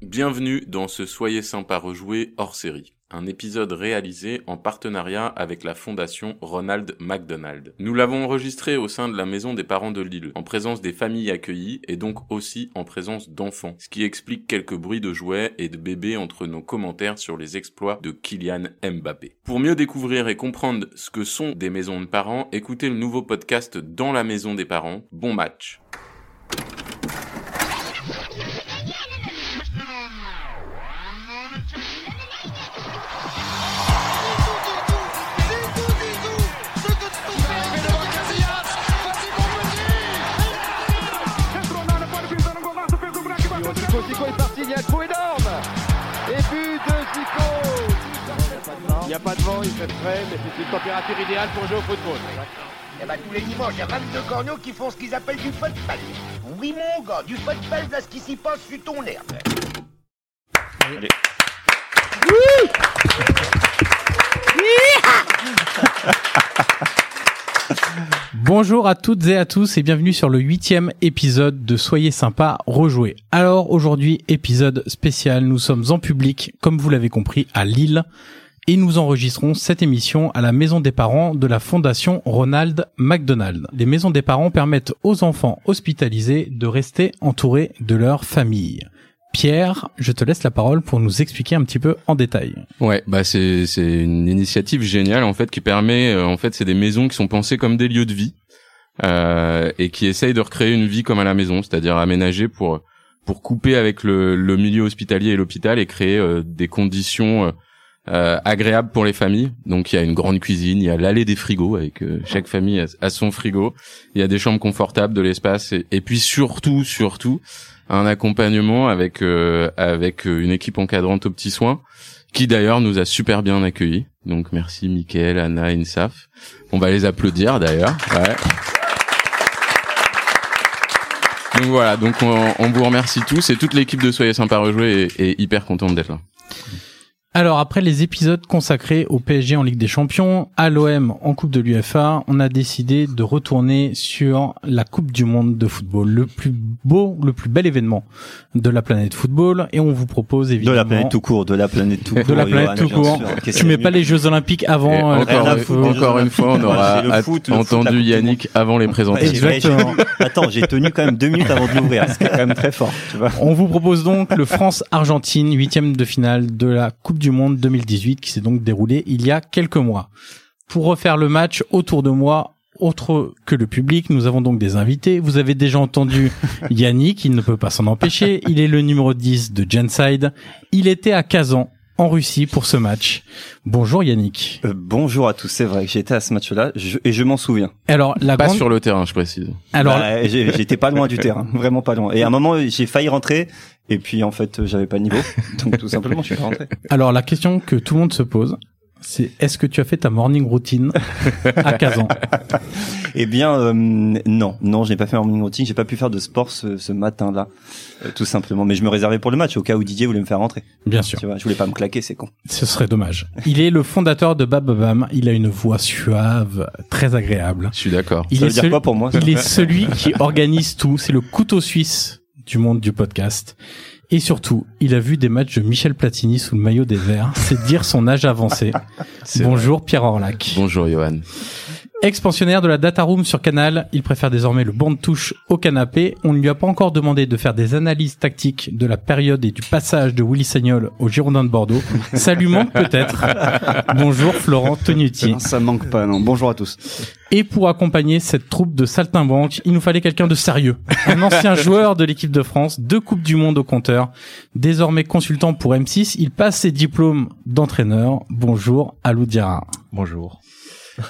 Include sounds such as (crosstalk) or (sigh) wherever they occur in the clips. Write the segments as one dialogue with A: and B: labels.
A: Bienvenue dans ce Soyez sympa rejoué hors série, un épisode réalisé en partenariat avec la fondation Ronald McDonald. Nous l'avons enregistré au sein de la maison des parents de Lille, en présence des familles accueillies et donc aussi en présence d'enfants, ce qui explique quelques bruits de jouets et de bébés entre nos commentaires sur les exploits de Kylian Mbappé. Pour mieux découvrir et comprendre ce que sont des maisons de parents, écoutez le nouveau podcast Dans la maison des parents. Bon match.
B: Zico est parti, il y a un trou énorme Et but de Zico Il n'y a pas de vent, il fait frais, mais c'est une température idéale pour jouer au football.
C: Eh ben, tous les dimanches, il y a 22 corneaux qui font ce qu'ils appellent du football. Oui, mon gars, du football, là, ce qui s'y passe, sur ton nerf.
D: Bonjour à toutes et à tous et bienvenue sur le huitième épisode de Soyez sympa, rejouez. Alors aujourd'hui, épisode spécial, nous sommes en public, comme vous l'avez compris, à Lille et nous enregistrons cette émission à la maison des parents de la fondation Ronald McDonald. Les maisons des parents permettent aux enfants hospitalisés de rester entourés de leur famille. Pierre, je te laisse la parole pour nous expliquer un petit peu en détail.
E: Ouais, bah c'est c'est une initiative géniale en fait qui permet euh, en fait c'est des maisons qui sont pensées comme des lieux de vie euh, et qui essayent de recréer une vie comme à la maison, c'est-à-dire aménager pour pour couper avec le, le milieu hospitalier et l'hôpital et créer euh, des conditions euh, agréables pour les familles. Donc il y a une grande cuisine, il y a l'allée des frigos avec euh, chaque famille a, a son frigo, il y a des chambres confortables, de l'espace et, et puis surtout surtout un accompagnement avec euh, avec euh, une équipe encadrante aux petits soins qui d'ailleurs nous a super bien accueillis. Donc merci Mickaël, Anna, Insaf. On va les applaudir d'ailleurs. Ouais. Donc voilà, donc on, on vous remercie tous et toute l'équipe de Soyez Sympa Rejouer est, est hyper contente d'être là.
D: Alors après les épisodes consacrés au PSG en Ligue des Champions, à l'OM en Coupe de l'UFA, on a décidé de retourner sur la Coupe du Monde de football, le plus beau, le plus bel événement de la planète football, et on vous propose
F: De
D: évidemment
F: la planète tout court, de la planète tout court.
D: de la
F: Johan,
D: planète tout
F: bien
D: court.
F: sûr. Qu'est-ce
D: Tu
F: qu'il y a
D: mets
F: de
D: pas
F: mieux
D: les Jeux Olympiques
E: Et
F: Oh,
D: avant. euh,
E: encore,
F: la
D: la-
F: foot,
D: euh,
E: encore
F: le
E: une
F: (laughs)
E: fois, on
F: foot,
E: aura
F: c'est le
E: at-
F: foot, le foot, la
E: entendu
F: Coupe du
E: Yannick avant les présentations.
D: Exactement.
F: Attends, j'ai tenu quand même deux minutes avant de l'ouvrir, ce qui est quand même très fort, tu vois.
D: On vous propose donc le France-Argentine, huitième de finale de la Coupe du Monde 2018, qui s'est donc déroulée il y a quelques mois. Pour refaire le match autour de moi, autre que le public, nous avons donc des invités. Vous avez déjà entendu Yannick, il ne peut pas s'en empêcher. Il est le numéro 10 de Genside. Il était à Kazan, en Russie, pour ce match. Bonjour Yannick.
F: Euh, bonjour à tous, c'est vrai que j'étais à ce match-là, je- et je m'en souviens.
D: Alors, la
E: Pas
D: grande...
E: sur le terrain, je précise.
D: Alors,
F: Bah, j'ai- j'étais pas loin du terrain, vraiment pas loin. Et à un moment, j'ai failli rentrer, et puis en fait, euh, j'avais pas le niveau, donc tout simplement, je suis pas rentré.
D: alors, la question que tout le monde se pose, c'est est-ce que tu as fait ta morning routine
E: (laughs)
D: à Kazan
F: Eh bien, euh, non, non, je n'ai pas fait mon morning routine, j'ai pas pu faire de sport ce, ce matin-là, euh, tout simplement. Mais je me réservais pour le match, au cas où Didier voulait me faire rentrer.
D: Bien sûr.
F: Tu vois, je voulais pas me claquer, c'est con.
D: Ce serait dommage. Il est le fondateur de Bababam. Il a une voix suave, très agréable.
E: Je suis d'accord.
D: Il,
F: Ça
D: est,
F: veut dire
D: celui-
F: quoi pour moi ça
D: il est celui qui organise tout. C'est le couteau suisse du monde du podcast. Et surtout, il a vu des matchs de Michel Platini sous le maillot des Verts. C'est dire son âge avancé.
E: (laughs) C'est
D: Bonjour Pierre Orlac.
E: Bonjour Johan.
D: Expansionnaire de la data room sur Canal, il préfère désormais le banc de touche au canapé. On ne lui a pas encore demandé de faire des analyses tactiques de la période et du passage de Willy Sagnol au Girondin de Bordeaux. Ça lui
E: (laughs)
D: manque peut-être. Bonjour Florent Tonuti.
G: Non, ça me manque pas, non. Bonjour à tous.
D: Et pour accompagner cette troupe de saltimbanques, il nous fallait quelqu'un de sérieux. Un ancien joueur de l'équipe de France, deux Coupes du Monde au compteur. Désormais consultant pour M6, il passe ses diplômes d'entraîneur. Bonjour Alou Diarra.
H: Bonjour.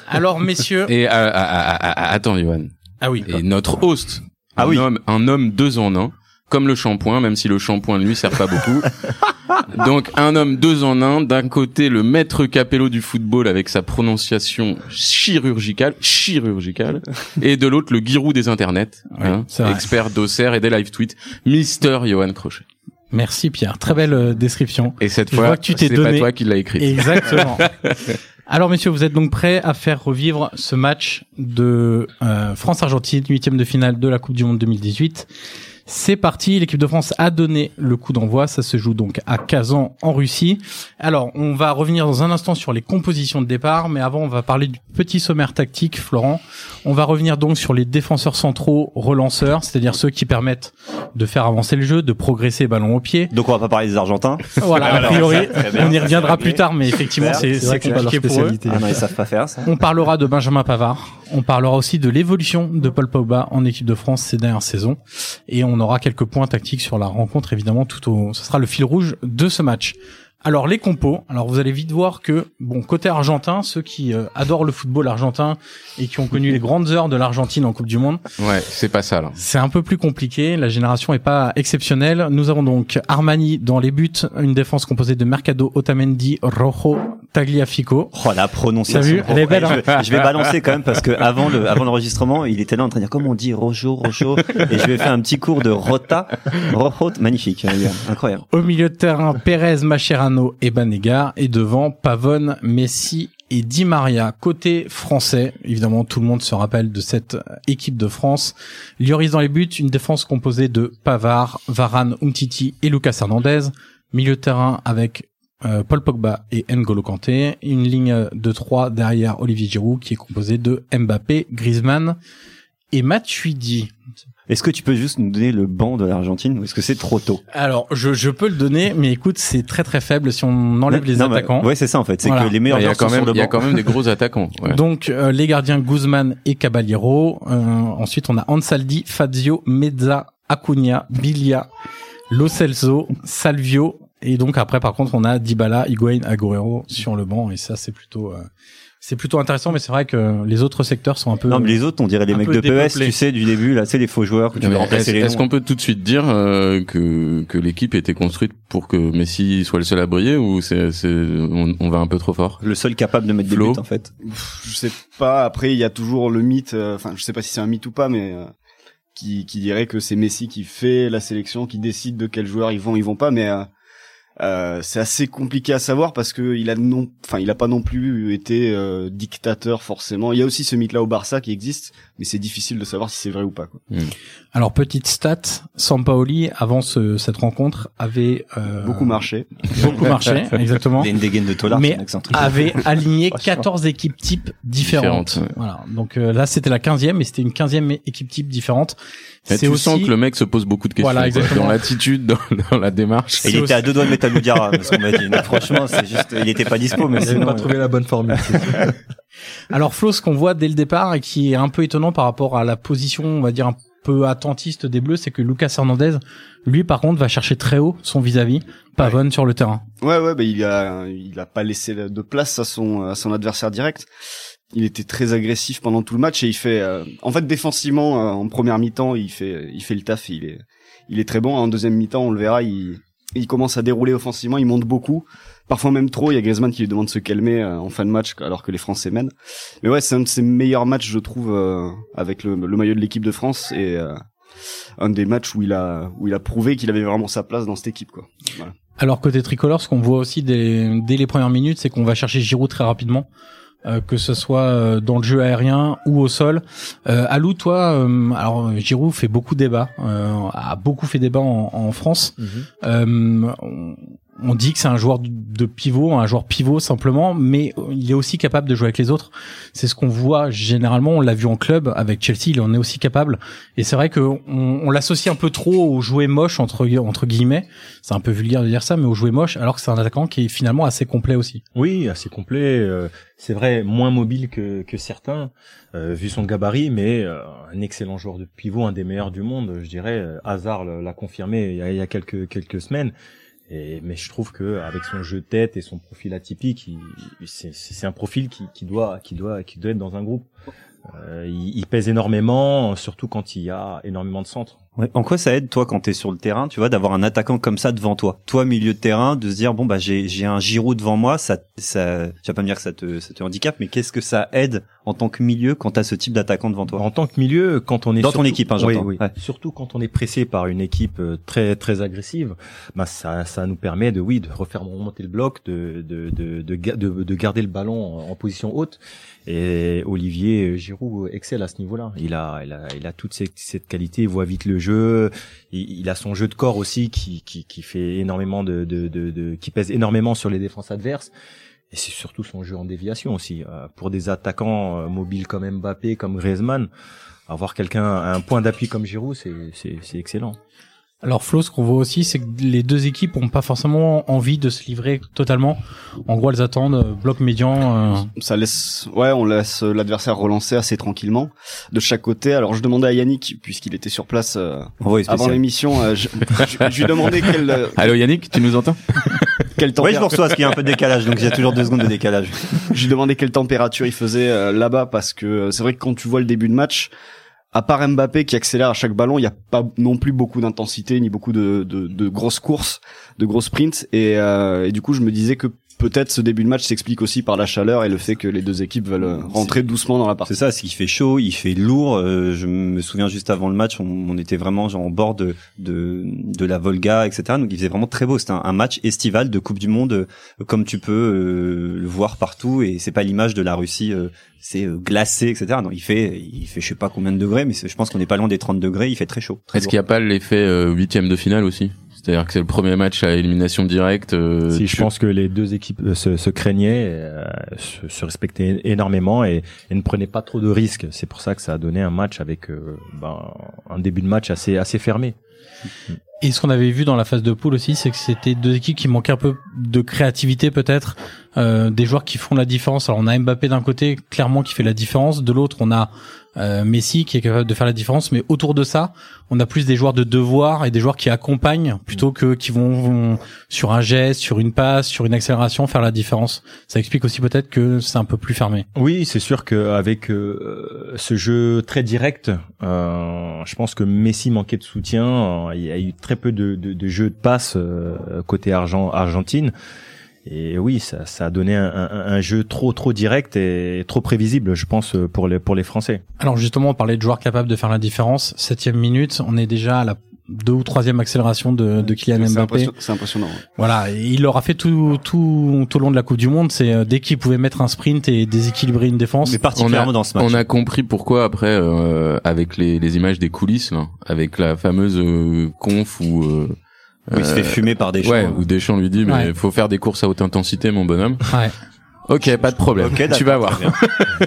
D: Alors messieurs...
E: Et euh, ah, ah, ah, ah, attends Johan.
D: Ah oui.
E: Et notre host,
F: Ah
E: un
F: oui.
E: homme, un homme deux en un, comme le shampoing, même si le shampoing lui sert pas beaucoup. (laughs) Donc un homme deux en un, d'un côté le maître Capello du football avec sa prononciation chirurgicale, chirurgicale, (laughs) et de l'autre le Giroud des internets, hein,
D: Oui, c'est vrai.
E: expert d'Auxerre et des live tweets, Mister Johan Crochet.
D: Merci Pierre. Très belle euh, description.
E: Et cette
D: Je
E: fois,
D: vois que tu t'es
E: c'est
D: donné.
E: pas toi qui l'as écrit.
D: Exactement. Alors messieurs, vous êtes donc prêts à faire revivre ce match de euh, France-Argentine, huitième de finale de la Coupe du Monde 2018. C'est parti, l'équipe de France a donné le coup d'envoi, ça se joue donc à Kazan en Russie. Alors, on va revenir dans un instant sur les compositions de départ, mais avant on va parler du petit sommaire tactique, Florent. On va revenir donc sur les défenseurs centraux relanceurs, c'est-à-dire ceux qui permettent de faire avancer le jeu, de progresser ballon au pied.
F: Donc on va pas parler des Argentins.
D: Voilà, a
F: Alors,
D: priori,
F: ça, Ah, très bien,
D: on y
F: ça,
D: reviendra
F: réglé.
D: plus tard, mais effectivement,
F: Super.
D: c'est
G: C'est vrai
D: c'est
G: que c'est pas leur
D: compliqué pour eux.
G: spécialité.
F: Ah non, ils savent pas faire ça.
D: On parlera de Benjamin Pavard. On parlera aussi de l'évolution de Paul Pogba en équipe de France ces dernières saisons. Et on aura quelques points tactiques sur la rencontre, évidemment, tout au, ce sera le fil rouge de ce match. Alors, les compos. Alors, vous allez vite voir que, bon, côté argentin, ceux qui euh, adorent le football argentin et qui ont connu les grandes heures de l'Argentine en Coupe du Monde,
E: Ouais, c'est pas ça là.
D: c'est un peu plus compliqué, la génération est pas exceptionnelle. Nous avons donc Armani dans les buts, une défense composée de Mercado, Otamendi, Rojo, Tagliafico.
F: Oh la prononciation.
D: T'as vu Elle est belle,
F: Eh,
D: hein.
F: Je, je vais balancer quand même parce que avant le avant l'enregistrement, il était là en train de dire comment on dit Rojo Rojo et je vais faire un petit cours de Rota Rojo magnifique euh, Yann. incroyable.
D: Au milieu de terrain, Pérez, Macherano et Banega. Et devant, Pavone, Messi et Di Maria. Côté français, évidemment, tout le monde se rappelle de cette euh, équipe de France. Lloris dans les buts, une défense composée de Pavard, Varane, Umtiti et Lucas Hernandez. Milieu de terrain avec euh, Paul Pogba et N'Golo Kanté. Une ligne de 3 derrière Olivier Giroud qui est composée de Mbappé, Griezmann et Matuidi.
F: Est-ce que tu peux juste nous donner le banc de l'Argentine ou est-ce que c'est trop tôt
D: Alors, je, je peux le donner, mais écoute, c'est très très faible si on enlève les
F: Non, mais-
D: attaquants.
F: Ouais, c'est ça en fait, c'est
D: Voilà.
F: que les
E: Il
F: meilleurs
E: y a
F: joueurs
E: quand
F: sont
E: même,
F: sur le
E: il y a
F: banc.
E: quand même des
D: (laughs)
E: gros attaquants. ouais.
D: Donc euh, les gardiens Guzman et Caballero. Euh, ensuite on a Ansaldi, Fazio, Mezza, Acuna, Bilia, Lo Celso, Salvio. Et donc après par contre on a Dybala, Higuain, Agüero sur le banc. Et ça c'est plutôt euh, c'est plutôt intéressant. Mais c'est vrai que les autres secteurs sont un peu.
F: Non, mais les autres, on dirait les
D: Un
F: mecs
D: peu
F: de PES,
D: dépeuplés.
F: tu sais, du début, là, c'est les faux joueurs que tu
E: Mais
F: veux
E: Est-ce
F: remplacer les
E: est-ce
F: noms. hein.
E: qu'on peut tout de suite dire euh, que que l'équipe était construite pour que Messi soit le seul à briller ou c'est c'est- on, on va un peu trop fort
F: Le seul capable de mettre des
E: Flo.
F: buts, en fait.
G: Pff, Je sais pas. Après, il y a toujours le mythe. euh, Enfin, je sais pas si c'est un mythe ou pas, mais euh, qui, qui dirait que c'est Messi qui fait la sélection, qui décide de quels joueurs ils vont, ils vont pas. Mais euh, euh, c'est assez compliqué à savoir parce que il a non, enfin, il a pas non plus été euh, dictateur forcément. Il y a aussi ce mythe-là au Barça qui existe, mais c'est difficile de savoir si c'est vrai ou pas. quoi.
D: Alors petite stat, Sampaoli avant ce- cette rencontre avait euh,
G: Beaucoup marché.
D: beaucoup marché exactement.
F: Des dégaines de Tolar,
D: Mais
F: c'est un accent truc.
D: avait aligné
F: Franchement.
D: 14 équipes types différentes.
E: Différentes, ouais.
D: Voilà. Donc euh, là, c'était la 15e et c'était une 15e équipe type différente.
E: Et Tu sens que le mec se pose beaucoup de questions
D: Voilà,
E: quoi,
D: exactement.
E: dans l'attitude, dans, dans la démarche.
F: Et il
D: c'est
F: était à deux doigts de mettre à Loudiara, parce qu'on m'a dit. Non, franchement, c'est juste, il était pas dispo, mais
G: Il avait
F: sinon,
G: pas
F: euh,
G: trouvé la bonne
D: (laughs)
G: formule. (laughs)
D: Alors Flo, ce qu'on voit dès le départ et qui est un peu étonnant par rapport à la position, on va dire un peu attentiste des Bleus, c'est que Lucas Hernandez, lui par contre, va chercher très haut son vis-à-vis, Pavone sur le terrain.
G: Ouais, ouais, bah, il a, il a pas laissé de place à son, à son adversaire direct. Il était très agressif pendant tout le match et il fait, euh, en fait, défensivement, euh, en première mi-temps, il fait, il fait le taf. Il est, il est très bon. En deuxième mi-temps, on le verra, il, il commence à dérouler offensivement. Il monte beaucoup, parfois même trop. Il y a Griezmann qui lui demande de se calmer euh, en fin de match alors que les Français mènent. Mais ouais, c'est un de ses meilleurs matchs, je trouve, euh, avec le, le maillot de l'équipe de France et euh, un des matchs où il a, où il a prouvé qu'il avait vraiment sa place dans cette équipe, quoi.
D: Alors côté tricolore, ce qu'on voit aussi dès, dès les premières minutes, c'est qu'on va chercher Giroud très rapidement, euh, que ce soit euh, dans le jeu aérien ou au sol. Euh, Alou, toi, euh, alors euh, Giroud fait beaucoup débat, euh, a beaucoup fait débat en, en France. Euh, on, on dit que c'est un joueur de- de pivot, un joueur pivot simplement, mais il est aussi capable de jouer avec les autres. C'est ce qu'on voit généralement. On l'a vu en club avec Chelsea, il en est aussi capable. Et c'est vrai que on, on l'associe un peu trop au jouer moche entre gu- entre guillemets. C'est un peu vulgaire de dire ça, mais au jouer moche, alors que c'est un attaquant qui est finalement assez complet aussi.
H: Oui, assez complet. euh, c'est vrai, moins mobile que, que certains, euh, vu son gabarit, mais euh, un excellent joueur de pivot, un des meilleurs du monde, je dirais. Euh, Hazard le- l'a confirmé il y a, il y a quelques quelques semaines. Et, mais je trouve que avec son jeu de tête et son profil atypique, il- il- c'est- c'est c'est un profil qui, qui doit qui doit qui doit être dans un groupe. Euh, il, il pèse énormément, surtout quand il y a énormément de centres.
F: Ouais. euh. En quoi ça aide toi quand t'es sur le terrain, tu vois, d'avoir un attaquant comme ça devant toi, toi milieu de terrain, de se dire bon bah j'ai j'ai un Giroud devant moi, ça ça tu vas pas me dire que ça te ça te handicape, mais qu'est-ce que ça aide en tant que milieu quand t'as ce type d'attaquant devant toi
H: En tant que milieu, quand on est
F: Dans ton
H: surtout-
F: équipe, hein,
H: oui,
F: j'entends.
H: oui.
F: Ouais.
H: Surtout quand on est pressé par une équipe euh, très très agressive, bah ça ça nous permet de oui de refaire remonter le bloc, de de de de, ga- de- de garder le ballon en en position haute. Et Olivier Giroud excelle à ce niveau-là. Il a il a il a toute cette, cette qualité, il voit vite le jeu. Il, il a son jeu de corps aussi qui qui, qui fait énormément de, de, de, de- qui pèse énormément sur les défenses adverses. Et c'est surtout son jeu en déviation aussi. Euh, pour des attaquants euh, mobiles comme Mbappé, comme Griezmann, avoir quelqu'un à un point d'appui comme Giroud, c'est c'est c'est excellent.
D: Alors Flo, ce qu'on voit aussi, c'est que les deux équipes ont pas forcément envie de se livrer totalement. En gros, elles attendent euh, bloc médian. euh,
G: ça laisse ouais on laisse euh, l'adversaire relancer assez tranquillement de chaque côté alors je demandais à Yannick puisqu'il était sur place euh,
F: Envoyé
G: avant
F: spécial.
G: l'émission euh, je, je- je lui demandais quel euh,
E: (laughs) Allô Yannick, tu nous entends
G: quelle
F: Oui, je vous
G: température
F: reçois, parce qu'il y a un peu de décalage, donc il y a toujours deux secondes de décalage.
G: je lui demandais quelle température il faisait euh, là-bas parce que euh, c'est vrai que quand tu vois le début de match à part Mbappé qui accélère à chaque ballon, il n'y a pas non plus beaucoup d'intensité ni beaucoup de, de, de grosses courses, de gros sprints. Et, euh, et du coup, je me disais que peut-être ce début de match s'explique aussi par la chaleur et le fait que les deux équipes veulent euh, rentrer doucement dans la partie.
F: C'est ça, c'est qu'il fait chaud, il fait lourd. euh, je me souviens juste avant le match, on, on était vraiment genre en bord de, de de la Volga, etc. Donc il faisait vraiment très beau. C'était un, un match estival de Coupe du Monde, euh, comme tu peux euh, le voir partout. Et c'est pas l'image de la Russie, euh, c'est euh, glacé, etc. Non, il fait il fait je sais pas combien de degrés, mais c'est- je pense qu'on est pas loin des 30 degrés. Il fait très chaud. Très
E: Est-ce qu'il n'y a pas l'effet euh, huitième de finale aussi C'est-à-dire que c'est le premier match à élimination directe. euh,
H: si, je
E: tu-
H: pense que les deux équipes euh, se, se craignaient, euh, se, se respectaient énormément et, et ne prenaient pas trop de risques. C'est pour ça que ça a donné un match avec euh, ben, un début de match assez assez fermé.
D: Et ce qu'on avait vu dans la phase de poule aussi, c'est que c'était deux équipes qui manquaient un peu de créativité peut-être, euh, des joueurs qui font la différence. Alors on a Mbappé d'un côté, clairement qui fait la différence, de l'autre on a euh, Messi qui est capable de faire la différence, mais autour de ça, on a plus des joueurs de devoir et des joueurs qui accompagnent plutôt que qui vont, vont sur un geste, sur une passe, sur une accélération faire la différence. Ça explique aussi peut-être que c'est un peu plus fermé.
H: Oui, c'est sûr qu'avec euh, ce jeu très direct, euh, je pense que Messi manquait de soutien. Euh, Il y a eu très peu de, de, de jeux de passe euh, côté argent, Argentine. Et oui, ça, ça a donné un, un, un jeu trop trop direct et trop prévisible, je pense, pour les, pour les Français.
E: (laughs)
D: Alors justement, on parlait de joueurs capables de faire la différence. Septième minute, on est déjà à la deux ou troisième accélération de, de Kylian
G: C'est
D: Mbappé.
G: impression- c'est impressionnant. ouais.
D: Voilà, et il leur a fait tout, tout, tout au long de la Coupe du Monde. C'est euh, dès qu'il pouvait mettre un sprint et déséquilibrer une défense.
F: mais particulièrement dans ce match.
E: On a compris pourquoi après euh, avec les, les images des coulisses, là, avec la fameuse euh, conf où, euh,
F: Où il se fait
E: euh,
F: fumer par des
E: ouais,
F: gens. hein.
E: où Deschamps lui dit mais
D: hein. Ouais.
E: faut faire des courses à haute intensité mon bonhomme.
D: Ouais.
E: Ok, pas de problème.
F: Ok,
E: (laughs)
F: d'accord,
E: tu vas voir.
F: très bien.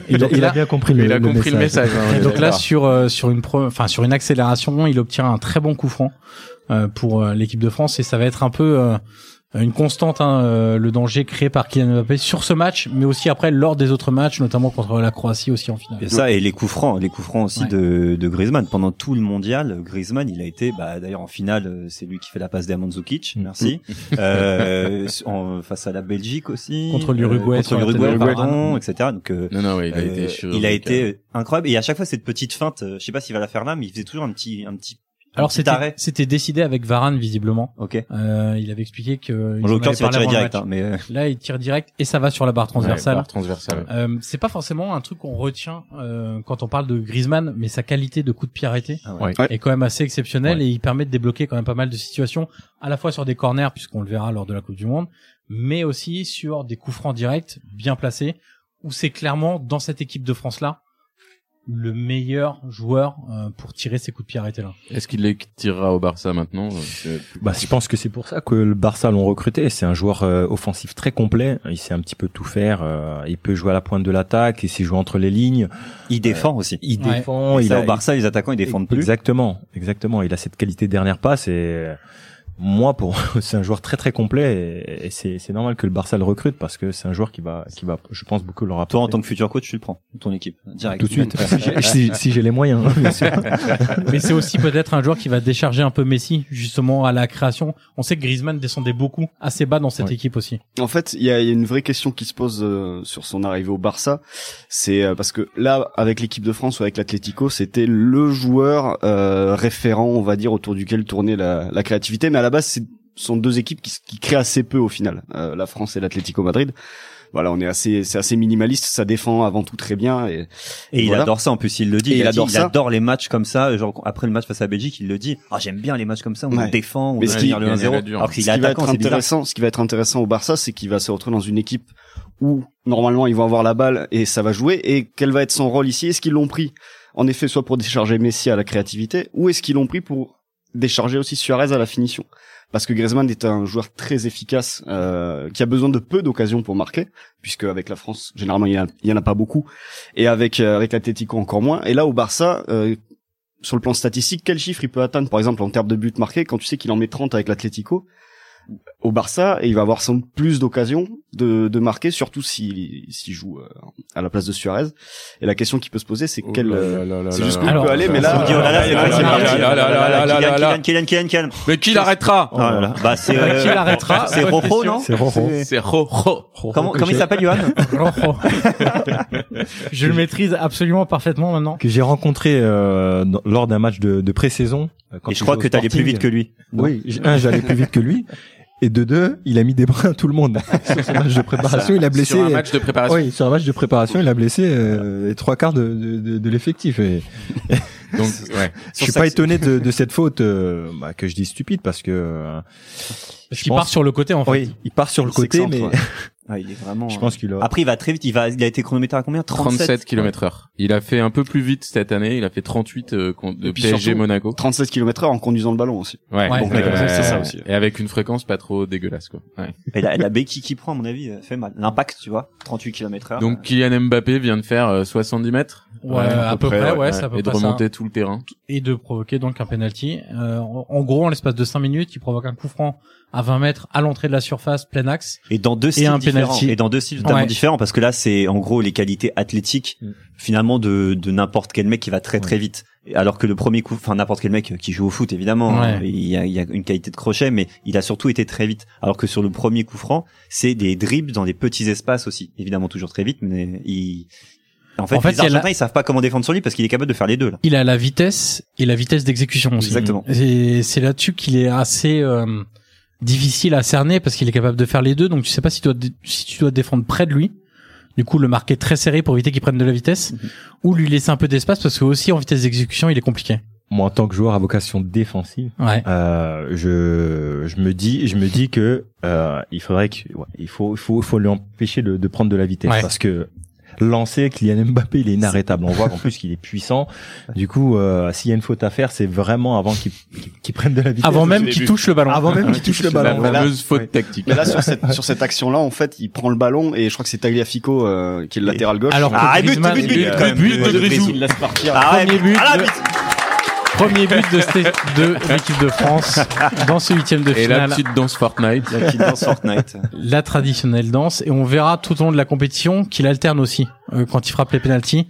D: Et donc là-
H: bien compris
E: il a compris le message. hein,
D: et donc là,
E: d'accord.
D: sur, euh, sur, une pro- enfin, sur une accélération, il obtient un très bon coup franc euh, pour euh, l'équipe de France. Et ça va être un peu euh, une constante, hein, euh, le danger créé par Kylian Mbappé sur ce match, mais aussi après lors des autres matchs, notamment contre la Croatie aussi en finale.
F: Et ça et les coups francs, les coups francs aussi
D: Ouais.
F: de, de Griezmann pendant tout le mondial. Griezmann, il a été, bah, d'ailleurs en finale, euh, c'est lui qui fait la passe d'Erman Zukic,
H: Mm.
F: merci. euh, en- face à la Belgique aussi,
D: Contre l'Uruguay,
F: euh,
D: sur
F: contre
D: la
F: l'Uruguay,
D: tête de
F: pardon,
D: Varane.
F: etc. Donc euh,
E: Non non, ouais, il a
F: euh,
E: été. chirurgical.
F: il a été incroyable. Et à chaque fois cette petite feinte, euh, je sais pas s'il va la faire là, mais il faisait toujours un petit, un petit. un
D: Alors
F: petit
D: c'était
F: arrêt.
D: c'était décidé avec Varane visiblement.
F: Ok.
D: Euh, il avait expliqué que.
F: En l'occurrence, il va tirer direct, hein, mais euh,
D: Là, il tire direct et ça va sur la barre
E: Ouais,
D: transversale.
E: barre transversale.
D: Euh, c'est pas forcément un truc qu'on retient euh, quand on parle de Griezmann, mais sa qualité de coup de pied arrêté
F: Ah
H: ouais.
G: Ouais.
D: est quand même assez exceptionnelle et il permet de débloquer quand même pas mal de situations, à la fois sur des corners puisqu'on le verra lors de la Coupe du Monde, mais aussi sur des coups francs directs bien placés où c'est clairement dans cette équipe de France là le meilleur joueur euh, pour tirer ces coups de pied arrêtés là.
E: Est-ce qu'il les tirera au Barça maintenant euh, C'est-
H: Bah, je pense que c'est pour ça que le Barça l'ont recruté. C'est un joueur euh, offensif très complet. Il sait un petit peu tout faire. euh, il peut jouer à la pointe de l'attaque. Il sait jouer entre les lignes.
F: il défend aussi.
H: Il
D: Ouais.
H: défend.
F: Et
H: Il
F: ça,
H: a,
F: au Barça, les attaquants ils défendent plus.
H: Exactement, exactement. Il a cette qualité de dernière passe et euh, moi, pour (laughs) c'est un joueur très très complet et, et c'est c'est normal que le Barça le recrute parce que c'est un joueur qui va qui va, je pense beaucoup leur apporter.
F: Toi, en tant que futur coach, tu le prends, ton équipe, direct.
H: tout
F: (laughs)
H: de suite, (laughs) si j'ai- si si j'ai les moyens. hein, bien sûr.
D: Mais c'est aussi peut-être un joueur qui va décharger un peu Messi justement à la création. On sait que Griezmann descendait beaucoup assez bas dans cette
H: Ouais.
D: équipe aussi.
G: En fait, il y a, il y a une vraie question qui se pose euh, sur son arrivée au Barça. C'est euh, parce que là, avec l'équipe de France ou avec l'Atlético, c'était le joueur euh, référent, on va dire, autour duquel tournait la, la créativité. Mais à la base, c'est sont deux équipes qui, s- qui créent assez peu au final, euh, la France et l'Atlético Madrid. Voilà, on est assez, c'est assez minimaliste. Ça défend avant tout très bien. Et,
F: Et il
G: Voilà.
F: adore ça en plus, il le dit.
G: Et
F: il,
G: il
F: a dit,
G: adore
F: il
G: ça.
F: adore les matchs comme ça. Genre après le match face à la Belgique, il le dit. Ah j'aime bien les matchs comme ça. On
G: Ouais.
F: défend, on
G: Mais ce
F: doit
G: qui-
F: tenir le
E: il est
F: 1-0.
E: dur.
F: Alors
G: ce
F: qu'il est
G: qui va être
F: attaquant, c'est bizarre.
G: intéressant, ce qui va être intéressant au Barça, c'est qu'il va se retrouver dans une équipe où normalement ils vont avoir la balle et ça va jouer. Et quel va être son rôle ici Est-ce qu'ils l'ont pris en effet, soit pour décharger Messi à la créativité, ou est-ce qu'ils l'ont pris pour décharger aussi Suarez à la finition Parce que Griezmann est un joueur très efficace, euh, qui a besoin de peu d'occasions pour marquer, puisque avec la France, généralement, il y en a, il y en a pas beaucoup, et avec euh, avec l'Atlético encore moins. Et là, au Barça, euh, sur le plan statistique, quel chiffre il peut atteindre, par exemple, en termes de buts marqués, quand tu sais qu'il en met 30 avec l'Atlético au Barça, et il va avoir sans doute plus d'occasions de, de marquer, surtout s'il s'il joue euh, à la place de Suarez. Et la question qui peut se poser,
F: Oh
G: c'est quel... euh, c'est jusqu'où il
D: Alors,
G: peut aller, mais
F: On
G: là...
F: se dit, oh là là, c'est parti, c'est parti.
E: Ah, là, là, là, là, là, là, là.
F: Kylian, Kylian, Kylian, Kylian, Kylian.
E: Mais qui l'arrêtera
F: Oh là là. Bah, c'est, euh,
D: Qui
F: (laughs)
D: l'arrêtera
F: c'est
D: Bonne question.
F: Rojo, non?
H: C'est Roro.
E: Ah, C'est ro ro.
F: Comment, comment il s'appelle, Johan?
D: Rojo. Je le maîtrise absolument parfaitement maintenant.
H: que j'ai rencontré euh, dans- lors d'un match de, de pré-saison. euh, quand
F: Et
H: il
F: je crois
H: jouait au
F: que t'allais plus
H: Sporting.
F: vite que lui.
H: Oui, j- un, j'allais plus vite que lui. Et de deux, il a mis des bras à tout
F: (laughs)
H: le monde. sur ce match de préparation, il a blessé.
E: Sur un match de préparation.
H: Oui, sur un match de préparation, il a blessé euh, les trois quarts de, de, de- de l'effectif. Et
E: Donc, ouais.
H: je suis pas étonné de, de cette faute euh, bah, que je dis stupide parce que euh,
D: Parce
H: Je
D: qu'il
H: pense-
D: part sur le côté en fait.
H: oui, il part sur le côté, mais
F: (laughs) Ah, il est vraiment.
H: (laughs) je pense qu'il
D: Ah.
H: a.
F: Après, il va très vite. Il va, il a été chronométré à combien?
E: 37 km heure. Il a fait un peu plus vite cette année. Il a fait 38 euh, contre de
G: puis
E: PSG
G: surtout-
E: Monaco.
G: 37 km/h en conduisant le ballon aussi.
E: Ouais. Euh,
D: Ouais,
G: ouais, ouais, c'est ça aussi.
E: Et avec une fréquence pas trop dégueulasse, quoi. Ouais.
F: Et la, la béquille qui prend, à mon avis, euh, fait mal. L'impact, tu vois. 38 km heure.
E: Ah. Donc, Kylian Mbappé vient de faire euh, 70 mètres.
D: Ouais, à, peu près, ouais, c'est à peu
E: Et de
D: près ça.
E: remonter tout le terrain.
D: Et de provoquer donc un penalty. Euh, en en gros, en l'espace de 5 minutes, il provoque un coup franc à 20 mètres à l'entrée de la surface, plein axe.
F: Et dans deux styles
D: un
F: différents.
D: penalty.
F: Et dans deux styles totalement
D: Ouais.
F: différents parce que là, c'est en gros les qualités athlétiques
H: Mm.
F: finalement de, de n'importe quel mec qui va très très vite. Et Alors que le premier coup, enfin n'importe quel mec qui joue au foot évidemment,
D: Ouais.
F: hein, il, y a, il y a une qualité de crochet, mais il a surtout été très vite. Alors que sur le premier coup franc, c'est des dribbles dans des petits espaces aussi, évidemment toujours très vite, mais il en fait,
D: En fait, il
F: les
D: y a la-
F: Argentins, ils savent pas comment défendre sur lui parce qu'il est capable de faire les deux là.
D: Il a la vitesse et la vitesse d'exécution aussi.
F: Exactement.
D: Et c'est là-dessus qu'il est assez euh, difficile à cerner parce qu'il est capable de faire les deux. Donc tu sais pas si tu dois dé- si tu dois te défendre près de lui. Du coup, le marquer très serré pour éviter qu'il prenne de la vitesse
F: Mhm.
D: ou lui laisser un peu d'espace parce que aussi en vitesse d'exécution, il est compliqué.
H: Moi, en tant que joueur à vocation défensive,
D: Ouais.
H: Euh, je je me dis je me dis que euh, il faudrait que ouais, il faut il faut il faut lui empêcher de, de prendre de la vitesse
D: Ouais.
H: parce que lancer Kylian Mbappé il est inarrêtable on voit qu'en plus qu'il est puissant du coup euh, s'il y a une faute à faire c'est vraiment avant qu'il qu'il qu'il prenne de la vitesse
D: Avant même Ah,
G: au
D: qu'il
G: début.
D: touche le ballon.
H: avant même qu'il touche le ballon
E: la
G: Voilà.
E: fameuse faute
H: Ouais.
E: tactique.
G: Mais là, sur cette, sur cette action-là, en fait, il prend le ballon et je crois que c'est Tagliafico euh, qui est le latéral gauche.
D: Alors que
F: Ah, et but,
D: Griezmann-
F: but, but,
E: but, quand
D: but
E: même. But
D: de
E: de
D: Griezmann.
E: Griezmann.
G: il laisse partir.
F: Ah ouais,
D: Premier but,
F: à la
D: de-
F: vite.
D: premier but de, Sté- de l'équipe de
F: (laughs)
D: France dans ce huitième de
E: Et la
D: finale.
E: petite danse Fortnite.
F: La petite danse Fortnite.
D: la traditionnelle danse et on verra tout au long de la compétition qu'il alterne aussi euh, quand il frappe les pénalties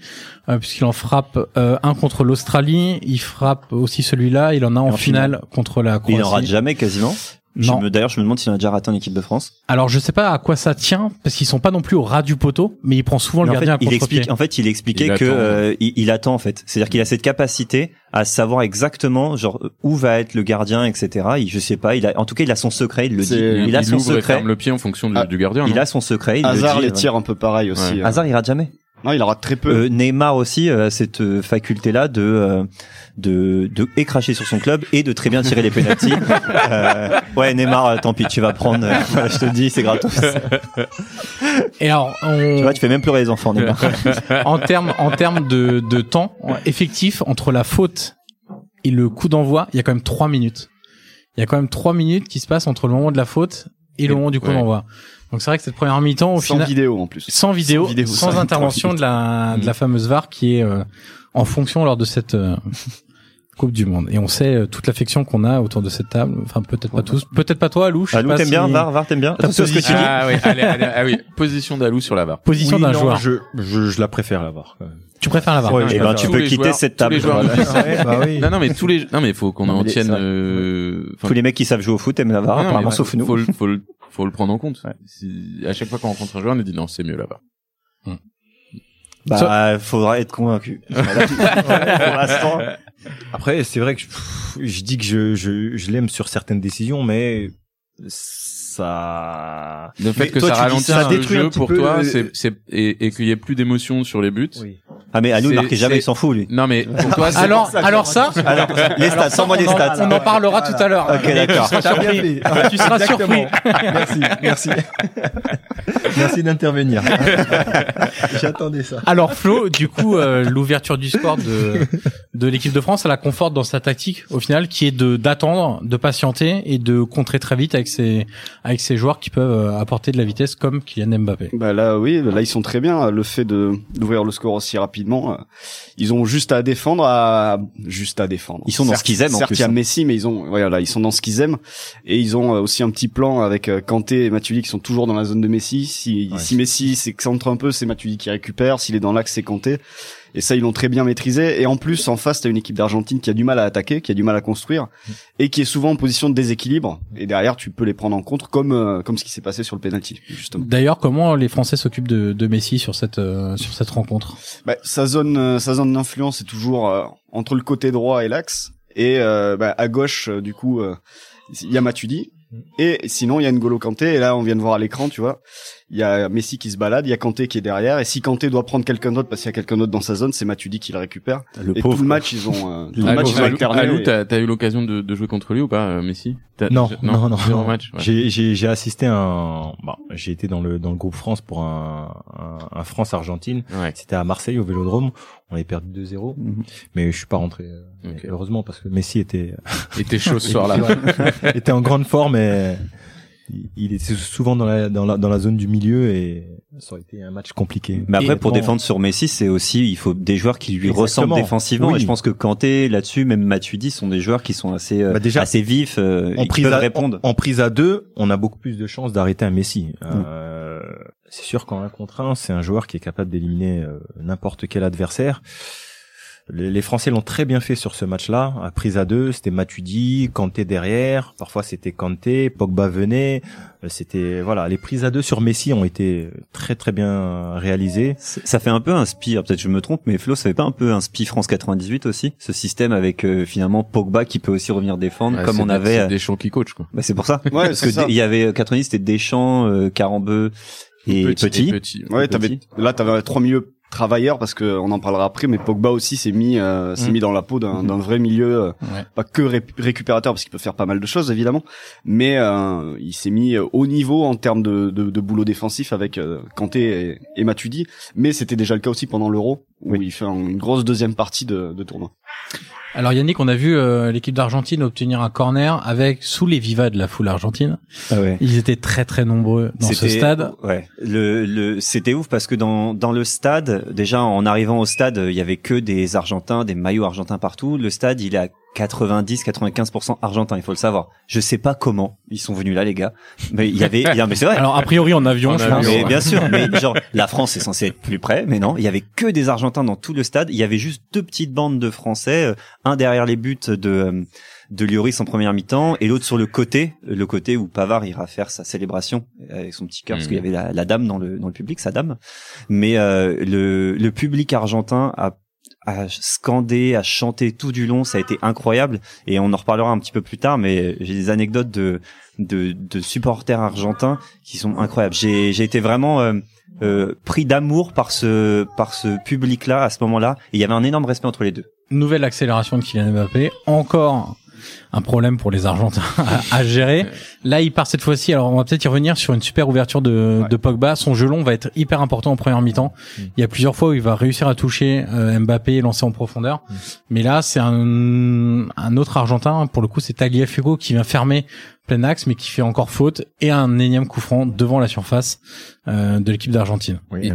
D: euh, puisqu'il en frappe euh, un contre l'Australie, il frappe aussi celui-là, il en a en,
F: en
D: finale, contre la
F: Il
D: Croatie.
F: en rate jamais quasiment. Je
D: Non.
F: me- D'ailleurs, je me demande s'il en a déjà raté en équipe de France.
D: Alors je sais pas à quoi ça tient parce qu'ils sont pas non plus au ras du poteau, mais il prend souvent
F: Mais
D: le
F: en fait,
D: gardien à
F: il
D: contre-pied.
F: explique, hein. en fait, il expliquait
E: Il
F: que
E: attend.
F: euh, il, il attend en fait. C'est-à-dire qu'il a cette capacité à savoir exactement genre où va être le gardien, etc. Il, je sais pas. Il a, en tout cas, il a son secret. Il le dit.
G: C'est-
F: euh, Il, a son
E: ouvre et
F: secret.
E: ferme le pied en fonction du,
G: Ah,
E: du gardien. hein.
F: Il
E: non
F: a son secret. Il
G: Hazard
F: le
G: les
F: dit.
G: tirs un peu pareil aussi. euh.
F: Hazard, il rate jamais.
G: Non, il en rate très peu.
F: Euh, Neymar aussi euh, cette euh, faculté-là de euh, de de écracher sur son club et de très bien tirer
E: (laughs)
F: les pénaltys. Euh, ouais, Neymar, euh, tant pis, tu vas prendre. euh, (laughs) voilà, je te le dis,
E: (laughs)
F: c'est gratos.
D: Et alors
F: Tu
D: on,
F: vois, tu fais même pleurer les enfants, Neymar.
D: en termes en termes de, de temps en- effectif entre la faute et le coup d'envoi, il y a quand même trois minutes. Il y a quand même trois minutes qui se passent entre le moment de la faute et le
E: Et-
D: moment du coup
E: ouais.
D: d'envoi. Donc c'est vrai que cette première mi-temps au
G: sans
D: final
G: vidéo en plus.
D: sans vidéo, sans,
G: Sans vidéo, sans
D: intervention de la, de la fameuse VAR qui est euh, en fonction lors de cette euh, Coupe du Monde. Et on sait euh, toute l'affection qu'on a autour de cette table. Enfin, peut-être pas tous, peut-être pas toi, Lou. je sais
F: Ah, nous,
D: pas
F: t'aimes
D: si-
F: bien, Var, Var, t'aimes bien. Attention à ce que tu dis.
E: Ah oui, allez, allez, ah oui. Position d'Alou sur la barre.
D: Position
H: Oui,
D: d'un
H: non,
D: joueur.
H: je, je je la préfère la VAR quand même.
D: Tu préfères la VAR
E: Ah,
H: Ouais,
F: Eh ben, tu
E: Tous
F: peux
E: les
F: quitter
E: joueurs-
F: cette
E: tous les
F: table.
E: joueurs
F: Voilà.
H: bah
E: (laughs)
H: oui.
E: Non, non, mais tous les, non, mais faut qu'on
F: Non,
E: en
F: mais c'est
E: tienne,
F: vrai.
E: euh, enfin,
F: Tous les mecs qui savent jouer au foot aiment la VAR,
E: non, non,
F: apparemment,
E: mais bah,
F: sauf nous.
E: Faut, le- faut le, faut le prendre en compte. Si- à chaque fois qu'on rencontre un joueur, on nous dit non, c'est mieux là-bas.
F: Bah,
D: Ça-
F: faudra être convaincu. Voilà. Pour l'instant,
H: Après, c'est vrai que je, pff, je dis que je, je, je l'aime sur certaines décisions, mais ça.
E: Le fait
F: Mais
E: que
F: toi,
E: ça
F: tu dis
E: ralentisse
F: ça, ça
E: le
F: détruit un
E: jeu
F: petit
E: pour
F: peu
E: toi,
F: le-
E: c'est, c'est, et, et qu'il y ait plus d'émotion sur les buts,
F: Ah mais à nous, il
E: C'est-
F: marquait jamais,
E: c'est-
F: il s'en fout lui.
E: Non, mais pour
F: Ah,
E: toi, c'est-
D: Alors, alors ça,
F: Alors, les stats,
D: ça,
F: envoie
D: on
F: les
D: en-
F: stats.
D: On en parlera tout à l'heure.
F: Ok, d'accord.
D: Tu seras surpris.
H: Ah,
D: Tu seras surpris.
H: Merci, merci. merci d'intervenir. J'attendais ça.
D: Alors Flo, du coup, euh, l'ouverture du score de, de l'équipe de France, elle la conforte dans sa tactique au final, qui est de d'attendre, de patienter et de contrer très vite avec ses avec ses joueurs qui peuvent euh, apporter de la vitesse comme Kylian Mbappé.
G: Bah là, oui, là ils sont très bien. Le fait de d'ouvrir le score aussi rapidement, euh, ils ont juste à défendre, à juste à défendre.
F: Ils sont dans ce qu'ils aiment, en
G: Certes,
F: plus,
G: il y a
F: hein.
G: Messi, mais ils ont, voilà, ils sont dans ce qu'ils aiment et ils ont euh, aussi un petit plan avec euh, Kanté et Matuidi qui sont toujours dans la zone de Messi. Si,
H: Ouais.
G: si Messi s'excentre un peu, c'est Matuidi qui récupère. S'il est dans l'axe, c'est Kanté. Et ça, ils l'ont très bien maîtrisé. Et en plus, en face, t'as une équipe d'Argentine qui a du mal à attaquer, qui a du mal à construire
F: Mm.
G: et qui est souvent en position de déséquilibre. Et derrière, tu peux les prendre en contre, comme euh, comme ce qui s'est passé sur le penalty, justement.
D: D'ailleurs, comment les Français s'occupent de, de Messi sur cette euh, sur cette rencontre
G: Bah, sa zone, euh, sa zone d'influence est toujours euh, entre le côté droit et l'axe, et euh, bah, à gauche, euh, du coup, euh, il y a Matuidi, et sinon il y a N'Golo Kanté. Et là, on vient de voir à l'écran, tu vois, il y a Messi qui se balade, il y a Kanté qui est derrière, et si Kanté doit prendre quelqu'un d'autre parce qu'il y a quelqu'un d'autre dans sa zone, c'est Matuidi qui le récupère.
F: Le Ah,
G: et tout le match, ils ont, euh, tout le
E: Alou,
G: match, ils ont
E: Alou,
G: alterné.
E: Alou, t'as t'as eu l'occasion de, de jouer contre lui ou pas, euh, Messi T'as-
H: Non,
E: je-
H: non, non,
E: zéro
H: non.
E: match. ouais.
H: J'ai- J'ai j'ai assisté à un. Bah, j'ai été dans le dans le groupe France pour un, un, un France Argentine. (laughs)
E: Ouais.
H: C'était à Marseille au Vélodrome. On avait perdu 2-0,
F: Mhm.
H: mais je suis pas rentré. euh,
E: Ok.
H: mais Heureusement parce que Messi était
E: Et tes choses ce soir-là.
H: Ouais. était en grande forme et il- il était souvent dans la, dans la, dans la zone du milieu et ça aurait été un match compliqué.
F: Mais après, pour
H: Honnêtement,
F: défendre sur Messi, c'est aussi, il faut des joueurs qui lui
H: Exactement.
F: ressemblent défensivement.
H: Oui.
F: Et je pense que Kanté, là-dessus, même Matuidi, sont des joueurs qui sont assez, euh,
H: Bah, déjà,
F: assez vifs. euh,
H: en
F: ils
H: prise,
F: peuvent
H: à,
F: répondre.
H: en prise à deux, on a beaucoup plus de chances d'arrêter un Messi.
F: Mm.
H: Euh, c'est sûr qu'en un contre un, c'est un joueur qui est capable d'éliminer euh, n'importe quel adversaire. Les les Français l'ont très bien fait sur ce match-là. À prise à deux, c'était Matuidi, Kanté derrière. Parfois, c'était Kanté, Pogba venait. Euh, C'était voilà, les prises à deux sur Messi ont été très très bien réalisées.
F: C'est- Ça fait un peu un spi, alors peut-être je me trompe, mais Flo, ça fait pas un peu un spi France 98 aussi Ce système avec euh, finalement Pogba qui peut aussi revenir défendre,
E: Ouais,
F: comme
E: c'est
F: on
E: des-
F: avait...
E: c'est des champs qui coach quoi.
F: Bah, c'est pour ça.
G: Ouais,
F: Parce que
G: c'est ça.
F: dé- il y avait euh, 90, c'était Deschamps, euh, Carambeu et Petit.
G: Ouais,
F: Et
G: t'avais,
F: Petit.
G: là, t'avais trois milieux travailleurs parce que on en parlera après, mais Pogba aussi s'est mis, euh, s'est
D: Mm.
G: mis dans la peau d'un, d'un vrai milieu, euh,
D: Ouais.
G: pas que ré- récupérateur parce qu'il peut faire pas mal de choses évidemment, mais euh, il s'est mis au niveau en termes de, de, de boulot défensif avec euh, Kanté et, et Matuidi, mais c'était déjà le cas aussi pendant l'Euro où il fait un- une grosse deuxième partie de, de tournoi.
D: Alors Yannick, on a vu euh, l'équipe d'Argentine obtenir un corner avec sous les vivas de la foule argentine.
F: Ah ouais.
D: Ils étaient très très nombreux dans ce
F: C'était-
D: stade.
F: Ouais. Le, le, c'était ouf parce que dans, dans le stade, déjà en arrivant au stade, euh, il y avait que des Argentins, des maillots argentins partout. Le stade, il est à 90-95% argentin, il faut le savoir. Je sais pas comment ils sont venus là, les gars. Mais il y avait, il y a- mais c'est vrai.
D: Alors a priori en avion,
E: En
D: je
E: avion,
D: pense.
F: mais
E: ouais.
F: bien sûr, mais
D: (laughs)
F: genre la France est censée être plus près, mais non, il y avait que des Argentins dans tout le stade. Il y avait juste deux petites bandes de Français, euh, un derrière les buts de euh, de Lloris en première mi-temps et l'autre sur le côté, le côté où Pavard ira faire sa célébration avec son petit cœur, parce
E: Mhm.
F: qu'il y avait la, la dame dans le dans le public, sa dame. Mais euh, le le public argentin a a scandé, a chanté tout du long, ça a été incroyable et on en reparlera un petit peu plus tard. Mais j'ai des anecdotes de de, de supporters argentins qui sont incroyables. J'ai, j'ai été vraiment euh, euh, pris d'amour par ce par ce public-là à ce moment-là. Et il y avait un énorme respect entre les deux.
D: Nouvelle accélération de Kylian Mbappé. Encore un problème pour les Argentins (laughs) à, à gérer. Là, il part cette fois-ci. Alors, on va peut-être y revenir sur une super ouverture de, de Pogba. Son gelon va être hyper important en première mi-temps.
E: Mm.
D: Il y a plusieurs fois où il va réussir à toucher euh, Mbappé et lancer en profondeur.
E: Mm.
D: Mais là, c'est un, un autre Argentin. Pour le coup, c'est Tagliafico qui vient fermer plein axe, mais qui fait encore faute et un énième coup franc devant la surface euh, de l'équipe d'Argentine.
H: Oui.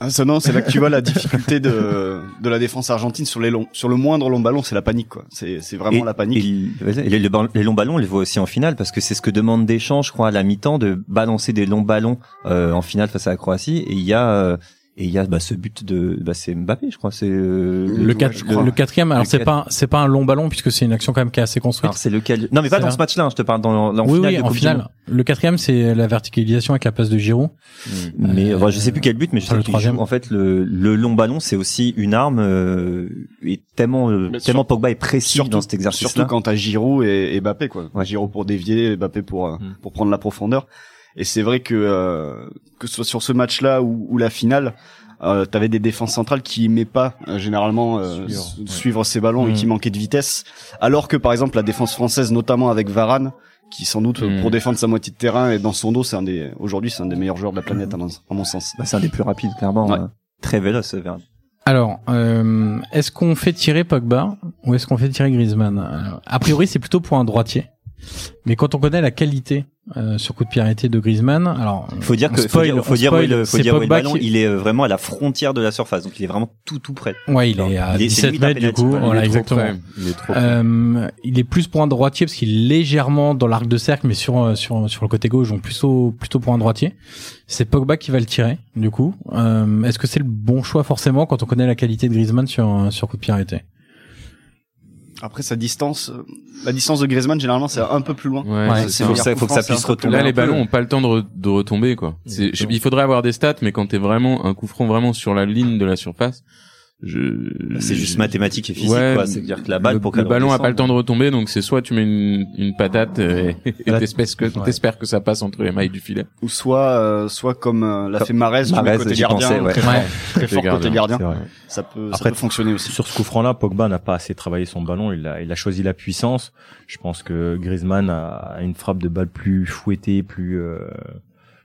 G: Ah, ça non, c'est là que tu vois la difficulté de, de la défense argentine sur les longs, sur le moindre long ballon, c'est la panique quoi. C'est, c'est vraiment
F: Et-
G: la
F: Et,
G: panique.
F: les, les ballons- les longs ballons, on les voit aussi en finale parce que c'est ce que demande Deschamps, je crois, à la mi-temps, de balancer des longs ballons euh, en finale face à la Croatie. Et il y a euh, et il y a bah, ce but de bah, c'est Mbappé, je crois. C'est euh,
G: Le
D: Le,
G: Ouais,
D: quatre-
G: je crois.
D: le quatrième, alors
F: Le
D: c'est
F: quatre-
D: pas un- c'est pas un long ballon puisque c'est une action quand même qui est assez construite.
F: alors, c'est lequel Non, mais pas
D: C'est
F: dans
D: là.
F: ce match-là. hein, je te parle dans, dans
D: oui,
F: finale
D: oui,
F: de
D: en
F: Coupe du
D: finale. Le quatrième, c'est la verticalisation avec la passe de Giroud.
F: Mais
D: Euh,
F: enfin, je sais plus quel but, mais je
D: enfin,
F: sais
D: le
F: qu'il
D: troisième.
F: joue. En fait, le, le long ballon, c'est aussi une arme. euh, et tellement, euh,
G: Mais
F: tellement Pogba est précis
G: surtout-
F: dans cet
G: Surtout
F: exercice-là.
G: quand t'as Giroud et, et Mbappé quoi.
F: Ouais.
G: Giroud pour dévier, Mbappé pour euh,
H: Mm.
G: pour prendre la profondeur. Et c'est vrai que euh, que ce soit sur ce match-là ou, ou la finale, euh, t'avais des défenses centrales qui aimaient pas euh, généralement euh,
H: Suivre,
G: su-
H: ouais.
G: suivre ces ballons et
H: Mm.
G: qui manquaient de vitesse, alors que par exemple la défense française, notamment avec Varane, qui sans doute
E: Mm.
G: pour défendre sa moitié de terrain et dans son dos, c'est un des aujourd'hui c'est un des meilleurs joueurs de la planète à mon, à mon sens.
F: Bah, c'est un des plus rapides, clairement.
G: Ouais.
F: euh, Très véloce, Varane.
D: Alors, euh, est-ce qu'on fait tirer Pogba ou est-ce qu'on fait tirer Griezmann Euh, A priori, c'est plutôt pour un droitier. Mais quand on connaît la qualité euh, sur coup de pied arrêté de Griezmann, alors euh,
F: Faut dire
D: On
F: que, faut
D: spoil,
F: dire, faut
D: on
F: dire où est le,
D: spoil,
F: faut
D: c'est
F: dire où est le
D: Pogba
F: ballon.
D: qui-
F: Il est euh, vraiment à la frontière de la surface, donc il est vraiment tout, tout près.
D: ouais, il est à
F: Il est-
D: 17
F: c'est limite un
D: mètres du
F: penalty,
D: coup.
F: quoi. Il est
D: Voilà,
E: Il est trop
D: exactement.
E: près. Il est trop près.
D: Euh, il est plus pour un droitier parce qu'il est légèrement dans l'arc de cercle, mais sur euh, sur sur le côté gauche, donc plutôt plutôt pour un droitier. C'est Pogba qui va le tirer, du coup. Euh, Est-ce que c'est le bon choix forcément quand on connaît la qualité de Griezmann sur euh, sur coup de pied arrêté
G: Après sa distance, euh, la distance de Griezmann généralement c'est un peu plus loin.
E: Ouais,
D: Ouais,
E: c'est
G: C'est
E: ça.
G: le
F: Faut que ça,
G: meilleur
F: faut que
G: coup
F: ça
G: franc,
F: puisse
G: c'est un peu
F: retomber.
E: Là,
F: un
E: les
F: peu.
E: ballons ont pas le temps de, re- de retomber, quoi. C'est- je-
H: Exactement.
E: il faudrait avoir des stats, mais quand t'es vraiment un coup franc vraiment sur la ligne de la surface, je.
F: Bah, C'est juste
E: je-
F: mathématique et physique,
E: Ouais,
F: quoi. C'est-à-dire que la balle,
E: le,
F: pour
E: le
F: qu'elle
E: ballon a pas le
F: redescende,
E: temps de retomber, donc c'est soit tu mets une, une patate euh, et et
F: Voilà.
E: t'espèces que
D: Ouais.
E: t'espères que ça passe entre les mailles du filet.
G: Ou soit euh, soit comme euh, l'a
F: Comme-
G: fait Marez, tu mets
F: Mahrez,
G: côté
F: j'y
G: gardien,
F: pensais, ouais.
G: très, fort, très fort
E: gardien,
G: côté gardien,
H: C'est vrai.
G: ça peut ça
H: Après,
G: peut fonctionner aussi.
H: Sur ce coup franc-là, Pogba n'a pas assez travaillé son ballon. Il a, il a choisi la puissance. Je pense que Griezmann a une frappe de balle plus fouettée, plus euh,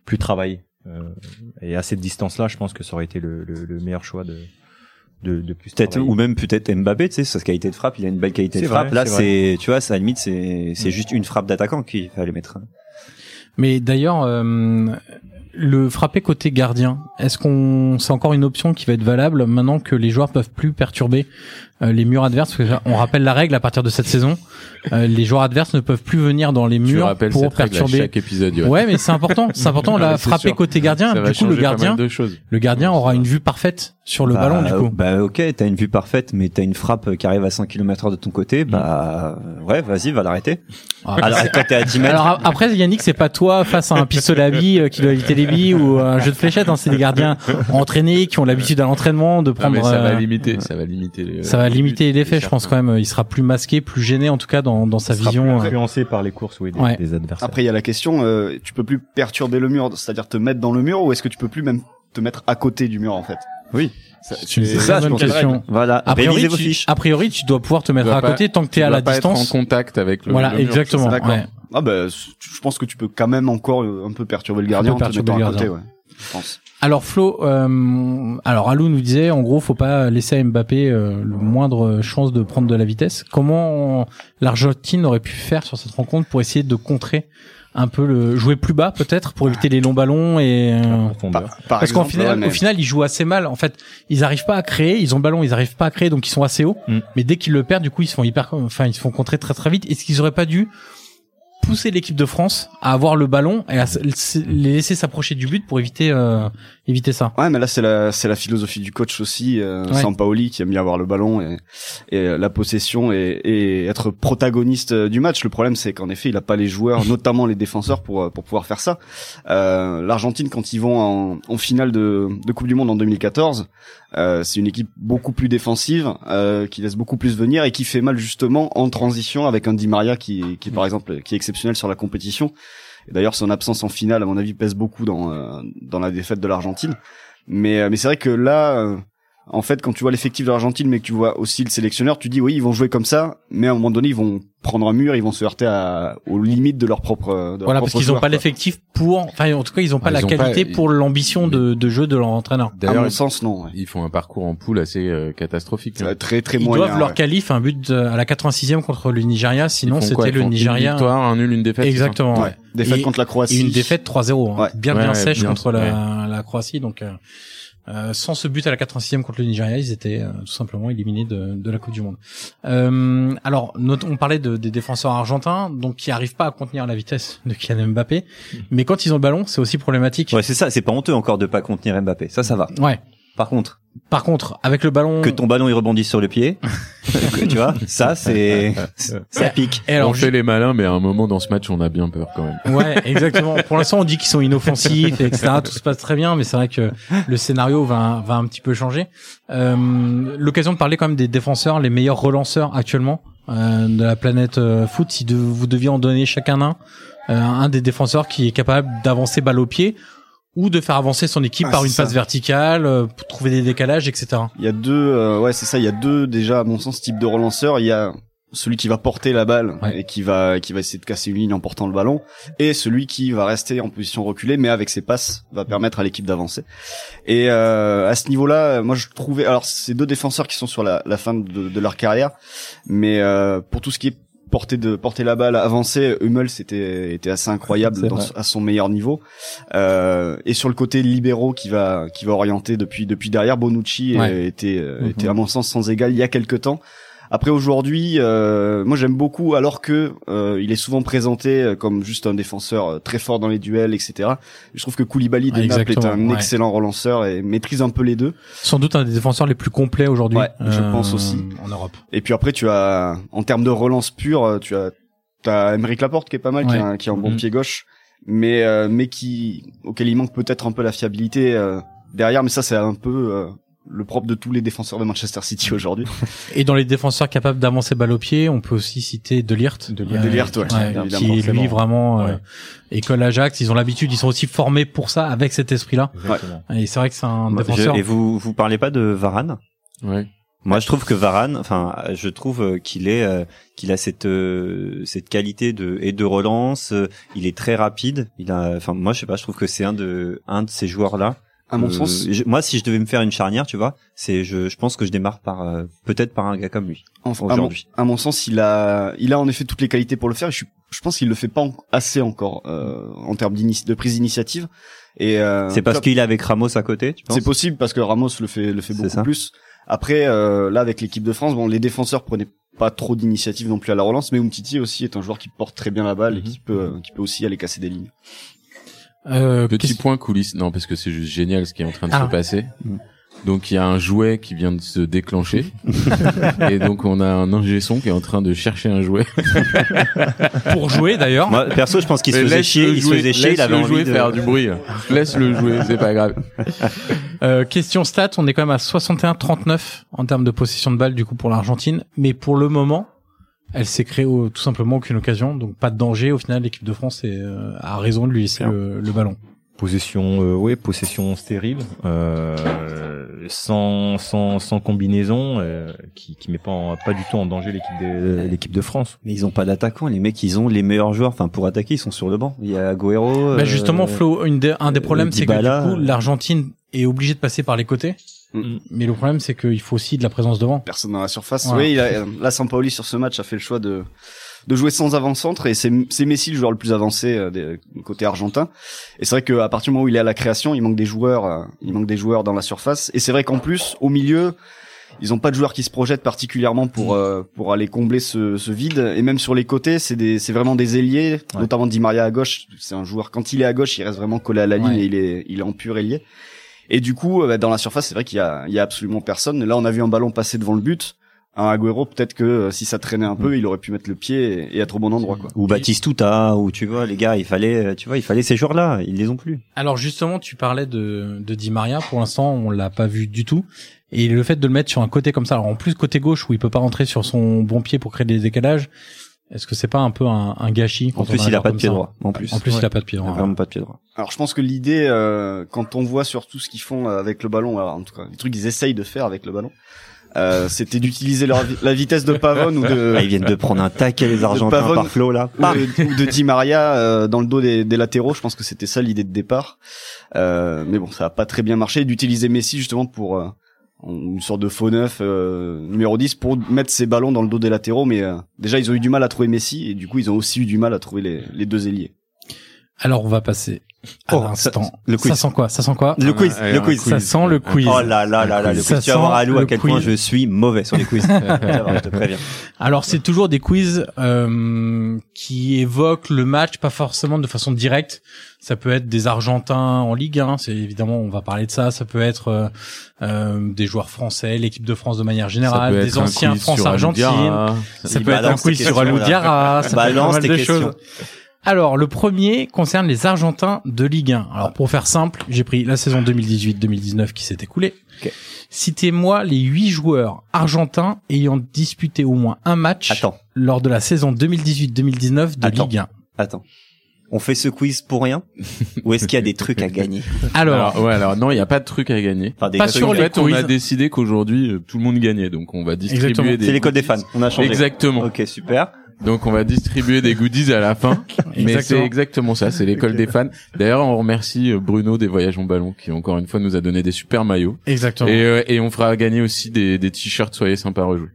H: plus travaillée. Euh, et à cette distance-là, je pense que ça aurait été le, le, le meilleur choix de de, de plus
F: Peut-être,
H: travailler.
F: ou même peut-être Mbappé, tu sais, sa qualité de frappe, il a une belle qualité de
H: C'est vrai,
F: frappe. Là,
H: c'est vrai.
F: c'est, tu vois, ça, à la limite, c'est, c'est juste une frappe d'attaquant qu'il fallait mettre.
D: Mais d'ailleurs, euh, le frapper côté gardien, est-ce qu'on c'est encore une option qui va être valable maintenant que les joueurs peuvent plus perturber euh, les murs adverses Parce que ça, on rappelle la règle à partir de cette saison, euh, les joueurs adverses ne peuvent plus venir dans les
E: tu
D: murs
E: rappelles
D: pour
E: cette règle à
D: perturber.
E: chaque épisode. Johan.
D: Ouais, mais c'est important, c'est
E: (laughs)
D: important.
E: Ouais,
D: Là,
E: c'est
D: frapper
E: sûr.
D: côté gardien,
E: ça va
D: du coup,
E: changer
D: le
E: pas
D: gardien,
E: mal de choses.
D: le gardien
E: Ouais,
D: aura
E: c'est
D: une
E: vrai.
D: vue parfaite sur le
F: Bah,
D: ballon, du coup.
F: Bah, ok, t'as une vue parfaite, mais t'as une frappe qui arrive à 100 km de ton côté, bah, ouais, vas-y, va l'arrêter.
D: Ah,
F: Alors, quand t'es à 10 mètres.
D: Alors a- après Yannick, c'est pas toi face à un pistolet à billes euh, qui doit éviter les billes ou un jeu de fléchettes. Hein, c'est
E: (laughs)
D: des gardiens entraînés qui ont l'habitude à l'entraînement de
E: Ah,
D: prendre.
E: mais ça
D: euh,
E: va limiter, ça va limiter. les-
D: ça va
E: les hein.
D: limiter
E: buts de
D: l'effet, je pense
E: certains.
D: quand même. Il sera plus masqué, plus gêné en tout cas dans, dans sa
H: Il sera
D: vision.
H: plus
D: euh.
H: influencé par les courses oui, des,
D: Ouais.
H: des adversaires.
G: Après, il y a la question, euh, tu peux plus perturber le mur, c'est-à-dire te mettre dans le mur, ou est-ce que tu peux plus même te mettre à côté du mur, en fait
D: C'est une
G: c'est
D: très
F: ça, je
D: bonne
F: pense que-
D: question.
F: Voilà,
D: A priori,
F: révisez vos
D: tu,
F: fiches.
D: a priori, tu dois pouvoir te mettre
E: dois
D: à
E: pas-
D: côté tant que
E: Tu
D: t'es à la
E: dois pas être
D: distance.
E: en contact avec le.
D: voilà,
E: le mur,
D: exactement.
G: d'accord.
D: ouais.
G: Ah bah, je pense que tu peux quand même encore euh, un peu perturber le gardien
D: peu
G: en te
D: perturber
G: mettant
D: le
G: à côté, ouais. Je pense.
D: Alors Flo, euh, alors Alou nous disait en gros faut pas laisser à Mbappé euh, le moindre chance de prendre de la vitesse. Comment l'Argentine aurait pu faire sur cette rencontre pour essayer de contrer un peu le jouer plus bas peut-être pour éviter les longs ballons et euh,
H: La profondeur.
G: Par
D: parce qu'en
G: exemple, ouais,
D: final,
G: mais
D: au final ils jouent assez mal en fait ils arrivent pas à créer ils ont le ballon ils arrivent pas à créer donc ils sont assez hauts
H: Mm.
D: mais dès qu'ils le perdent du coup ils se font hyper enfin ils se font contrer très très vite est-ce qu'ils auraient pas dû pousser l'équipe de France à avoir le ballon et à s- les laisser s'approcher du but pour éviter euh, éviter ça
G: Ouais, mais là c'est la c'est la philosophie du coach aussi, euh,
D: Ouais.
G: Sampaoli qui aime bien avoir le ballon et, et euh, la possession et, et être protagoniste euh, du match. Le problème c'est qu'en effet il a pas les joueurs, (laughs) notamment les défenseurs pour euh, pour pouvoir faire ça. Euh, L'Argentine quand ils vont en, en finale de, de Coupe du Monde en 2014, euh, c'est une équipe beaucoup plus défensive euh, qui laisse beaucoup plus venir et qui fait mal justement en transition avec un Di Maria qui qui par
D: Mm.
G: exemple qui est exceptionnel sur la compétition. Et D'ailleurs, son absence en finale, à mon avis, pèse beaucoup dans, euh, dans la défaite de l'Argentine. Mais, euh, mais c'est vrai que là, euh, en fait, quand tu vois l'effectif de l'Argentine, mais que tu vois aussi le sélectionneur, tu dis oui, ils vont jouer comme ça, mais à un moment donné, ils vont prendre un mur, ils vont se heurter à, aux limites de leur propre. euh, De leur
D: voilà parce
G: propre
D: qu'ils ont
G: joueur,
D: pas
G: quoi.
D: l'effectif pour enfin en tout cas ils ont pas
E: Ah,
D: la
E: ils ont pas-
D: qualité pour l'ambition de, de jeu de leur entraîneur
G: À
E: D'ailleurs,
G: mon sens, non. ouais.
E: ils font un parcours en poule assez euh, catastrophique.
G: Ça va être Très très
D: ils
G: moyen.
D: doivent leur
G: ouais.
D: qualif un but euh, à la 86e contre le Nigeria sinon c'était le
E: Une
D: Nigeria
E: victoire, un nul, une défaite. c'est ça
D: exactement ouais.
G: Ouais. Défaite
D: Et-
G: contre la
D: Et
G: Croatie.
D: une défaite 3-0, hein.
G: Ouais.
D: bien
E: Ouais,
D: bien
E: ouais,
D: sèche
E: bien,
D: contre la, la Croatie. Donc euh, euh, sans ce but à la 86e contre le Nigeria, ils étaient euh, tout simplement éliminés de, de la Coupe du Monde. Euh, alors note- on parlait de- des défenseurs argentins, donc qui arrivent pas à contenir la vitesse de Kylian Mbappé, mais quand ils ont le ballon, c'est aussi problématique.
F: Ouais, c'est ça, c'est pas honteux encore de pas contenir Mbappé. Ça, ça va.
D: Ouais.
F: Par contre,
D: Par contre, avec le ballon,
F: que ton ballon il rebondisse sur
A: (laughs)
F: le pied, tu vois, ça, c'est, ça pique.
D: et
E: on
D: alors
E: fait les malins, mais à un moment dans ce match, on a bien peur quand même.
D: Ouais, exactement. Pour l'instant, on dit qu'ils sont inoffensifs, etc. Tout se passe très bien, mais c'est vrai que le scénario va, va un petit peu changer. Euh, L'occasion de parler quand même des défenseurs, les meilleurs relanceurs actuellement euh, de la planète euh, foot. Si de- vous deviez en donner chacun un, euh, un des défenseurs qui est capable d'avancer balle au pied ou de faire avancer son équipe
G: Ah,
D: par
G: c'est
D: une
G: ça.
D: passe verticale, euh, pour trouver des décalages, etc.
G: Il y a deux, euh, ouais, c'est ça. Il y a deux déjà à mon sens types de relanceurs. Il y a celui qui va porter la balle
D: Ouais.
G: et qui va qui va essayer de casser une ligne en portant le ballon, et celui qui va rester en position reculée, mais avec ses passes va permettre à l'équipe d'avancer. Et euh, à ce niveau-là, euh, moi je trouvais, alors ces deux défenseurs qui sont sur la, la fin de, de leur carrière, mais euh, pour tout ce qui est porter de porter la balle, avancer, Hummel c'était était assez incroyable
H: C'est
G: dans-
H: vrai.
G: à son meilleur niveau. Euh, et sur le côté libéraux qui va qui va orienter depuis depuis derrière Bonucci
D: Ouais.
G: euh, était euh,
H: Mhm.
G: était à mon sens sans égal il y a quelques temps. Après aujourd'hui, euh, moi j'aime beaucoup alors que euh, il est souvent présenté euh, comme juste un défenseur euh, très fort dans les duels, etc. Je trouve que Koulibaly de
D: Ouais,
G: Naples est un
D: exactement, ouais.
G: excellent relanceur et maîtrise un peu les deux.
D: Sans doute un des défenseurs les plus complets aujourd'hui. Euh,
G: Ouais, je pense aussi.
D: En Europe.
G: Et puis après tu as, en termes de relance pure, euh, tu as t'as Emeric Laporte qui est pas mal, qui,
D: Ouais.
G: a, un- qui a un bon
D: Mhm.
G: pied gauche, mais euh, mais qui auquel il manque peut-être un peu la fiabilité euh, derrière. Mais ça c'est un peu euh, le propre de tous les défenseurs de Manchester City aujourd'hui.
D: Et dans les défenseurs capables d'avancer balle au pied, on peut aussi citer Delirte.
H: De
G: De Ligt, ouais,
D: Ouais,
G: évidemment,
D: qui
G: forcément.
D: lui vraiment euh,
H: Ouais.
D: école Ajax, ils ont l'habitude, ils sont aussi formés pour ça, avec cet esprit-là.
H: Exactement.
D: Et c'est vrai que c'est un
F: Moi, je-
D: défenseur.
F: et vous vous parlez pas de Varane
E: Ouais.
F: Moi, je trouve que Varane, enfin, je trouve euh, qu'il est, euh, qu'il a cette euh, cette qualité de et de relance. euh, il est très rapide. Il a, enfin, moi, je sais pas, je trouve que c'est un de un de ces joueurs là.
G: À mon
F: Euh,
G: sens,
F: je- moi, si je devais me faire une charnière, tu vois, c'est je, je pense que je démarre par euh, peut-être par un gars comme lui.
G: Enfin, à, mon,
F: aujourd'hui.
G: à mon sens, il a, il a en effet toutes les qualités pour le faire. Et je, suis- je pense qu'il le fait pas en- assez encore euh, en termes d'ini- de prise d'initiative. Et euh,
F: c'est parce
G: ça-
F: qu'il est avec Ramos à côté, tu penses
G: c'est possible parce que Ramos le fait, le fait
F: C'est
G: beaucoup
F: ça.
G: plus. Après, euh, là, avec l'équipe de France, bon, les défenseurs prenaient pas trop d'initiative non plus à la relance, mais Umtiti aussi est un joueur qui porte très bien la balle et
F: Mm-hmm.
G: qui peut, euh, qui peut aussi aller casser des lignes.
D: Euh,
A: Petit
D: qu'est-ce-
A: point coulisses. Non, parce que c'est juste génial ce qui est en train de
D: Ah.
A: se passer. Donc il y a un jouet qui vient de se déclencher et
D: (laughs)
A: donc on a un ingé son qui est en train de chercher un jouet.
D: (laughs) pour jouer d'ailleurs.
F: Moi, perso, je pense qu'il se
A: Mais
F: faisait
A: laisse
F: chier.
A: le
F: Il se
A: jouer-
F: faisait chier.
A: laisse
F: Il avait
A: le jouer
F: envie de.
A: faire du bruit. Laisse le
F: (laughs)
A: jouer, c'est pas grave.
D: Euh, question stat, on est quand même à 61-39 en termes de possession de balle du coup pour l'Argentine, mais pour le moment, elle s'est créée au- tout simplement aucune occasion, donc pas de danger. Au final, l'équipe de France est, euh, a raison de lui laisser
F: Bien.
D: le, le ballon.
H: Possession, euh, ouais, possession stérile, euh, sans, sans, sans combinaison, euh, qui, qui met pas, en- pas du tout en danger l'équipe de, l'équipe de France.
F: Mais ils ont pas d'attaquants. Les mecs, ils ont les meilleurs joueurs. Enfin, pour attaquer, ils sont sur le banc. Il y a Agüero.
D: Bah
F: euh,
D: justement, Flo, une des- un des
F: euh,
D: problèmes, c'est que
F: Dybala,
D: du coup,
F: euh.
D: l'Argentine est obligée de passer par les côtés.
G: Mm.
D: Mais le problème, c'est qu'il faut aussi de la présence devant.
G: Personne dans la surface.
D: Ouais.
G: Oui, il a- euh, là, Sampaoli sur ce match a fait le choix de de jouer sans avant-centre et c'est c'est Messi le joueur le plus avancé euh, des- côté argentin. Et c'est vrai qu'à partir du moment où il est à la création, il manque des joueurs, euh, il manque des joueurs dans la surface. Et c'est vrai qu'en plus au milieu, ils ont pas de joueurs qui se projettent particulièrement pour
D: Mm.
G: euh, pour aller combler ce, ce vide. Et même sur les côtés, c'est des c'est vraiment des ailiers,
H: Ouais.
G: notamment Di Maria à gauche. C'est un joueur quand il est à gauche, il reste vraiment collé à la ligne
D: Ouais.
G: et il est il est en pur ailier. Et du coup, euh, bah, dans la surface, c'est vrai qu'il y a il y a absolument personne. Là, on a vu un ballon passer devant le but. Un Agüero, peut-être que euh, si ça traînait un peu, il aurait pu mettre le pied et, et être au bon endroit, quoi.
F: Mm. ou Batistuta ou tu vois les gars il fallait euh, tu vois il fallait ces joueurs là ils les ont plus
D: Alors justement, tu parlais de, de Di Maria. Pour l'instant, on l'a pas vu du tout. Et le fait de le mettre sur un côté comme ça, alors en plus côté gauche où il peut pas rentrer sur son bon pied pour créer des décalages, est-ce que c'est pas un peu un, un gâchis quand
F: en
D: on
F: plus
D: un
F: il a
D: joueur
F: pas de
D: comme
F: pied
D: ça
F: droit en plus
D: En plus,
F: Ouais.
D: il a pas de pied
F: il a
D: droit.
F: vraiment pas de pied droit
G: Alors, je pense que l'idée, euh, quand on voit surtout ce qu'ils font euh, avec le ballon, alors, en tout cas, les trucs qu'ils essayent de faire avec le ballon, euh, c'était d'utiliser leur vi- la vitesse de Pavone ou
F: (laughs) Ah,
G: de,
F: ils viennent
D: (laughs)
F: de prendre un taquet les argentins
G: Pavone-
F: par Flo là
G: ou de, ou de Di Maria euh, dans le dos des, des latéraux. Je pense que c'était ça l'idée de départ. Euh, mais bon, ça a pas très bien marché. D'utiliser Messi justement pour euh, une sorte de faux neuf euh, numéro 10 pour mettre ses ballons dans le dos des latéraux. Mais euh, déjà, ils ont eu du mal à trouver Messi et du coup, ils ont aussi eu du mal à trouver les, les deux ailiers.
D: Alors on va passer à
F: Oh,
D: l'instant.
F: ça- le quiz.
D: Ça sent quoi Ça sent quoi
F: le quiz
A: allez,
F: le
A: un
F: quiz
D: Ça sent le quiz.
F: Oh là là là là, le
D: Ça
F: quiz. Tu vas voir
D: sent
F: à Lou à
D: le
F: quel
D: quiz.
F: point je suis mauvais sur les (laughs) quiz. Tu vas voir, je te préviens.
D: Alors c'est toujours des quiz euh, qui évoquent le match, pas forcément de façon directe. Ça peut être des Argentins en Ligue 1, c'est évidemment on va parler de ça. Ça peut être euh, euh, des joueurs français, l'équipe de France de manière générale,
A: peut
D: des
A: être un
D: anciens
A: quiz sur
D: France-Argentine.
A: Aludiara.
D: Ça
F: Il
D: peut être un
F: balance tes
D: quiz sur
F: questions, là.
D: Aloudiara, ça peut être pas
F: Balance
D: mal
F: tes
D: de
F: questions.
D: choses. Alors, le premier concerne les Argentins de Ligue 1. Alors, pour faire simple, j'ai pris la saison 2018-2019 qui s'est écoulée.
F: Ok.
D: Citez-moi les huit joueurs argentins ayant disputé au moins un match
F: Attends,
D: lors de la saison 2018-2019 de
F: Attends.
D: Ligue 1.
F: attends. On fait ce quiz pour rien Ou est-ce qu'il y a des trucs à gagner
D: Alors,
E: ouais, alors non, il n'y a pas de truc à gagner.
F: Enfin, des
D: Pas
F: trucs-
D: sur
E: en
D: les
E: fait, on a
D: quiz.
E: décidé qu'aujourd'hui euh, tout le monde gagnait, donc on va distribuer
D: Exactement.
E: des.
F: C'est les codes des fans. On a changé.
E: Exactement.
F: Ok, super.
E: Donc on va distribuer des goodies à la
F: (laughs)
E: fin. Mais c'est
D: Exactement.
E: exactement ça, c'est l'école des fans. D'ailleurs, on remercie euh, Bruno des Voyages en ballon qui encore une fois nous a donné des super maillots.
D: Exactement.
E: Et, euh, et on fera gagner aussi des, des t-shirts, soyez sympa rejouer.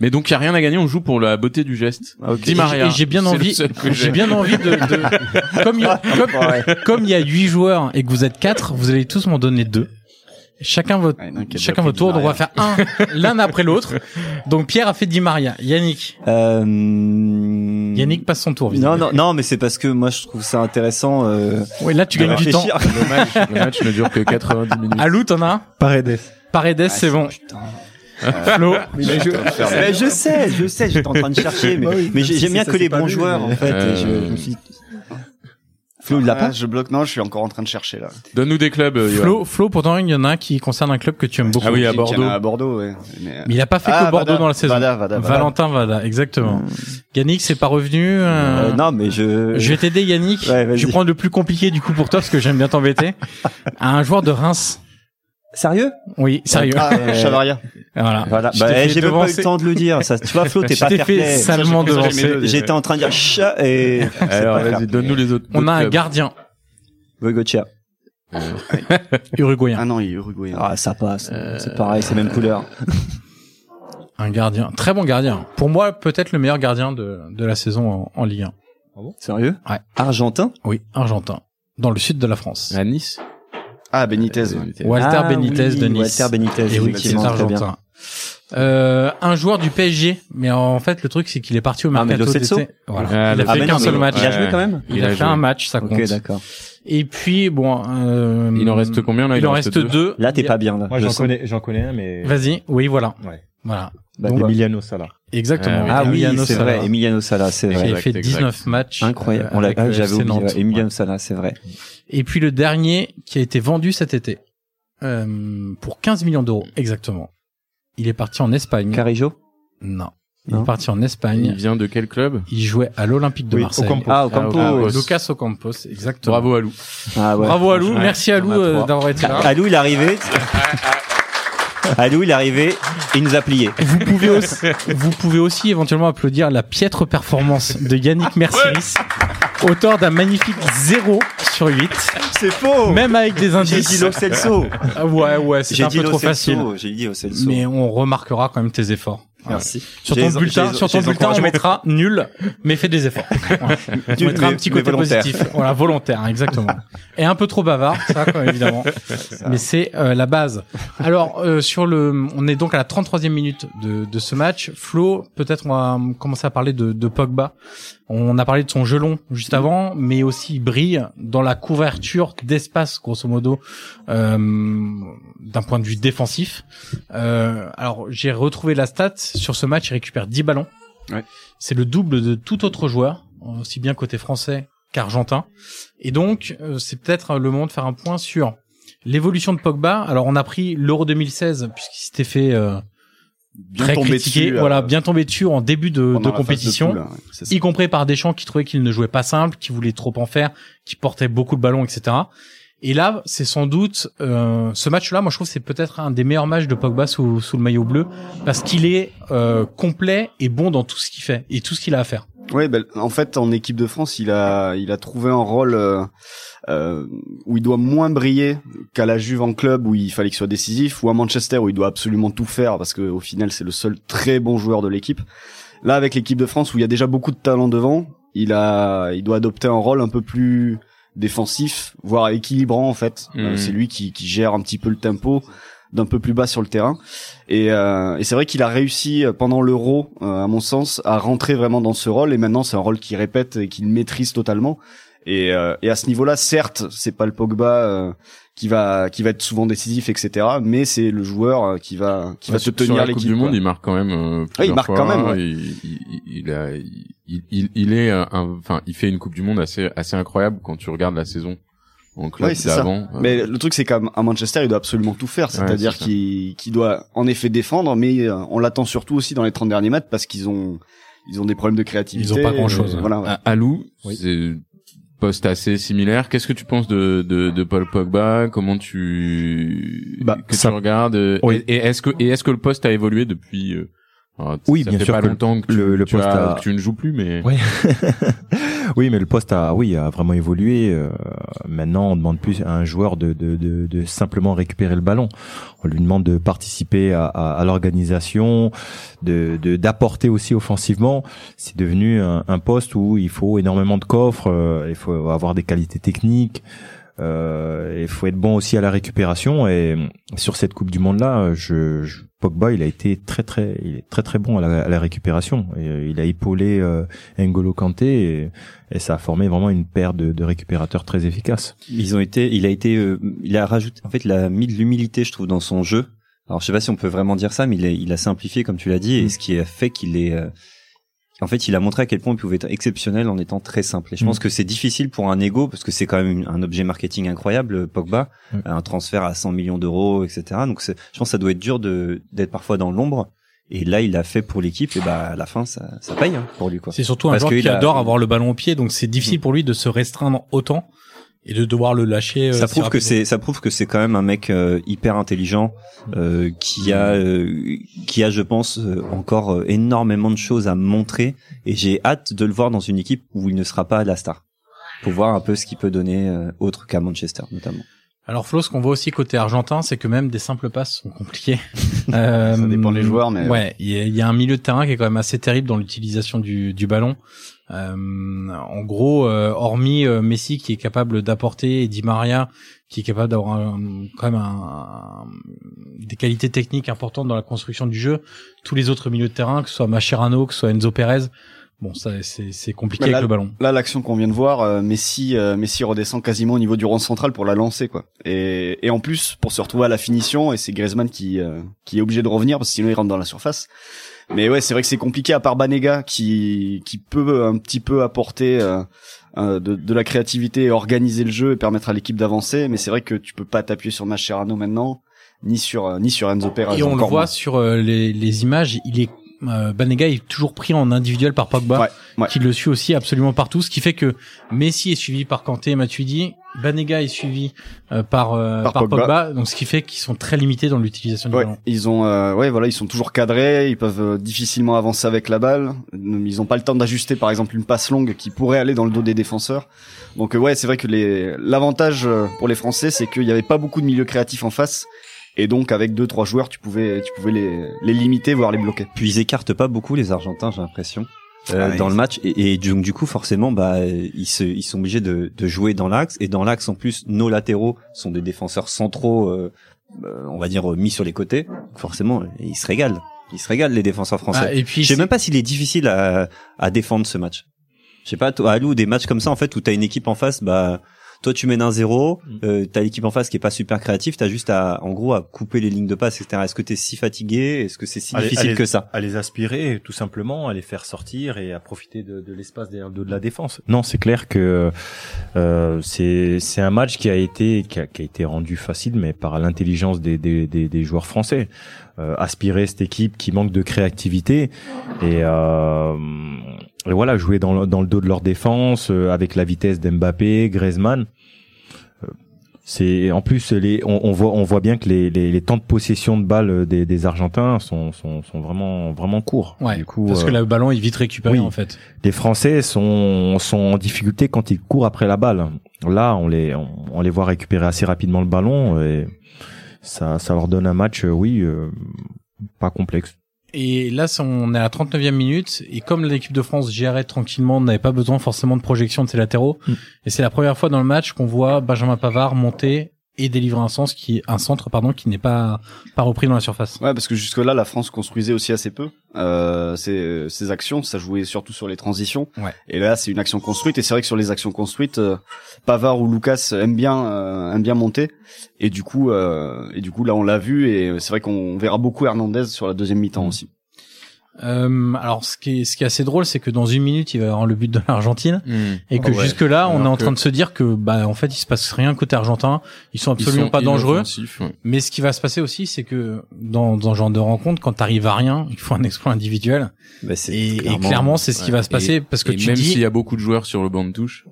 E: Mais donc il y a rien à gagner, on joue pour la beauté du geste.
F: Ok.
E: Dis Maria.
D: Et j'ai bien
E: c'est le
D: envie-
E: seul que
D: J'ai
E: j'ai.
D: bien envie de, (laughs) de- comme il y a, comme, comme il y a huit joueurs et que vous êtes quatre, vous allez tous m'en donner deux. Chacun votre,
G: Ouais, donc, il y a
D: chacun
G: déjà
D: votre
G: plus
D: tour.
G: de
D: Donc on va faire un, l'un après l'autre. Donc Pierre a fait 10 Maria. Yannick.
F: Euh...
D: Yannick passe son tour.
F: Non,
D: visiblement.
F: non, non, mais c'est parce que moi je trouve ça intéressant. Euh,
D: Ouais, là, tu
F: de
D: gagnes du temps.
F: réfléchir.
E: Le match, le match ne dure que 90 minutes.
D: Alou, t'en as un?
H: Paredes.
D: Paredes, c'est bon. Flo.
F: Mais je sais, je sais, j'étais en train de chercher, mais,
H: Bah oui,
F: mais
H: même
F: j'ai-
H: si
F: j'aime bien que
H: ça s'est
F: les
H: pas
F: bons
H: vu,
F: joueurs,
H: mais-
F: en fait. et je-
E: Euh,
F: je me suis dit- Flo, il l'a
G: Ah,
F: pas
G: je bloque. Non, je suis encore en train de chercher là.
E: Donne-nous des clubs. euh, Johan.
D: Flo, Flo, pourtant, il y en a un qui concerne un club que tu aimes beaucoup.
E: Ah oui, à
G: Il y en a
E: Bordeaux.
G: À Bordeaux, ouais. Mais, euh,
D: Mais il a pas fait
G: Ah,
D: que Bordeaux
G: Vada,
D: dans la saison.
G: Vada, Vada, Vada.
D: Valentin Vada, exactement. Yannick, c'est pas revenu. euh,
F: Hmm. Euh, Non, mais je.
D: Je vais t'aider Yannick.
F: Ouais, vas-y.
D: je prends le plus compliqué du coup pour toi parce que j'aime bien
F: (laughs)
D: t'embêter. À un joueur de Reims.
F: Sérieux
D: Oui, sérieux.
G: Ah, euh, Chavaria.
D: Voilà.
F: Voilà.
D: Je
F: Bah,
D: t'ai
F: eh,
D: fait
F: j'ai même pas eu
D: devancer.
F: le temps de le dire. Ça, tu vois, Flo, t'es
D: Je
F: pas
D: t'ai
F: fair
D: fait
F: play.
D: salement
G: Ça, j'ai pris ça, j'ai
D: devancer.
G: mis deux.
F: J'étais en train de dire chat et.
E: Alors
F: pas fair
E: vas-y, donne-nous les autres.
D: On a un
E: clubs.
D: gardien
F: Bogochia.
D: uruguayen.
G: Ah non, il est uruguayen.
F: Ah, ça passe.
D: Euh,
F: C'est pareil, c'est même couleur. Ah.
D: Un gardien. Très bon gardien. Pour moi, peut-être le meilleur gardien de, de la saison en, en Ligue 1.
F: Sérieux
D: Ouais.
F: Argentin
D: Oui, argentin. Dans le sud de la France.
E: À Nice.
G: Ah,
E: Euh,
G: Benitez. ouais.
D: Walter
F: Ah,
D: Benitez
F: oui,
D: de Nice.
F: Walter Benitez,
D: Et oui, qui est
F: effectivement, très bien.
D: argentin. Euh, un joueur du PSG, mais en fait le truc c'est qu'il est parti au
F: Ah, mais
D: mercato
F: Lo Celso
D: d'été. Voilà.
E: Ah,
D: il a
E: Lo
D: fait
F: mais
E: Celso,
D: qu'un
F: non,
D: seul
F: mais
D: match.
F: Il a joué quand même
D: Il, a, fait
E: joué.
D: un match, ça compte.
F: Ok, d'accord.
D: Et puis bon, euh,
E: Il en reste combien là
D: Il, en reste deux.
F: Là, t'es
D: Il-
F: pas bien, là.
H: Moi
F: Je
H: j'en
F: sens.
H: connais, j'en connais un, mais
D: Vas-y, oui, voilà.
H: Ouais.
D: Voilà.
F: Bah,
D: Donc,
H: Emiliano Sala.
D: exactement.
F: Ah oui,
D: Emiliano
F: c'est
D: Sala,
F: vrai. Emiliano Sala, c'est
D: Qui
F: vrai.
D: a fait
E: exact.
D: 19 matchs.
F: Incroyable.
D: euh,
F: On l'a-
D: avec
F: ah,
D: le
F: J'avais
D: FC
F: oublié.
D: Nantes.
F: ouais, Emiliano Sala, c'est vrai.
D: Et puis le dernier qui a été vendu cet été euh, pour 15 millions d'euros exactement. Il est parti en Espagne.
F: Carijo
D: non. Il
F: Non.
D: est parti en
E: Il
D: Espagne.
E: vient de quel club
D: Il jouait à l'Olympique de
H: Oui,
D: Marseille.
H: Ocampo.
F: Ah,
E: Ah,
F: Ocampo.
E: Ocampo.
D: Lucas Ocampos, exactement.
E: Bravo à Lou.
F: Ah ouais.
D: Bravo à Lou. Merci à
E: on
D: Lou
E: a
D: euh,
E: trois.
D: d'avoir été là.
F: Alou, il est arrivé. Alou, il est arrivé. Il nous a plié.
D: Vous pouvez aussi, vous pouvez aussi éventuellement applaudir la piètre performance de Yannick Merciris, auteur d'un magnifique 0 sur 8,
F: C'est faux.
D: même avec des
F: Oh. J'ai
D: indices.
F: dit Lo Celso.
D: Ah Ouais, ouais, c'est
F: J'ai
D: un
F: dit
D: peu
F: Lo
D: trop facile.
F: Celso. J'ai dit Lo Celso.
D: Mais on remarquera quand même tes efforts.
F: Merci.
D: Sur
F: J'ai
D: ton
F: les- j'ai
D: bulletin,
F: les-
D: sur ton
F: j'ai les
D: bulletin, on
F: encouragements.
D: mettra nul, mais fais des efforts. Voilà. On mettra un
F: mais-
D: petit
F: mais
D: côté
F: volontaire.
D: positif. Voilà, volontaire, exactement. Et un peu trop bavard, ça, quand même,
F: (laughs)
D: évidemment. Mais c'est euh, la base. Alors, euh, sur le, on est donc à la 33e minute de, de ce match. Flo, peut-être on va hum, commencer à parler de, de Pogba. On a parlé de son gelon juste avant, mais aussi il brille dans la couverture d'espace, grosso modo, euh, d'un point de vue défensif. Euh, alors, j'ai retrouvé la stat. Sur ce match, il récupère 10 ballons.
G: Ouais.
D: C'est le double de tout autre joueur, aussi bien côté français qu'argentin. Et donc, euh, c'est peut-être euh, le moment de faire un point sur l'évolution de Pogba. Alors, on a pris l'Euro 2016, puisqu'il s'était fait euh,
G: Bien
D: très
G: tombé
D: critiquer,
G: dessus, là,
D: voilà, bien tombé dessus en début de,
G: pendant
D: de
G: la phase
D: compétition
G: poule, hein. ouais, c'est ça.
D: y compris par Deschamps qui trouvait qu'il ne jouait pas simple, qui voulait trop en faire, qui portait beaucoup le ballon, etc. Et là, c'est sans doute euh, ce match-là. Moi, je trouve que c'est peut-être un des meilleurs matchs de Pogba sous, sous le maillot bleu parce qu'il est euh, complet et bon dans tout ce qu'il fait et tout ce qu'il a à faire.
G: Ouais, ben, en fait, en équipe de France, il a, il a trouvé un rôle euh, euh, où il doit moins briller qu'à la Juve en club où il fallait qu'il soit décisif, ou à Manchester où il doit absolument tout faire parce que au final, c'est le seul très bon joueur de l'équipe. Là, avec l'équipe de France où il y a déjà beaucoup de talent devant, il a, il doit adopter un rôle un peu plus défensif, voire équilibrant en fait.
E: Mhm.
D: Hmm.
G: Euh, c'est lui qui, qui gère un petit peu le tempo d'un peu plus bas sur le terrain. Et, euh, et c'est vrai qu'il a réussi euh, pendant l'euro, euh, à mon sens, à rentrer vraiment dans ce rôle. Et maintenant, c'est un rôle qu'il répète et qu'il maîtrise totalement. Et, euh, et à ce niveau-là, certes, c'est pas le Pogba euh, qui va qui va être souvent décisif, etc. Mais c'est le joueur euh, qui va qui va
E: Sur-
G: te
E: sur
G: tenir
E: la Coupe
G: l'équipe.
E: du Monde,
G: quoi.
E: il marque quand même. euh,
G: Ah, il
E: plusieurs
G: marque
E: fois.
G: quand même, ouais.
E: Il, il, il a- il- il- il est euh, un- enfin, il fait une Coupe du Monde assez assez incroyable quand tu regardes la saison en club
G: Ouais, c'est ça.
E: d'avant. Euh,
G: Mais le truc c'est qu'à à Manchester, il doit absolument tout faire, c'est-à-dire
E: c'est ça.
G: qu'il qu'il doit en effet défendre, mais euh, on l'attend surtout aussi dans les 30 derniers matchs parce qu'ils ont ils ont des problèmes de créativité.
H: Euh,
D: Ils ont pas grand-chose, hein.
G: Voilà. ouais.
E: à- Ah, Alou,
D: Oui.
E: c'est poste assez similaire. Qu'est-ce que tu penses de, de, de Paul Pogba Comment tu
H: Bah,
E: que
H: ça-
E: tu regardes euh,
H: Oui.
E: Et, et est-ce que et est-ce que le poste a évolué depuis euh, alors,
H: Oui,
E: ça
H: bien
E: fait
H: sûr
E: Pas
H: que le-
E: longtemps que tu,
H: le- le
E: tu
H: poste
E: as-
H: a-
E: que tu ne joues plus, mais
H: Oui. (laughs) oui, mais le poste a, oui, a vraiment évolué. Euh, maintenant, on demande plus à un joueur de, de, de, de simplement récupérer le ballon. On lui demande de participer à, à, à l'organisation, de de- d'apporter aussi offensivement. C'est devenu un, un poste où il faut énormément de coffres, euh, il faut avoir des qualités techniques. Euh, il faut être bon aussi à la récupération et sur cette Coupe du Monde là, je, je- Pogba il a été très très il est très très bon à la, à la récupération. Et, euh, il a épaulé euh, N'Golo Kanté et, et ça a formé vraiment une paire de, de récupérateurs très efficaces.
F: Ils ont été, il a été, euh, il a rajouté, en fait, il a mis de l'humilité, je trouve, dans son jeu. Alors, je sais pas si on peut vraiment dire ça, mais il a, il a simplifié, comme tu l'as dit,
H: Mm.
F: et ce qui a fait qu'il est, euh, en fait, il a montré à quel point il pouvait être exceptionnel en étant très simple. Et je
H: Mm.
F: pense que c'est difficile pour un ego, parce que c'est quand même une- un objet marketing incroyable, euh, Pogba,
H: Mm.
F: un transfert à 100 millions d'euros, etc. Donc, c'est- je pense que ça doit être dur de, d'être parfois dans l'ombre. Et là, il l'a fait pour l'équipe, et bah, à la fin, ça, ça paye, hein, pour lui, quoi.
D: C'est surtout un
F: Parce
D: joueur
F: qu'il
D: qui
F: a- Mm.
D: adore avoir le ballon au pied, donc c'est difficile pour lui de se restreindre autant et de devoir le lâcher. euh,
F: ça
D: si
F: prouve que
D: rapidement.
F: c'est ça prouve que c'est quand même un mec euh, hyper intelligent euh, qui a euh, qui a je pense euh, encore euh, énormément de choses à montrer et j'ai hâte de le voir dans une équipe où il ne sera pas la star pour voir un peu ce qu'il peut donner euh, autre qu'à Manchester notamment.
D: Alors Flo, ce qu'on voit aussi côté argentin, c'est que même des simples passes sont
F: (laughs)
D: compliquées. Euh,
G: Ça dépend des joueurs, mais-
D: ouais, il y, a- il y a un milieu de terrain qui est quand même assez terrible dans l'utilisation du, du ballon. Euh, en gros, euh, hormis euh, Messi qui est capable d'apporter et Di Maria qui est capable d'avoir un- quand même un- des qualités techniques importantes dans la construction du jeu, tous les autres milieux de terrain, que ce soit Mascherano, que ce soit Enzo Perez, bon, ça c'est c'est compliqué
G: Mais là,
D: avec le ballon.
G: Là, l'action qu'on vient de voir, euh, Messi, euh, Messi redescend quasiment au niveau du rang central pour la lancer, quoi. Et, et en plus, pour se retrouver à la finition, et c'est Griezmann qui, euh, qui est obligé de revenir parce que sinon il rentre dans la surface. Mais ouais, c'est vrai que c'est compliqué à part Banega qui, qui peut un petit peu apporter euh, euh, de, de la créativité, et organiser le jeu et permettre à l'équipe d'avancer. Mais c'est vrai que tu peux pas t'appuyer sur Mascherano maintenant, ni sur euh, ni sur Enzo Perez.
D: Et on le
G: encore
D: voit
G: moins.
D: sur euh, les, les images, il est euh, Banega est toujours pris en individuel par Pogba,
G: Ouais, ouais.
D: qui le suit aussi absolument partout, ce qui fait que Messi est suivi par Kanté et Matuidi, Banega est suivi euh, par, euh, par,
G: Par
D: Pogba.
G: Pogba.
D: donc ce qui fait qu'ils sont très limités dans l'utilisation du
G: Ouais,
D: ballon.
G: ils ont, euh, ouais, voilà, ils sont toujours cadrés, ils peuvent euh, difficilement avancer avec la balle. Ils ont pas le temps d'ajuster, par exemple, une passe longue qui pourrait aller dans le dos des défenseurs. Donc euh, ouais, c'est vrai que les l'avantage euh, pour les Français, c'est qu'il y avait pas beaucoup de milieux créatifs en face, et donc avec deux trois joueurs, tu pouvais, tu pouvais les les limiter, voire les bloquer.
F: Puis ils écartent pas beaucoup les Argentins, j'ai l'impression. euh,
G: Ah,
F: dans
G: ils-
F: le match et, et donc du coup forcément bah ils se ils sont obligés de, de jouer dans l'axe et dans l'axe en plus nos latéraux sont des défenseurs centraux euh, euh, on va dire euh, mis sur les côtés Donc, forcément ils se régalent ils se régalent les défenseurs
D: Ah,
F: français
D: et puis
F: je sais
D: c'est-
F: même pas s'il est difficile à, à défendre ce match je sais pas toi Alou des matchs comme ça en fait où t'as une équipe en face bah toi tu mènes un zéro
D: Mm.
F: euh, t'as l'équipe en face qui est pas super créative t'as juste à en gros à couper les lignes de passe etc est-ce que t'es si fatigué est-ce que c'est si
H: Allez,
F: difficile
H: allez.
F: que ça
H: À les aspirer, tout simplement, à les faire sortir et à profiter de, de l'espace derrière le dos de la défense. Non, c'est clair que euh, c'est c'est un match qui a été qui a, qui a été rendu facile, mais par l'intelligence des, des, des, des joueurs français. Euh, aspirer cette équipe qui manque de créativité et, euh, et voilà jouer dans le, dans le dos de leur défense euh, avec la vitesse d'Mbappé, Griezmann. Euh, C'est en plus les on, on voit on voit bien que les, les, les temps de possession de balles des, des Argentins sont, sont sont vraiment vraiment courts.
D: Ouais,
H: du coup,
D: parce
H: euh,
D: que le ballon est vite récupéré
H: oui.
D: en fait.
H: les Français sont sont en difficulté quand ils courent après la balle. Là, on les on, on les voit récupérer assez rapidement le ballon et ça ça leur donne un match euh, oui euh, pas complexe.
D: Et là, c'est- on est à la 39e minute, et comme l'équipe de France gérait tranquillement, n'avait pas besoin forcément de projection de ses latéraux,
H: Mm.
D: et c'est la première fois dans le match qu'on voit Benjamin Pavard monter et délivrer un sens qui, un centre, pardon, qui n'est pas, pas repris dans la surface.
G: Ouais, parce que jusque-là, la France construisait aussi assez peu euh, ses, ses actions. Ça jouait surtout sur les transitions.
D: Ouais.
G: Et là, c'est une action construite. Et c'est vrai que sur les actions construites, euh, Pavard ou Lucas aiment bien, euh, aiment bien monter. Et du coup, euh, et du coup, là, on l'a vu. Et c'est vrai qu'on verra beaucoup Hernandez sur la deuxième mi-temps
D: Mm.
G: aussi.
D: Euh, alors, ce qui est, ce qui est assez drôle, c'est que dans une minute, il va y avoir le but de l'Argentine,
E: Hmm.
D: et que
E: Ah ouais.
D: jusque là, on
E: Alors
D: est en
E: que-
D: train de se dire que, bah, en fait, il se passe rien côté argentin, ils sont
E: Ils
D: absolument
E: sont
D: pas dangereux.
E: inoffensifs, ouais.
D: Mais ce qui va se passer aussi, c'est que dans, dans ce genre de rencontre, quand t'arrives à rien, il faut un exploit individuel.
F: Bah, c'est
D: Et et clairement, c'est ce qui
E: ouais.
D: va se passer parce que
E: Et
D: tu
E: même
D: dis
E: s'il y a beaucoup de joueurs sur le banc de touche,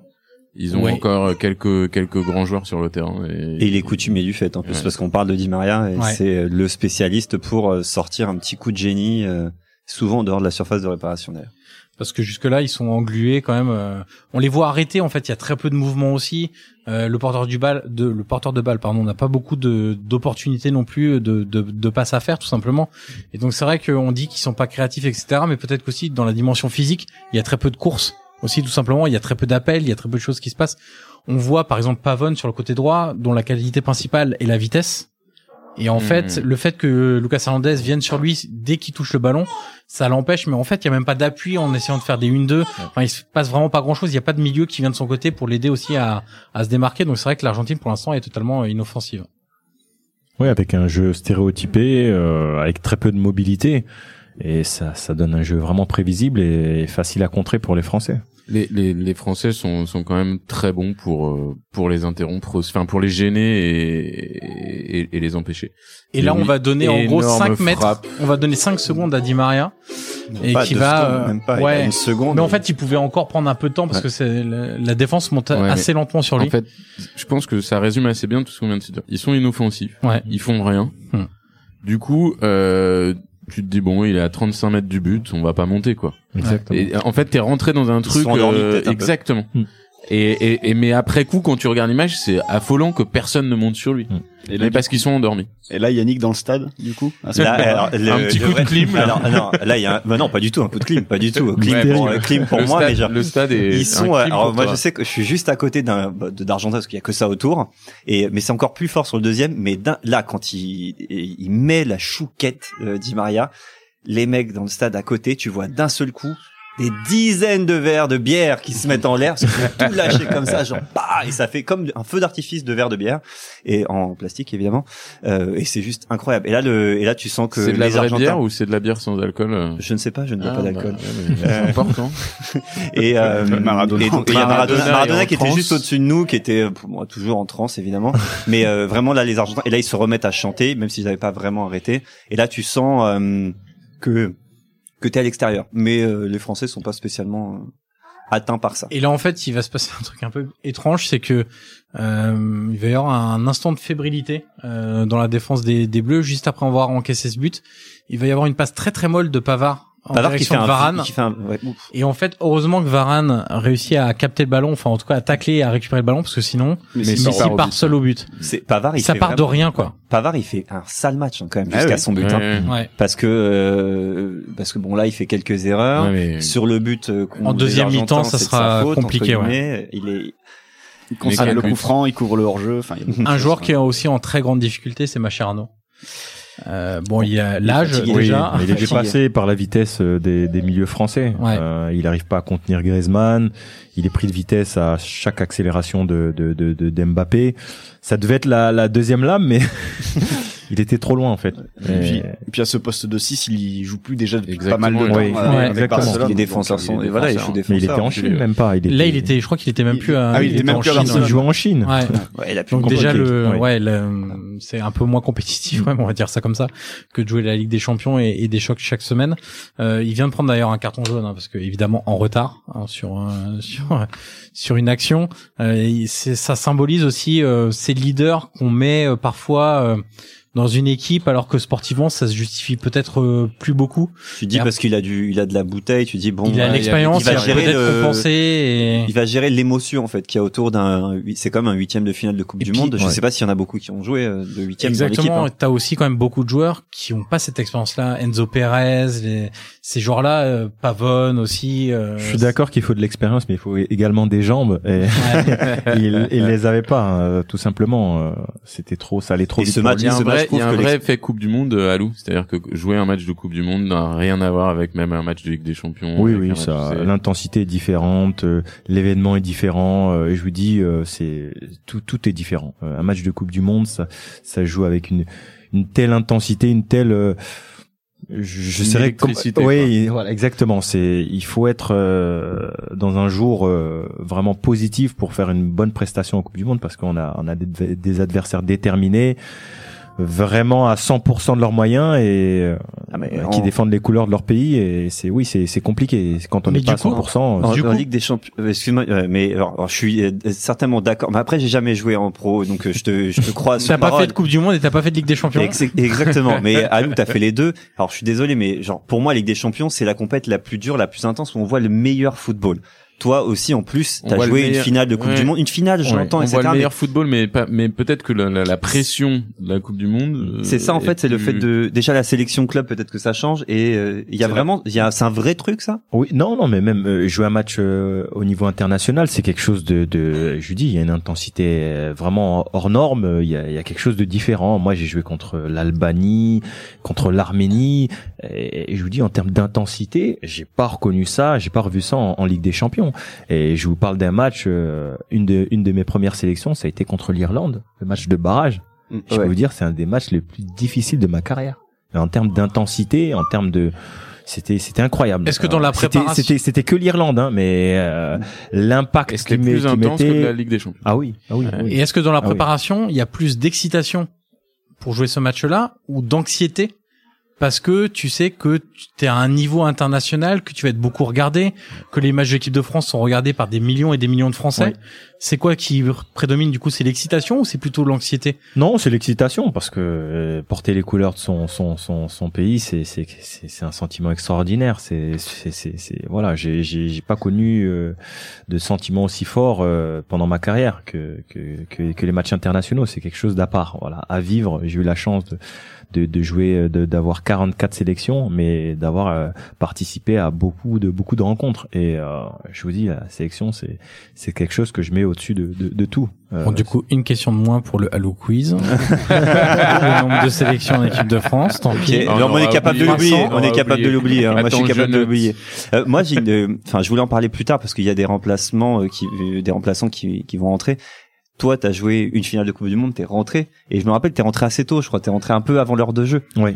E: Ils ont
D: Ouais.
E: encore quelques quelques grands joueurs sur le terrain. Et,
F: Et il est coutumier du fait, en plus,
E: Ouais.
F: parce qu'on parle de Di Maria, et
D: Ouais.
F: c'est euh, le spécialiste pour euh, sortir un petit coup de génie, euh, souvent en dehors de la surface de réparation d'ailleurs.
D: parce que jusque là ils sont englués quand même. euh, on les voit arrêter en fait. Il y a très peu de mouvement aussi. Euh, le porteur du balle, de, le porteur de balle, pardon, n'a pas beaucoup de d'opportunités non plus euh, de, de de passes à faire tout simplement. Et donc c'est vrai qu'on dit qu'ils sont pas créatifs etc. Mais peut-être qu'aussi dans la dimension physique, il y a très peu de courses aussi tout simplement. Il y a très peu d'appels, il y a très peu de choses qui se passent. On voit par exemple Pavone sur le côté droit, dont la qualité principale est la vitesse. Et en
E: Mhm.
D: fait, le fait que Lucas Hernandez vienne sur lui dès qu'il touche le ballon, ça l'empêche, mais en fait, il y a même pas d'appui en essayant de faire des 1-2. Enfin, il se passe vraiment pas grand-chose. Il y a pas de milieu qui vient de son côté pour l'aider aussi à, à se démarquer. Donc c'est vrai que l'Argentine, pour l'instant, est totalement euh, inoffensive.
H: Oui, avec un jeu stéréotypé, euh, avec très peu de mobilité. Et ça, ça donne un jeu vraiment prévisible et facile à contrer pour les Français.
E: Les, les, les Français sont, sont quand même très bons pour euh, pour les interrompre, enfin pour les gêner et, et, et les empêcher.
D: Et là,
E: Et
D: on va donner en gros
E: énorme
D: 5 mètres.
E: frappe.
D: On va donner 5 secondes à Di Maria. Et
F: pas
D: qui
F: deux
D: va,
F: secondes,
D: euh,
F: même pas, il
D: ouais.
F: a une seconde. euh,
D: Mais en fait, il pouvait encore prendre un peu de temps parce
E: Ouais.
D: que c'est la, la défense monte
E: Ouais,
D: assez lentement sur lui.
E: En fait, je pense que ça résume assez bien tout ce qu'on vient de se dire. Ils sont inoffensifs,
D: Ouais.
E: ils font rien.
D: Hmm.
E: Du coup, euh, tu te dis bon, il est à 35 mètres du but, on va pas monter quoi.
H: Exactement.
E: Et euh, en fait, t'es rentré dans un truc
F: sont endormis
E: euh,
F: peut-être un peu.
E: exactement.
H: Hmm.
E: Et, et, et mais après coup, quand tu regardes l'image, c'est affolant que personne ne monte sur lui.
G: Et là,
E: Mais parce qu'ils sont endormis.
G: et là, Yannick dans le stade, du coup. Ah, à ce
F: Là, euh,
G: moment-là.
F: alors, le-
E: Ah, Un petit
F: le
E: coup de
F: vrai-
E: clim, là.
F: Alors, non, là, il y a un- bah non, pas du tout, un coup de clim,
E: (laughs)
F: pas du tout. Clim
E: Ouais,
F: pour,
E: bon,
F: euh, clim pour
E: le
F: moi,
E: stade,
F: mais genre,
E: le stade est
F: Ils sont.
E: un
F: euh,
E: crime
F: alors
E: pour
F: moi,
E: toi.
F: je sais que je suis juste à côté d'un bah, de- d'Argentin parce qu'il y a que ça autour. Et mais c'est encore plus fort sur le deuxième. Mais d'un- là, quand il il met la chouquette euh, Di Maria, les mecs dans le stade à côté, tu vois d'un seul coup des dizaines de verres de bière qui se mettent en l'air, parce qu'ils ont tout lâché comme ça, genre bah, et ça fait comme un feu d'artifice de verres de bière et en plastique évidemment. Euh, et c'est juste incroyable. Et là le et là tu sens que
E: C'est de la
F: les
E: vraie
F: Argentins-
E: bière ou c'est de la bière sans alcool euh
F: je ne sais pas, je ne bois
E: Ah,
F: pas
E: bah,
F: d'alcool.
E: ouais, mais c'est
F: (laughs)
E: important.
F: et (laughs) euh,
G: Maradona.
F: et donc, il y
E: Maradona
F: a Maradona,
E: est
F: Maradona
E: en
F: qui était
E: transe.
F: juste au-dessus de nous qui était euh, pour moi, toujours en transe (laughs) évidemment mais euh, vraiment là les Argentins et là ils se remettent à chanter même s'ils n'avaient pas vraiment arrêté et là tu sens euh, que que t'es à l'extérieur mais euh, les Français sont pas spécialement euh, atteints par ça
D: Et là, en fait, il va se passer un truc un peu étrange, c'est que euh, il va y avoir un instant de fébrilité euh, dans la défense des, des Bleus juste après avoir encaissé ce but. Il va y avoir une passe très très molle de Pavard en
F: Pavard qui
D: direction
F: fait un
D: de Varane.
F: qui fait un ouais, ouf.
D: Et en fait, heureusement que Varane réussit à capter le ballon, enfin en tout cas à tacler et à récupérer le ballon, parce que sinon,
E: Mais
G: Mais c'est
E: si,
G: pas
D: Messi
E: part au
D: part
E: but.
D: seul au but.
F: c'est Pavard hein. il
D: ça
F: fait
D: part de
F: vraiment-
D: rien, quoi.
F: Pavard il fait un sale match hein, quand même
G: Ah
F: jusqu'à
G: ouais.
F: son but hein.
E: Ouais,
D: Ouais.
F: parce que euh, parce que bon là il fait quelques erreurs
E: ouais, mais-
F: sur le but euh, contre
D: En
F: les
D: deuxième
F: Argentins,
D: mi-temps, ça
F: c'est de
D: sera
F: sa faute, entre
D: compliqué, ouais.
F: guillemets. Il est
G: Il concède
E: quel
G: le
E: but.
G: coup franc, il couvre le hors-jeu. Enfin, il y a beaucoup de
D: Un
G: choses,
D: joueur
G: hein.
D: qui est aussi en très grande difficulté, c'est Macherano. Euh, bon, il y a l'âge
F: fatigué.
D: déjà. (laughs)
H: mais il est
F: fatigué.
H: dépassé par la vitesse euh, des, des milieux français.
D: Ouais.
H: Euh, il n'arrive pas à contenir Griezmann. Il est pris de vitesse à chaque accélération de, de, de, de- d'Mbappé. Ça devait être la, la deuxième lame, mais (laughs) il était trop loin en fait.
G: Et puis,
H: Et-
G: et puis à ce poste de 6, il joue plus déjà depuis
E: Exactement,
G: pas mal de
E: oui.
G: temps.
H: Oui,
G: euh,
H: ouais,
G: avec
H: exactement.
G: Barcelone.
F: les défenseurs
G: Donc, euh,
F: sont
G: il est
F: et voilà, il
G: défenseur.
F: joue défenseur.
H: mais il était en
E: tu
H: Chine
E: l'es-
H: même pas. Il était,
D: Là, il était, je crois qu'il était même
G: Il-
D: plus. à-
G: ah oui, il était même
D: en
G: plus à
D: Chine.
H: Il jouait en Chine.
D: Ouais.
F: Ouais, il a plus
D: Donc
F: le
D: déjà
F: contrôle.
D: le,
H: oui.
D: ouais, le- c'est un peu moins compétitif, ouais, on va dire ça comme ça, que de jouer la Ligue des Champions et, et des chocs chaque semaine. Euh, il vient de prendre d'ailleurs un carton jaune hein, parce que évidemment en retard hein, sur euh, (laughs) sur euh, sur une action. Euh, il- c'est- ça symbolise aussi euh, ces leaders qu'on met euh, parfois. euh, dans une équipe, alors que sportivement, ça se justifie peut-être euh, plus beaucoup.
F: Tu dis
D: Et
F: parce qu'il a du, il a de la bouteille. Tu dis bon,
D: il a
F: ouais,
D: l'expérience, il,
F: il va
D: va
F: gérer
D: peut-être
F: le-
D: compenser. Et...
F: il va gérer l'émotion en fait qu'il y a autour d'un. C'est comme un huitième de finale de Coupe
D: Et
F: du
D: puis-
F: Monde. Je
H: ouais.
F: sais pas s'il y en a beaucoup qui ont joué euh, de huitième dans l'équipe.
D: Exactement.
F: hein.
D: et T'as aussi quand même beaucoup de joueurs qui ont pas cette expérience-là. Enzo Perez, les- ces joueurs-là, euh, Pavone aussi. euh,
H: (laughs) Je suis d'accord qu'il faut de l'expérience, mais il faut également des jambes. Et (laughs) il, il les avait pas, hein, tout simplement. Euh, C'était trop, ça allait trop
F: Et
H: vite.
F: ce
H: pour
F: match,
E: Il y a
F: ce
E: un
F: match
E: vrai, il
F: prouve
E: y a un
F: que
E: vrai fait Coupe du Monde euh, à Lou. C'est-à-dire que jouer un match de Coupe du Monde n'a rien à voir avec même un match de Ligue des Champions.
H: Oui,
E: avec un
H: oui,
E: match,
H: ça.
E: c'est-
H: L'intensité est différente, euh, l'événement est différent. euh, et je vous dis, euh, c'est tout, tout est différent. Euh, un match de Coupe du Monde, ça, ça joue avec une, une telle intensité, une telle. euh, je je
E: Une
H: serais comme-
E: électricité, quoi.
H: oui, voilà, exactement. C'est, il faut être euh, dans un jour euh, vraiment positif pour faire une bonne prestation en Coupe du Monde parce qu'on a, on a des, des adversaires déterminés. vraiment à 100% de leurs moyens et euh,
F: Ah, mais
H: euh,
F: en-
H: qui défendent les couleurs de leur pays et c'est oui c'est c'est compliqué quand on
D: Mais
H: n'est pas à
D: du coup,
H: 100%.
F: En,
H: euh,
D: Du
F: en
D: coup-
F: Ligue des Champions, euh, excuse-moi, euh, mais alors, alors, je suis euh, certainement d'accord. Mais après, j'ai jamais joué en pro, donc euh, je te, je te crois.
D: T'as pas fait de Coupe du Monde et t'as pas fait de Ligue des Champions.
F: Ex- Exactement. Mais à nous, t'as fait les deux. Alors, je suis désolé, mais genre, pour moi, Ligue des Champions, c'est la compète la plus dure, la plus intense où on voit le meilleur football. Toi aussi, en plus,
E: On
F: t'as
E: voit le
F: joué une
E: meilleur-
F: finale de Coupe
E: Ouais.
F: du Monde. Une finale, je
H: Ouais.
F: l'entends,
E: on
F: etc.
E: voit le
F: mais
E: meilleur football, mais pas, mais peut-être que la, la- la pression de la Coupe du Monde. euh,
F: C'est ça en fait, c'est le
E: plus-
F: fait de déjà la sélection club peut-être que ça change et euh, il y a
E: C'est
F: vraiment, il y a c'est un vrai truc ça.
H: Oui, non, non, mais même euh, jouer un match euh, au niveau international, c'est quelque chose de, de, je vous dis, il y a une intensité euh, vraiment hors norme. euh, Il y a, il y a quelque chose de différent. Moi, j'ai joué contre l'Albanie, contre l'Arménie, et, et je vous dis, en termes d'intensité, j'ai pas reconnu ça, j'ai pas revu ça en, en Ligue des Champions. Et je vous parle d'un match, euh, une de, une de mes premières sélections, ça a été contre l'Irlande, le match de barrage. Je peux vous dire, c'est un des matchs les plus difficiles de ma carrière. En termes d'intensité, en termes de, c'était c'était incroyable.
D: Est-ce que dans la
H: C'était-
D: préparation-
H: c'était c'était que l'Irlande, hein, mais euh, l'impact
A: Et c'était
H: qu'il met-
A: plus
H: qu'il
A: intense que
H: mettait-
A: de la Ligue des Champions.
H: Ah oui, ah oui. oui.
D: Et est-ce que dans la
H: Ah oui.
D: préparation, il y a plus d'excitation pour jouer ce match-là ou d'anxiété parce que tu sais que tu es à un niveau international, que tu vas être beaucoup regardé, que les matchs de l'équipe de France sont regardés par des millions et des millions de Français. C'est quoi qui prédomine du coup C'est l'excitation ou c'est plutôt l'anxiété
H: Non, c'est l'excitation parce que euh, porter les couleurs de son son son, son pays, c'est c'est c'est c'est un sentiment extraordinaire. C'est c'est c'est c'est- voilà, j'ai j'ai j'ai pas connu euh, de sentiment aussi fort euh, pendant ma carrière que que que, que les matchs internationaux. C'est quelque chose d'à part. Voilà, à vivre. J'ai eu la chance de de, de jouer, euh, de- d'avoir 44 sélections, mais d'avoir euh, participé à beaucoup de beaucoup de rencontres. Et euh, je vous dis, la sélection, c'est c'est quelque chose que je mets au-dessus de, de de tout. Euh,
D: Bon, du coup, une question de moins pour le Halo
A: (laughs)
D: Quiz. le nombre de sélections en équipe de France, tant
F: Ok,
D: pis.
F: alors,
E: on
F: on, est
E: aura
F: capable de
E: oublié.
F: l'oublier,
E: On
F: on est
E: aura
F: capable de
E: oublié.
F: l'oublier. hein. Moi, je suis
E: Attends,
F: capable
E: je
F: de
E: note.
F: l'oublier. Euh, moi, j'ai, une, euh, enfin, je voulais en parler plus tard parce qu'il y a des remplacements, euh, qui, euh, des remplaçants qui, qui vont rentrer. Toi, t'as joué une finale de Coupe du Monde, t'es rentré, et je me rappelle, t'es rentré assez tôt, je crois, t'es rentré un peu avant l'heure de jeu.
H: Oui.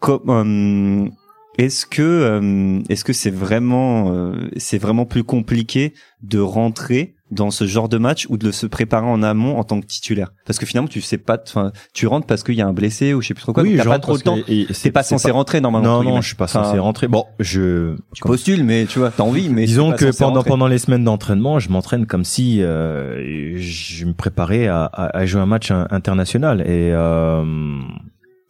F: Comme, euh, est-ce que, euh, est-ce que c'est vraiment, euh, c'est vraiment plus compliqué de rentrer dans ce genre de match ou de le se préparer en amont en tant que titulaire Parce que finalement, tu sais pas, enfin, tu rentres parce qu'il y a un blessé ou je sais plus trop quoi, donc
H: je
F: t'as pas
H: rentre
F: trop le
H: parce
F: temps.
H: que- et- et
F: T'es pas censé rentrer normalement.
H: Non,
F: entre
H: non,
F: guillemets.
H: je suis pas
F: Enfin,
H: censé rentrer. Bon, je.
F: Tu
H: comme-
F: postules, mais tu vois, t'as envie, mais
H: disons
F: t'es pas
H: que
F: censé
H: pendant
F: rentrer.
H: pendant les semaines d'entraînement, je m'entraîne comme si euh, je me préparais à, à, à jouer un match in- international. Et euh,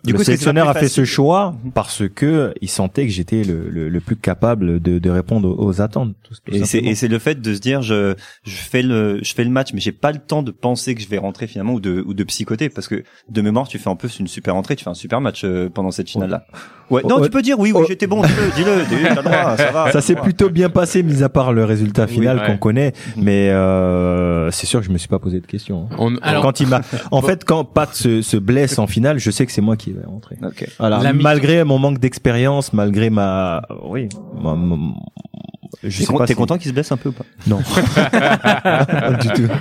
F: Du coup,
H: le
F: c'est-
H: sélectionneur
F: c'est
H: a
F: pas
H: fait
F: facile. Mhm.
H: ce choix parce que il sentait que j'étais le, le, le plus capable de, de répondre aux, aux attentes. tout- tout
F: Et c'est
H: simplement.
F: et c'est le fait de se dire je je fais le je fais le match, mais j'ai pas le temps de penser que je vais rentrer finalement ou de ou de psychoter parce que de mémoire tu fais en plus une super entrée, tu fais un super match euh, pendant cette finale là. Ouais,
H: Oh,
F: non,
H: ouais.
F: tu peux dire oui, oui,
H: Oh.
F: j'étais bon, dis-le, dis-le, dis-le, t'as le droit, ça va.
H: ça s'est
F: plus
H: plutôt bien passé, mis à part le résultat
F: Oui, Mhm.
H: final
A: ouais.
H: qu'on connaît. Mais euh, c'est sûr que je me suis pas posé de questions. hein.
A: On-
D: Alors-
H: quand il m'a, en fait, quand Pat se, se blesse en finale, je sais que c'est moi qui vais rentrer.
F: Ok.
H: Voilà.
D: La mi-
H: malgré mon manque d'expérience, malgré ma, oui, ma- mon- je
F: T'es
H: sais
F: con-
H: pas
F: t'es
H: si-
F: content qu'il se blesse un peu ou pas (laughs)
H: Non. du tout.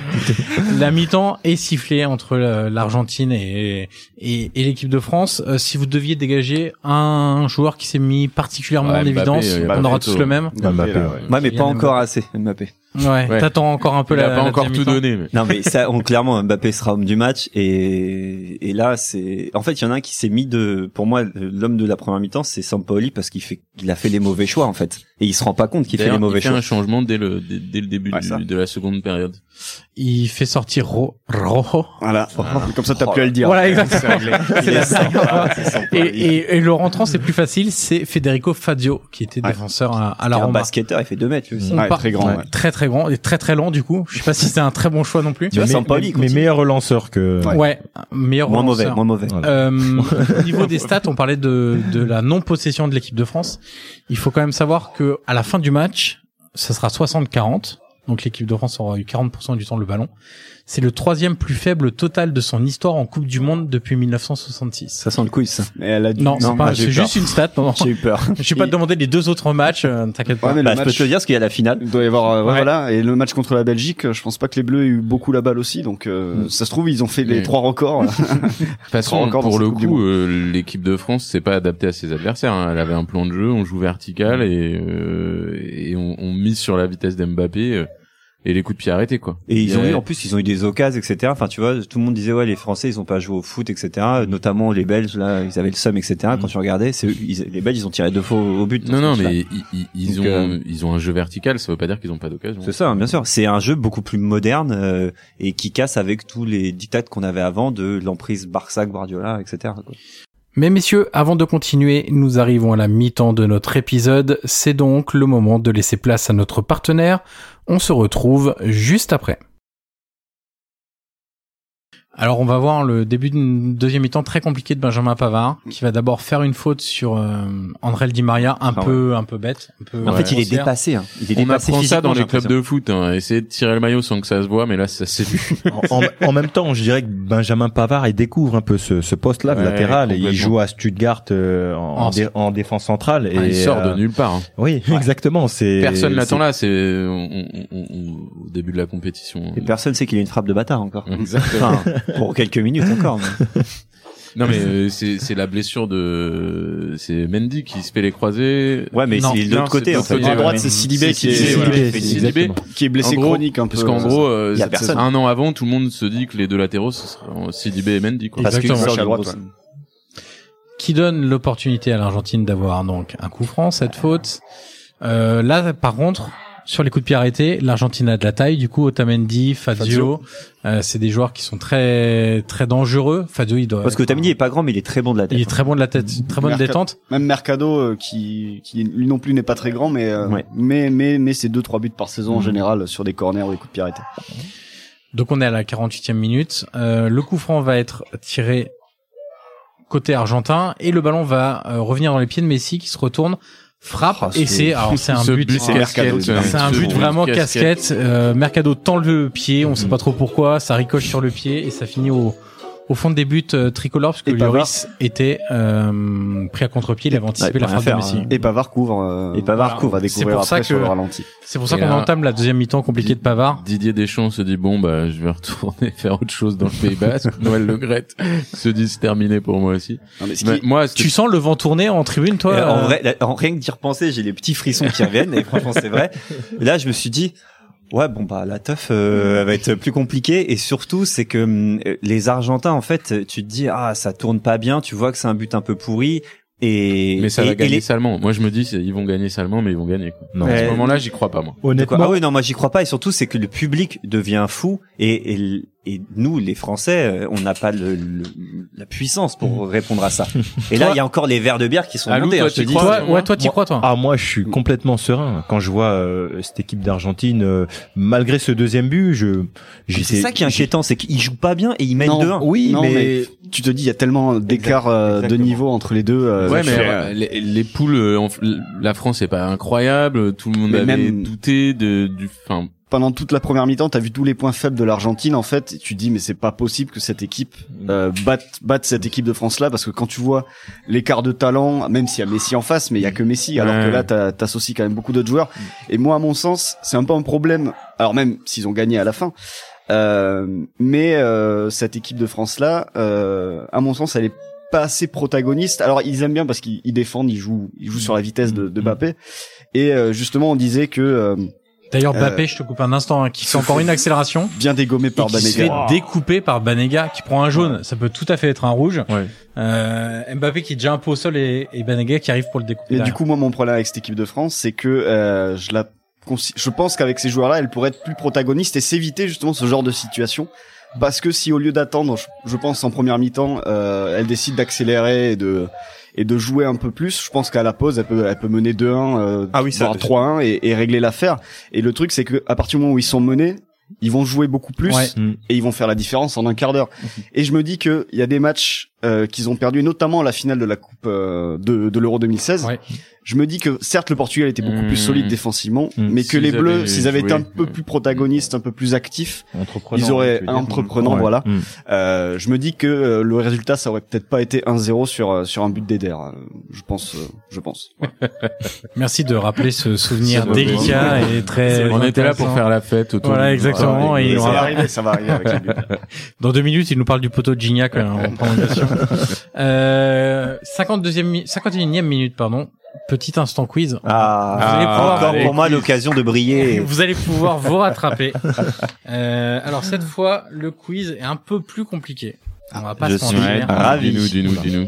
D: La mi-temps est sifflée entre euh, l'Argentine et, et, et l'équipe de France. Euh, si vous deviez dégager un joueur qui s'est mis particulièrement
A: Ouais,
D: en
A: Mbappé,
D: évidence,
A: euh,
D: on
A: Mbappé,
D: aura
A: tôt.
D: tous le même.
H: Bah, Mbappé,
G: là,
H: ouais.
F: Ouais, mais
D: Kylian
F: pas encore assez, Mbappé.
D: Ouais,
A: Ouais.
D: t'attends encore un peu
A: Il
D: la
A: a pas
D: la
A: encore tout
D: deuxième mi-temps.
A: donné. mais-
F: Non mais ça, on, clairement Mbappé sera homme du match et, et là c'est en fait il y en a un qui s'est mis de pour moi l'homme de la première mi-temps c'est Sampaoli parce qu'il fait il a fait les mauvais choix en fait et il se rend pas compte qu'il fait
A: D'ailleurs,
F: les mauvais
A: il fait
F: choix.
A: un changement dès le, dès, dès le début
G: Ouais,
A: du-
G: ça.
A: de la seconde période.
D: Il fait sortir Ro Rojo.
G: Voilà. Ah. Comme ça, t'as
F: Oh
G: plus à le dire.
D: Voilà, exact.
F: (laughs) Il est
G: Ah,
F: sympa, c'est
D: Et,
F: Sampaoli.
D: et, et le rentrant, c'est plus facile, c'est Federico Fadio, qui était
G: Ouais.
D: défenseur à, à
F: Il
D: la
F: est un
D: Roma.
F: basketteur, il fait 2 mètres lui aussi.
D: On
G: Ouais,
D: part-
G: très grand, ouais.
D: Très très grand et très très lent du coup. Je sais pas si c'est un très bon choix non plus.
F: Tu vois,
H: mais,
F: Sampaoli, il
H: mais
F: continue.
H: meilleur relanceur que.
D: Ouais, meilleur
F: Moins mauvais,
D: relanceur.
F: moins mauvais.
H: Voilà.
D: Euh,
F: (laughs)
D: au niveau des stats, on parlait de, de la non-possession de l'équipe de France. Il faut quand même savoir que à la fin du match, ça sera 60-40. Donc l'équipe de France aura eu 40% du temps le ballon. C'est le troisième plus faible total de son histoire en Coupe du Monde depuis 1966.
F: Ça sent le quiz. ça.
G: Mais elle a dû-
D: Non, c'est pas-
G: ah, j'ai
D: c'est
G: peur.
D: juste une stat. Non, non.
G: J'ai eu peur.
D: (laughs) Je vais pas te demander les deux autres matchs. euh, T'inquiète pas.
G: Ouais, mais le
F: Bah, je peux
G: match-
F: te le dire parce qu'il y a la finale.
G: Il doit y avoir euh, ouais,
D: Ouais.
G: voilà et le match contre la Belgique, euh, je pense pas que les Bleus aient eu beaucoup la balle aussi donc euh, ça se trouve ils ont fait les
A: Mm.
G: trois records. (laughs)
A: De toute façon,
G: encore dans
A: pour
G: cette
A: le
G: Coupe du
A: coup,
G: Monde.
A: euh, l'équipe de France s'est pas adaptée à ses adversaires. hein. Elle avait un plan de jeu, on joue vertical et, euh, et on, on mise sur la vitesse d'Mbappé. euh,
E: et les coups de pied arrêtés quoi.
F: Et ils ont
E: Ouais.
F: eu, en plus, ils ont eu des occasions, etc. Enfin, tu vois, tout le monde disait, ouais, les Français, ils ont pas joué au foot, etc. Notamment les Belges, là, ils avaient le seum, etc. Quand tu regardais, c'est eux- ils- les Belges, ils ont tiré deux fois au au but. dans
E: Mm. Non
F: ce
E: non
F: match-là.
E: mais ils, ils- ils
F: Donc,
E: ont
F: euh,
E: ils ont un jeu vertical, ça veut pas dire qu'ils ont pas d'occasion.
F: C'est ça, hein, bien sûr. C'est un jeu beaucoup plus moderne euh, et qui casse avec tous les dictats qu'on avait avant de l'emprise Barça, Guardiola, etc. quoi.
D: Mais messieurs, avant de continuer, nous arrivons à la mi-temps de notre épisode. C'est donc le moment de laisser place à notre partenaire. On se retrouve juste après. Alors on va voir le début d'une deuxième mi-temps très compliquée de Benjamin Pavard, qui va d'abord faire une faute sur euh, André Di Maria, un
F: Ah
D: peu un peu bête. Un peu
F: En fait, il est
D: grossière.
F: dépassé. hein. Il est
E: On
F: dépassé
E: apprend ça dans les
F: physiquement,
E: clubs
F: j'ai
E: de foot, hein. essayer de tirer le maillot sans que ça se voit, mais là ça s'est vu.
H: en, en même temps, je dirais que Benjamin Pavard il découvre un peu ce, ce poste-là de
E: Ouais,
H: latéral. Et il
E: complètement.
H: joue à Stuttgart euh, en,
D: En-
H: dé- en défense centrale. Et,
E: Ah, il sort de
H: euh,
E: nulle part. hein.
H: Oui, exactement. C'est
E: Personne l'attend
H: c'est-
E: là, c'est on- on- on- on- au début de la compétition. hein.
F: l'impression. Et personne sait qu'il a une frappe de
E: (laughs)
F: bâtard encore.
E: Exactement.
F: Enfin, pour quelques minutes encore. mais-
E: Non mais euh, c'est c'est la blessure de c'est Mendy qui se fait les croisés.
F: Ouais, mais
D: Non.
F: c'est de
E: Non,
F: l'autre
E: c'est
F: côté.
E: de
F: en
E: l'autre
F: fait.
E: côté,
G: À
E: ouais,
G: droite,
E: mais-
G: c'est Sidibé qui
E: C'est
G: est,
E: Sidibé,
H: Sidibé,
E: c'est
H: exactement.
E: Sidibé.
G: qui est blessé
E: En gros,
G: chronique un peu.
E: Parce qu'en
G: euh,
E: gros, euh,
F: Y a
E: cette-
F: personne.
E: un an avant, tout le monde se dit que les deux latéraux, ce seront Sidibé et Mendy. Quoi.
F: Parce qu'il
D: Exactement.
F: sort
G: Gauche à
F: de
G: droite,
F: grosse-
D: qui donne l'opportunité à l'Argentine d'avoir donc un coup franc, cette faute. Euh, là, par contre, sur les coups de pied arrêtés, l'Argentine a de la taille. Du coup, Otamendi, Fazio, euh, c'est des joueurs qui sont très très dangereux. Fazio, il doit
F: Parce que Tamini est pas grand, mais il est très bon de la tête.
D: il est très bon de la tête, très bonne
G: Mercat-
D: détente.
G: Même Mercado euh, qui, qui lui non plus n'est pas très grand, mais euh,
F: Ouais.
G: mais mais mais c'est deux trois buts par saison en général sur des corners ou des coups de pied arrêtés.
D: Donc on est à la 48e minute. Euh, le coup franc va être tiré côté argentin et le ballon va euh, revenir dans les pieds de Messi qui se retourne, frappe
F: Oh,
D: et c'est alors c'est un
E: Ce
D: but
G: c'est Mercado,
E: casquette,
G: c'est
E: euh,
D: C'est un
E: ce
D: but vraiment casquette. Euh, Mercado tend le pied, on sait pas trop pourquoi, ça ricoche sur le pied et ça finit au, au fond des buts euh, tricolores parce que
G: Et Pavard.
D: Lloris était euh, pris à contre-pied, il avait anticipé la
F: hein. Ouais, il peut
D: frappe
F: rien
D: de
F: faire,
D: Messi.
F: hein.
G: Et Pavard couvre. euh,
F: Et Pavard
G: on
F: couvre.
D: C'est
G: va découvrir
D: pour ça
G: après sur
D: que-
G: le ralenti.
D: C'est pour ça
E: Et
D: qu'on
E: là-
D: entame la deuxième mi-temps compliquée de Pavard.
E: Didier Deschamps se dit bon bah je vais retourner (laughs) faire autre chose dans le Pays Basque. Noël Le Gret se dit c'est terminé pour moi aussi.
G: Non, mais ce qui-
E: Mais moi
D: Tu
E: c'était
D: sens le vent tourner en tribune, toi
F: Et
D: euh,
F: en vrai, la- en rien que d'y repenser, j'ai les petits frissons qui reviennent. et franchement, c'est vrai. Et Là, je me suis dit, ouais, bon bah la teuf euh, elle va être plus compliquée. Et surtout, c'est que hum, euh, les Argentins, en fait, tu te dis, ah, ça tourne pas bien. Tu vois que c'est un but un peu pourri. Et
E: mais ça
F: et-
E: va
F: et
E: gagner
F: les-
E: salement. Moi je me dis c'est- ils vont gagner salement mais ils vont gagner. Quoi.
H: Non.
E: À ce
F: Euh,
E: moment-là j'y crois pas moi.
H: Honnêtement,
F: Ah oui, non, moi j'y crois pas. Et surtout, c'est que le public devient fou. Et, et, l- et nous, les Français, euh, on n'a pas le, le- la puissance pour répondre à ça. Et là, il y a encore les verres de bière qui sont
E: Alou,
F: montés.
E: toi,
F: hein, je te
E: tu
F: dis.
E: crois
D: Toi, ouais, toi, t'y
H: Moi-
D: crois, toi.
H: Ah moi je suis complètement serein quand je vois euh, cette équipe d'Argentine euh, malgré ce deuxième but je j'étais-
F: C'est ça qui est inquiétant, c'est qu'ils jouent pas bien et ils mènent
G: Non,
F: 2-1.
H: oui
G: non,
H: mais,
G: mais tu te dis il y a tellement d'écart euh, de
H: exactement.
G: niveau entre les deux. euh,
E: ouais,
G: sur-
E: mais euh, les, les poules, euh, en f- la France est pas incroyable. Tout le monde
G: Mais
E: avait
G: même-
E: douté de, du, enfin,
G: pendant toute la première mi-temps, t'as vu tous les points faibles de l'Argentine en fait. Et tu te dis mais c'est pas possible que cette équipe euh, batte batte cette équipe de France là parce que quand tu vois l'écart de talent, même s'il y a Messi en face, mais il y a que Messi. Alors
E: Ouais.
G: que là t'as- t'associes quand même beaucoup d'autres joueurs. Et moi à mon sens c'est un peu un problème. Alors même s'ils ont gagné à la fin. Euh, mais euh, cette équipe de France là, euh, à mon sens, elle est pas assez protagoniste. Alors ils aiment bien parce qu'ils ils défendent, ils jouent, ils jouent sur la vitesse de, de Mbappé. Et euh, justement, on disait que euh,
D: D'ailleurs,
G: euh,
D: Mbappé, je te coupe un instant, hein, qui fait encore une accélération.
G: bien dégommé
D: Et
G: par
D: qui se fait
G: Banega.
D: découper par Banega qui prend un jaune. Ça peut tout à fait être un rouge.
H: Ouais.
D: Euh, Mbappé qui est déjà un peu au sol et, et Banega qui arrive pour le découper. Bah,
G: Et
D: derrière.
G: du coup, moi, mon problème avec cette équipe de France, c'est que euh, je la, consi- je pense qu'avec ces joueurs-là, elle pourrait être plus protagoniste et s'éviter justement ce genre de situation. Parce que si au lieu d'attendre, je, je pense en première mi-temps, euh, elle décide d'accélérer et de et de jouer un peu plus, je pense qu'à la pause, elle peut elle peut mener 2-1, euh,
F: Ah oui, ça-
G: voire 3-1 et, et régler l'affaire. Et le truc, c'est que à partir du moment où ils sont menés, ils vont jouer beaucoup plus
D: Ouais.
H: Mm.
G: et ils vont faire la différence en un quart d'heure.
E: Mhm.
G: Et je me dis que il y a des matchs euh, qu'ils ont perdus, notamment la finale de la coupe euh, de, de l'Euro 2016.
D: Ouais.
G: Je me dis que certes le Portugal était beaucoup
E: Mmh.
G: plus solide défensivement,
H: Mmh.
G: mais que
E: S'ils
G: les Bleus,
E: avaient
G: s'ils avaient été un
E: joué,
G: peu
E: ouais.
G: plus protagonistes, un peu plus actifs,
H: entreprenant,
G: Ils auraient
H: tu veux dire.
G: un entreprenant,
H: Ouais.
G: voilà.
F: Hmm.
H: Mm.
G: euh, je me dis que euh, le résultat ça aurait peut-être pas été 1-0 sur euh, sur un but d'Eder. euh, Je pense, euh, je pense.
D: Merci de rappeler ce souvenir
E: C'est
D: délicat et très.
E: on était là pour
D: intéressant.
E: faire la fête autour.
D: Voilà,
E: du-
D: exactement,
E: Ah,
D: et
G: Mais
D: il
G: ça
D: aura-
G: va arriver, ça va arriver avec les buts.
D: Dans deux minutes, il nous parle du poteau de Gignac. hein, euh, en prend une question. euh, 52e, mi- 51e minute, pardon. petit instant quiz.
F: Ah,
D: Vous allez pouvoir-
F: encore
D: allez,
F: pour moi l'occasion de (laughs) briller.
D: Vous allez pouvoir vous rattraper. Euh, alors cette fois, le quiz est un peu plus compliqué. On va pas
F: je
D: se
F: suis
D: mentir.
F: ravi.
E: Dis-nous, dis-nous,
D: Oula.
E: dis-nous.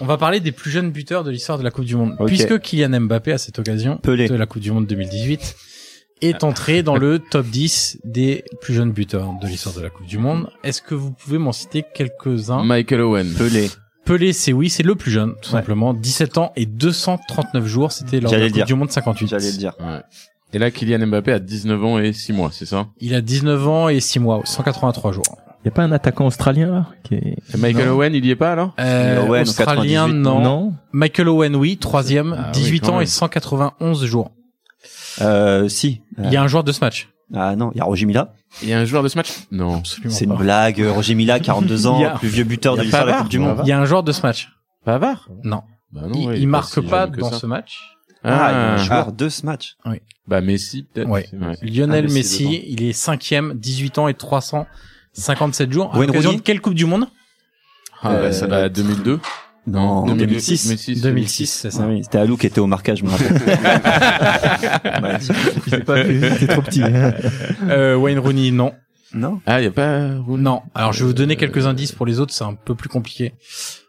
D: On va parler des plus jeunes buteurs de l'histoire de la Coupe du Monde.
F: Ok.
D: Puisque Kylian Mbappé, à cette occasion
F: Pelé.
D: de la Coupe du Monde 2018, est entré dans le top 10 des plus jeunes buteurs de l'histoire de la Coupe du Monde. Est-ce que vous pouvez m'en citer quelques-uns
A: Michael Owen.
F: Pelé.
D: Pelé, c'est oui, c'est le plus jeune, tout simplement. 17 ans et 239 jours, c'était lors de
F: J'allais
D: la
F: le
D: Coupe
F: dire.
D: du Monde 58.
F: J'allais le dire.
A: Ouais. Et là, Kylian Mbappé a 19 ans et 6 mois, c'est ça
D: Il a 19 ans et 6 mois, 183 jours.
H: Y a pas un attaquant australien là qui est...
A: Et Michael Owen, il y est pas alors
D: Euh,
F: Owen,
D: Australien,
F: 98,
D: non.
H: non
D: Michael Owen, oui, troisième,
A: Ah oui,
D: 18
A: quand
D: ans et
A: même.
D: 191 jours.
F: Euh, si.
D: Il y a un joueur de ce match.
F: Ah non, il y a Roger Mila.
A: Il y a un joueur de ce match Non.
D: Absolument
F: C'est une
D: pas.
F: blague. euh, Roger Mila, 42 (laughs)
D: Il y a-
F: ans, plus vieux buteur
A: il y
F: de
A: a
F: l'histoire de la
A: Pavard,
F: Coupe du
A: non,
F: Monde.
D: Il y a un joueur de ce match.
F: Ah
A: Pavard
D: Non.
A: Bah
D: il,
A: ouais,
D: il
A: est
D: marque
A: si
D: pas
A: jeune que
D: dans
A: ça.
D: ce match.
F: Ah, il y a un
A: Ah,
F: joueur de ce match.
A: bah Messi peut-être.
D: Ouais.
A: C'est Messi.
D: Lionel
F: Ah, mais c'est
D: Messi,
F: dedans.
D: il est cinquième, 18 ans et 357 jours. À
F: Wayne
D: l'occasion de
F: Rooney
D: quelle Coupe du Monde
A: Ah, bah, ça doit être 2002.
F: Non,
A: 2006.
F: 2006.
A: Messi, c'est-
D: 2006, c'est ça.
F: Ah oui, c'était Alou qui était au marquage, je me (laughs) rappelle.
H: Je l'ai pas vu, t'es trop petit.
D: Euh, Wayne Rooney, non.
F: (laughs) non.
A: Ah, il y a pas Rooney.
D: Non. Alors je vais vous donner
A: Euh,
D: quelques indices pour les autres, c'est un peu plus compliqué.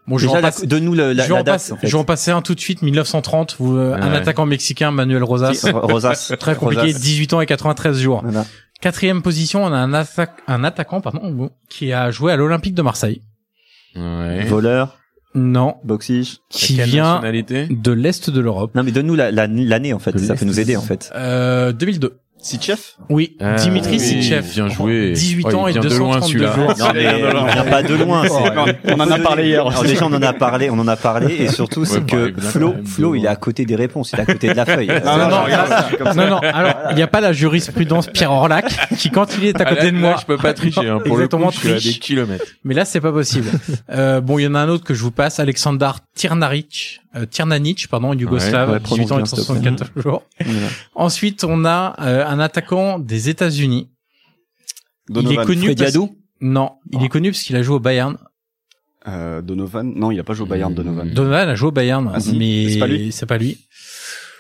D: Bon, je vais
F: Déjà,
D: en
F: la-
D: passer-
F: donne-nous le- la,
D: je vais
F: la
D: en
F: date.
D: passer-
F: en fait.
D: je vais en passer un tout de suite, 1930, vous, euh, un
A: Ouais.
D: attaquant mexicain, Manuel
F: Si,
D: Rosas.
F: Ro- Rosas.
D: Très compliqué,
F: Rosas.
D: 18 ans et 93 jours.
F: Voilà.
D: Quatrième position, on a un, atta- un attaquant pardon, qui a joué à l'Olympique de Marseille.
A: Ouais.
F: Voleur,
D: Non,
F: boxiche.
D: qui
A: Quelle
D: vient
A: nationalité
D: de l'Est de l'Europe.
F: Non, mais donne-nous la- la- l'année, en fait.
H: De
F: Ça peut
H: l'Est.
F: nous aider, en fait.
D: Euh, 2002.
G: Sitchef
D: Oui,
A: Ah,
D: Dimitri
A: oui,
D: Sitchev.
A: Bien joué.
D: 18
A: Oh, il
D: ans et
A: vient de loin,
D: 232
A: celui-là.
D: jours.
F: Non, mais on vient pas de loin. c'est-
G: On en a parlé hier.
F: Alors, déjà, on en a parlé, on en a parlé, et surtout, c'est
A: bah,
F: que
A: évidemment,
F: Flo,
A: évidemment.
F: Flo, il est à côté des réponses, il est à côté de la feuille.
G: (laughs) Non, non, non,
D: Ah, regarde Non, non, alors, il n'y a pas la jurisprudence Pierre Orlac qui, quand il est à
A: Ah, là,
D: côté de
A: là,
D: moi,
A: je peux (laughs) pas tricher. Hein. Pour
D: Exactement,
A: le coup, je suis à
D: triche.
A: des kilomètres.
D: mais là, c'est pas
F: (laughs)
D: possible. Euh, bon, il y en a un autre que je vous passe, Alexander Tirnaric, euh, Tirnanic, pardon, Yougoslave,
F: Ouais, ouais,
D: 18 ans et
F: prononce bien, s'il te plaît.
D: 364
F: (laughs)
D: jours. Ensuite, on a euh, un attaquant des États-Unis. il est
G: Donovan.
D: connu
F: Freddy
D: parce-
F: Adou
D: Non, il
F: Ah.
D: est connu parce qu'il a joué au Bayern.
G: Euh, Donovan. Non, il a pas joué au Bayern,
E: Mmh.
G: Donovan.
D: Donovan a joué au Bayern,
G: Ah si,
D: mais
G: c'est pas lui.
D: c'est pas lui.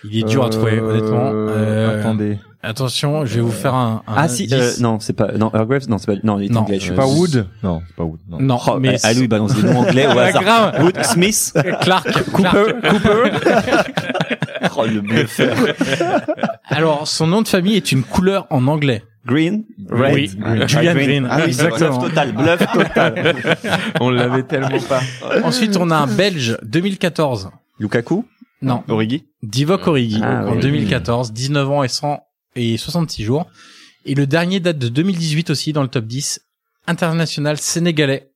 D: Il est dur à trouver, honnêtement. Euh,
H: Attendez.
D: Attention, je vais vous faire un. un
F: Ah si,
D: indice.
F: euh, non, c'est pas, non, Earl Graves, non, c'est pas, non, il est
D: Non.
F: anglais, je suis
H: Pas Wood Euh, Non, c'est pas Wood. Non.
D: non,
F: Oh,
D: mais
F: Alou, il balance des noms anglais au
D: Ah,
F: hasard.
D: grave.
F: Wood Smith.
D: Clark, Clark.
F: (laughs) Oh, le bluffeur.
D: Alors, son nom de famille est une couleur en anglais.
F: Green. Red.
D: Oui,
F: Green.
D: Julian
F: Green.
D: Green.
G: Ah oui,
F: Bluff
D: exactement.
F: total, bluff
D: (laughs)
F: total.
A: On l'avait (laughs) tellement pas.
D: Ensuite, on a un Belge, 2014.
F: Lukaku.
D: Non,
G: Origi.
D: Divock Origi,
F: Ah,
D: en
F: oui.
D: 2014, 19 ans et 100 et 66 jours. Et le dernier date de 2018 aussi dans le top 10, international sénégalais.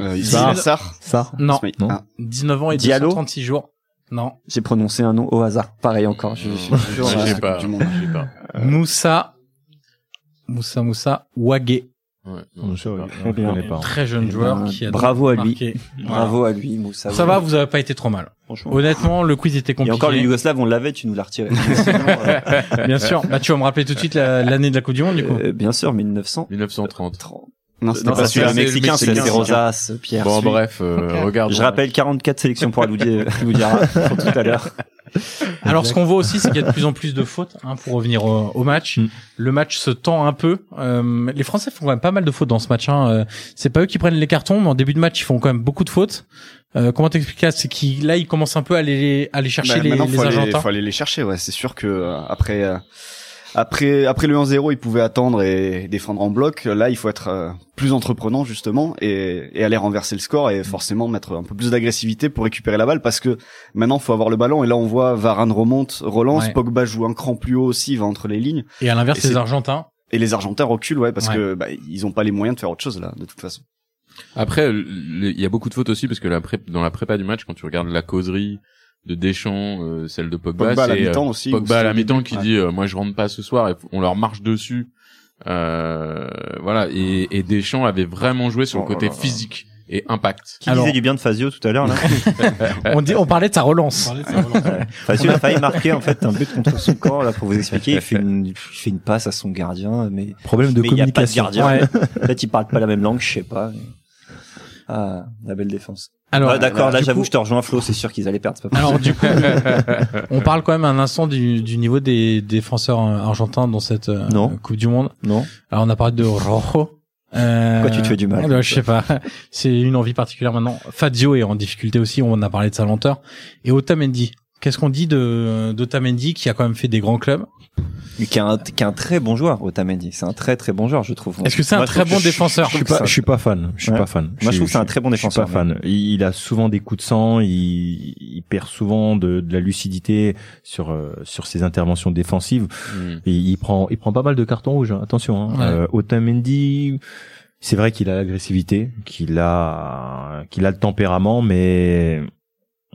G: Euh,
E: Bah.
D: Zidane.
G: Ismaël Sarr.
F: Ça.
D: Non,
G: Ismaël-
H: Non.
G: Ah,
D: 19 ans et
F: Diallo
D: 236 jours. Non,
F: J'ai prononcé un nom au hasard. Pareil encore. Je, je-
G: je suis sûr,
A: Je
G: euh,
A: sais pas.
G: du monde.
A: Je sais pas.
D: Moussa, Moussa Moussa Wagé,
A: Ouais, non,
H: Non,
A: je sais
H: ça,
A: pas.
H: on ne connaît pas. hein.
D: très jeune
F: Eh
D: joueur
F: ben,
D: qui a
F: bravo à lui.
D: marqué.
F: Bravo à lui, Moussa.
D: Ça va, vous avez pas été trop mal.
F: franchement.
D: Honnêtement, le quiz était
F: Et
D: compliqué.
F: encore, les Yougoslaves, on l'avait, tu nous l'as retiré. Sinon,
D: (laughs)
F: euh,
D: Bien sûr. Bah, tu vas me rappeler tout de suite la- l'année de la Coupe du Monde, du coup.
F: euh, bien sûr, 1930.
A: 1930.
G: Non,
F: Euh, Non,
G: c'était
F: ça
G: pas
F: c'est
A: celui-là.
G: celui-là.
F: le Mexicain,
A: Mexicain.
F: c'est Rosas, Pierre.
A: Bon,
F: Sui.
A: bref, euh, regarde.
F: Je rappelle 44 sélections pour Aloudi Aloudira pour tout à l'heure.
D: Alors, ce qu'on voit aussi, c'est qu'il y a de plus en plus de fautes, hein, pour revenir au, au match.
H: Mm.
D: Le match se tend un peu. Euh, les Français font quand même pas mal de fautes dans ce match, hein. Euh, C'est pas eux qui prennent les cartons, mais en début de match, ils font quand même beaucoup de fautes. Euh, comment t'expliquer ça? C'est qu'ils, là, ils commencent un peu à aller, à aller chercher
G: Bah,
D: les,
G: maintenant,
D: les
G: faut aller,
D: Argentins.
G: faut aller les chercher. Ouais, c'est sûr que euh, après, euh, après, après le 1-0, ils pouvaient attendre et défendre en bloc. Là, il faut être euh, plus entreprenant justement et, et aller renverser le score et forcément mettre un peu plus d'agressivité pour récupérer la balle parce que maintenant, faut avoir le ballon. Et là, on voit Varane remonte, relance,
D: Ouais.
G: Pogba joue un cran plus haut aussi, il va entre les lignes.
D: Et à l'inverse,
G: Et c'est-
D: les Argentins.
G: Et les Argentins reculent, ouais, parce
D: Ouais.
G: que bah, ils ont pas les moyens de faire autre chose là, de toute façon.
A: Après, le- le- il y a beaucoup de fautes aussi parce que la pré- dans la prépa du match, quand tu regardes la causerie de Deschamps, euh, celle de Pogba,
G: Pogba à la
A: c'est, euh,
G: mi-temps aussi.
A: Pogba à la mi-temps qui
G: Ouais.
A: dit euh, moi je rentre pas ce soir et on leur marche dessus. Euh, voilà et, et Deschamps avait vraiment joué sur le
G: Oh là
A: côté
G: là.
A: physique et impact.
F: Qui
D: Alors-
F: disait du bien de Fazio tout à l'heure, là?
E: Euh,
A: (laughs)
D: On dit, on parlait de sa relance.
F: Fazio a failli marquer, en fait, un but contre son camp, là, pour vous expliquer. Il fait une, il fait une passe à son gardien, mais,
H: Problème de
F: mais il n'y a pas de
H: communication.
F: gardien. Peut-être il parle pas la même langue, je sais pas. mais- Ah, la belle défense.
D: Alors,
F: Ah, d'accord,
D: euh,
F: là
D: du
F: j'avoue,
D: coup-
F: je te rejoins Flo, c'est sûr qu'ils
D: (laughs)
F: allaient perdre. c'est pas
D: Alors du coup, on parle quand même un instant du, du niveau des défenseurs euh, argentins dans cette euh,
F: Non.
D: Coupe du Monde.
F: possible. Non.
D: Alors on a parlé de Rojo. Euh,
F: Pourquoi tu te fais du mal
D: euh, Je sais pas. (laughs) C'est une envie particulière maintenant. Fazio est en difficulté aussi. On a parlé de sa lenteur. Et Otamendi. Qu'est-ce qu'on dit de d'Otamendi qui a quand même fait des grands clubs
F: Mais Qui est un, qui est un très bon joueur, Otamendi. C'est un très très bon joueur, je trouve.
D: Est-ce que c'est un
F: Moi, je
D: très
F: trouve
D: bon
F: que je-
D: défenseur
H: Je suis pas, je suis pas fan. Je suis
F: Ouais.
H: pas fan.
F: Moi, je trouve que c'est un
H: suis-
F: très bon défenseur.
H: Je suis pas fan. Il, il a souvent des coups de sang. Il, il perd souvent de, de la lucidité sur euh, sur ses interventions défensives.
A: Hmm.
H: Il, il prend il prend pas mal de cartons rouges. hein, Attention. Hein.
D: Ouais.
H: Euh, Otamendi, c'est vrai qu'il a l'agressivité, qu'il a qu'il a le tempérament, mais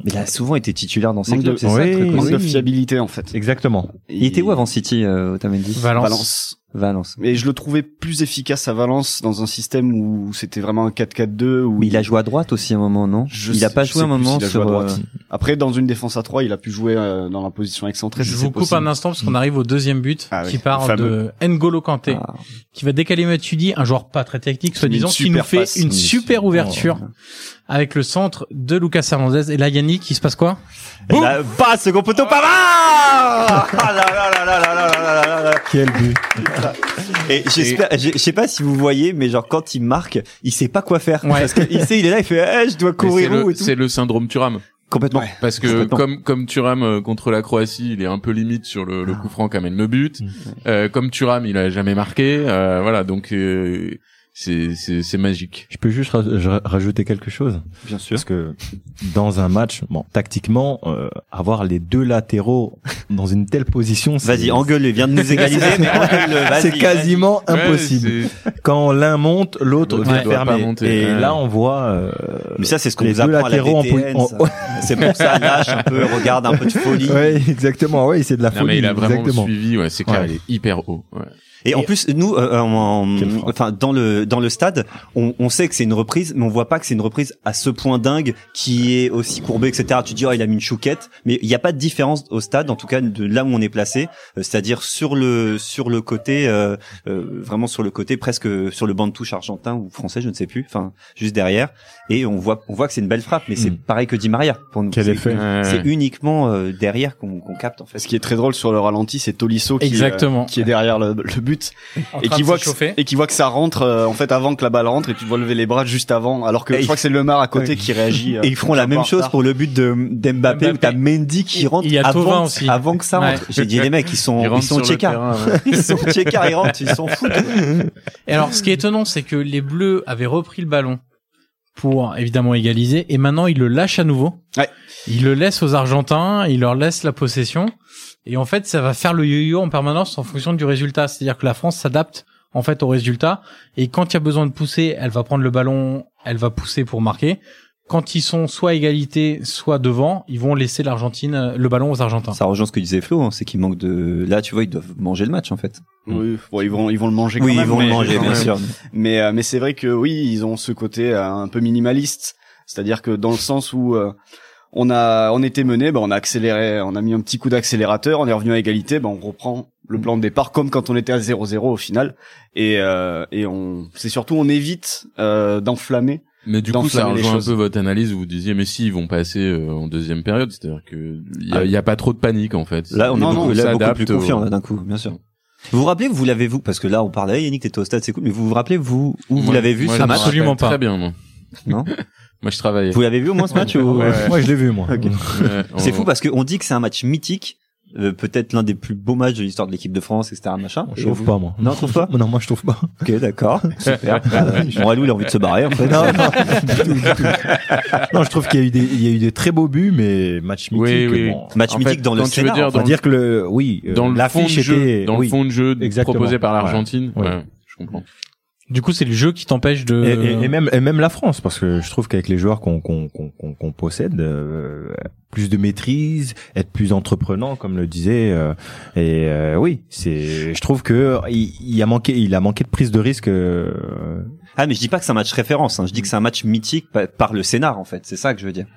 F: Mais il a souvent été titulaire dans ses
G: Manque de-
F: clubs, c'est ça
H: Oui,
F: le truc
H: oui.
G: Manque
F: aussi.
G: de fiabilité en fait.
H: exactement.
F: Il était où avant City, euh, Otamendi
D: Valence.
G: Valence.
F: Valence.
G: Mais je le trouvais plus efficace à Valence dans un système où c'était vraiment un 4-4-2. Où
F: Mais il a joué à droite aussi à un moment, non
G: Je
F: Il a
G: sais-
F: pas
G: je
F: joué à
G: sais
F: un
G: plus
F: moment
G: s'il a
F: sur.
G: joué à droite.
F: euh,
G: Après, dans une défense à 3, il a pu jouer euh, dans la position excentrée.
D: Je
G: si
D: vous
G: c'est
D: coupe un
G: possible.
D: instant parce qu'on arrive au deuxième but
G: Ah oui,
D: qui part
G: le fameux.
D: de N'Golo Kanté
F: ah,
D: qui va décaler Matuidi, un joueur pas très technique soi-disant,
G: Une
D: qui nous
G: super
D: fait
G: passe,
D: une
G: une
D: super
G: super-
D: ouverture
F: ah,
G: Oh,
D: avec le centre de Lucas Hernandez et là Yannick, il se passe quoi
F: Et là, pas second poteau, pas
G: (laughs)
F: mal Ah là là là là là là là là là là.
H: Quel but
F: Et j'espère, je je sais pas si vous voyez, mais genre quand il marque, il sait pas quoi faire.
D: Ouais.
F: Parce qu'il sait, il est là, il fait, Eh, je dois
A: Mais C'est
F: courir où
A: le,
F: et tout.
A: c'est le syndrome Thuram.
F: Complètement.
A: Parce que
F: Complètement.
A: comme comme Thuram euh, contre la Croatie, il est un peu limite sur le, le coup franc qu'amène le but. Euh, comme Thuram, il a jamais marqué. Euh, voilà, donc euh, c'est c'est c'est magique.
H: Je peux juste raj- je- rajouter quelque chose.
F: Bien sûr.
H: Parce que dans un match, bon, tactiquement, euh, avoir les deux latéraux dans une telle position, c'est-
F: Vas-y, engueule, viens de nous égaliser, mais engueule, vas-y.
H: (laughs) c'est quasiment impossible.
A: Ouais,
H: Quand l'un monte, l'autre
A: L'autre
H: est
A: doit pas
H: fermé.
A: monter.
H: Et
A: Ouais.
H: là, on voit. euh,
F: Mais ça, c'est ce qu'on
H: les
F: nous
H: deux
F: apprend à la
H: latéraux en
F: DTN,
H: en- (laughs)
F: ça. C'est pour ça, lâche un peu, regarde un peu de folie.
H: ouais, exactement. Ouais, c'est de la
A: Non,
H: folie.
A: mais il a vraiment
H: exactement.
A: suivi. Ouais, c'est clair,
H: Ouais.
A: il est hyper haut. Ouais.
F: Et en plus, nous, euh, en- en-
H: Quelle frappe.
F: enfin, dans le dans le stade, on, on sait que c'est une reprise, mais on voit pas que c'est une reprise à ce point dingue qui est aussi courbée, etc. Tu te dis, oh, il a mis une chouquette, mais il n'y a pas de différence au stade, en tout cas de là où on est placé, euh, c'est-à-dire sur le sur le côté, euh, euh, vraiment sur le côté presque sur le banc de touche argentin ou français, je ne sais plus, enfin juste derrière, et on voit on voit que c'est une belle frappe, mais c'est
H: Mm.
F: pareil que Di Maria pour nous.
H: Quel
F: C'est-
H: effet.
F: C'est uniquement euh, derrière qu'on qu'on capte en fait.
G: Ce qui est très drôle sur le ralenti, c'est Tolisso qui,
D: Exactement.
G: euh, qui est derrière le, le but
D: En
G: et
D: train
G: qui
D: de
G: voit
D: s'échauffer.
G: que, et qui voit que ça rentre euh, en fait avant que la balle rentre et tu dois lever les bras juste avant. Alors que
F: Et
G: je
F: il-
G: crois que c'est Lemar à côté
F: Ouais.
G: qui réagit. euh,
F: Et ils feront
G: un
F: la
G: peu
F: même
G: en
F: chose
G: retard.
F: pour le but de d'Mbappé
D: Mbappé.
F: où t'as Mendy qui rentre
D: Il y a Thauvin
F: avant,
D: aussi.
F: avant que ça
D: Ouais.
F: rentre. J'ai dit les mecs ils sont ils,
A: rentre
F: sont
A: sur le
F: checkers.
A: terrain,
H: (laughs)
A: ouais.
F: Ils sont checkers, ils rentrent, ils s'en foutent.
D: Et alors, ce qui est étonnant, c'est que les Bleus avaient repris le ballon pour évidemment égaliser, et maintenant ils le lâchent à nouveau.
G: Ouais.
D: Ils le laissent aux Argentins, ils leur laissent la possession, et en fait, ça va faire le yo-yo en permanence en fonction du résultat. C'est-à-dire que la France s'adapte en fait au résultat, et quand il y a besoin de pousser, elle va prendre le ballon, elle va pousser pour marquer. Quand ils sont soit à égalité, soit devant, ils vont laisser l'Argentine euh, le ballon aux Argentins.
F: Ça rejoint ce que disait Flo, hein, c'est qu'il manque de là tu vois ils doivent manger le match en fait.
G: Oui, bon, ils vont ils vont le manger.
F: Oui
G: quand
F: ils
G: même,
F: vont le
G: mais-
F: manger bien sûr.
G: Mais euh, mais c'est vrai que oui, ils ont ce côté euh, un peu minimaliste, c'est-à-dire que dans le sens où euh, on a on était mené, ben on a accéléré, on a mis un petit coup d'accélérateur, on est revenu à égalité, ben on reprend le plan de départ comme quand on était à 0-0 au final et euh, et on c'est surtout on évite euh, d'enflammer.
A: Mais du coup,
G: d'enflammer
A: ça
G: les
A: rejoint un
G: choses.
A: peu votre analyse où vous disiez, mais si, ils vont passer euh, en deuxième période, c'est-à-dire que il y, a- il y a pas trop de panique en fait.
F: Là on
G: Non,
F: est
G: non,
F: beaucoup,
A: on
F: là, beaucoup
A: s'adapte
F: plus
A: au-
F: confiant là, d'un coup bien sûr. Vous vous rappelez vous l'avez vous parce que là on parlait hey, Yannick t'étais au stade c'est cool mais vous vous rappelez vous où vous
A: Moi,
F: l'avez vu
A: moi,
F: ce
A: je me
F: match
D: marche. Absolument
A: rappelle
D: pas.
A: Très bien, moi.
F: Non
A: (laughs) Moi, je travaillais.
F: Vous l'avez vu au moins ce match ou-
A: Ouais, ouais.
H: Moi, je l'ai vu, moi.
A: Ouais,
F: C'est
A: on-
E: Oh.
F: fou parce qu'on dit que c'est un match mythique, euh, peut-être l'un des plus beaux matchs de l'histoire de l'équipe de France, etc. Machin.
H: Je
F: Et
H: trouve
F: vous-
H: pas, moi.
F: Non, trouve pas
H: Non, moi, je trouve pas.
F: Ok, d'accord. Super. Bon, Alou, il a envie de se barrer, en fait.
H: (laughs) non, non, du tout, du tout. non, je trouve qu'il y a eu des, il y a eu des très beaux buts, mais match mythique.
A: Oui, oui.
H: bon.
F: Match
A: En
F: mythique
A: fait,
F: dans le
A: quand tu veux
F: scénar.
A: dire
F: en
H: On va
A: dans-
H: dire que le, oui, euh,
A: dans le fond de
H: l'affiche
A: jeu,
H: était,
A: dans
H: oui.
A: le fond de jeu
H: exactement.
A: proposé par
H: Ouais.
A: l'Argentine. Ouais.
H: Ouais.
A: je comprends.
D: Du coup, c'est le jeu qui t'empêche de.
H: Et, et- et même, et même la France, parce que je trouve qu'avec les joueurs qu'on qu'on qu'on qu'on- qu'on possède, euh, plus de maîtrise, être plus entreprenant, comme le disait. euh, et euh, oui, c'est. Je trouve que il, il a manqué, il a manqué de prise de risque. euh,
F: Ah, mais je dis pas que c'est un match référence, hein. Je dis que c'est un match mythique pa- par le scénar, en fait. C'est ça que je veux dire.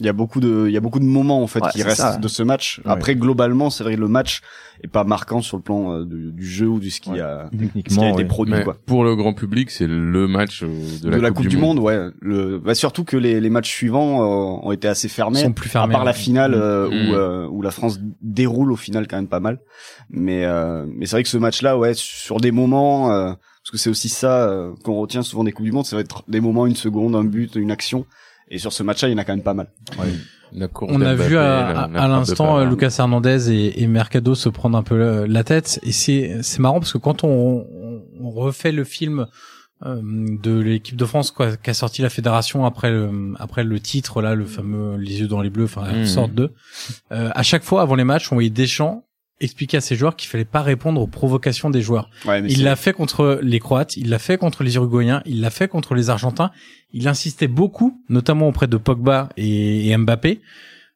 G: Il y a beaucoup de, il y a beaucoup de moments en fait
I: Ouais,
G: qui
I: c'est
G: restent
I: ça.
G: de ce match.
H: Ouais.
G: Après globalement, c'est vrai que le match est pas marquant sur le plan euh, du, du jeu ou du ski
H: Ouais.
G: à ce qui
H: techniquement.
G: a été
H: ouais.
G: produit
A: Mais
G: quoi.
A: pour le grand public, c'est le match euh, de la,
G: Coupe, du Monde, ouais. Le, bah, surtout que les, les matchs suivants euh, ont été assez
D: Ils
G: fermés.
D: sont plus fermés.
G: à part la finale euh,
A: Mm.
G: où, euh, où la France déroule au final quand même pas mal. Mais euh, mais c'est vrai que ce match-là, ouais, sur des moments, euh, parce que c'est aussi ça euh, qu'on retient souvent des coupes du monde, ça va être des moments, une seconde, un but, une action. Et sur ce match-là, il y en a quand même pas mal.
A: La course
D: On a
A: d'Mbappé,
D: vu à,
A: la- la
D: à- à
A: frappe de
D: l'instant
A: Pavard.
D: euh, Lucas Hernandez et, et Mercado se prendre un peu euh, la tête et c'est c'est marrant parce que quand on, on- on refait le film euh, de l'équipe de France quoi qu'a sorti la fédération après le, après le titre là le fameux les yeux dans les bleus enfin
H: Mmh.
A: Mhm.
D: une sorte de euh, à chaque fois avant les matchs on voyait Deschamps expliquer à ses joueurs qu'il fallait pas répondre aux provocations des joueurs.
G: Ouais, mais
D: Il
G: c'est-
D: l'a fait contre les Croates, il l'a fait contre les Uruguayens, il l'a fait contre les Argentins. Il insistait beaucoup, notamment auprès de Pogba et, et Mbappé.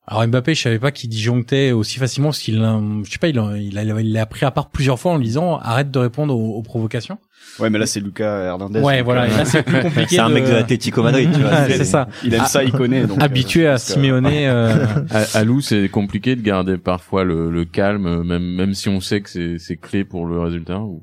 D: Alors Mbappé, je savais pas qu'il disjonctait aussi facilement parce qu'il, euh, je sais pas, il a, il a, il a pris à part plusieurs fois en lui disant arrête de répondre aux, aux provocations.
G: ouais, mais là c'est Lucas Hernandez.
D: Ouais,
G: donc,
D: voilà.
G: euh,
D: et là, c'est plus compliqué.
F: C'est un mec de l'Atlético Madrid, tu vois.
D: Ouais, c'est ça.
G: il aime ça, il connaît. Donc, euh,
D: Habitué
G: je
D: à
G: pense que-
D: Simeone. euh,
A: À, à Lou, c'est compliqué de garder parfois le, le calme, euh, même même si on sait que c'est c'est clé pour le résultat. ou-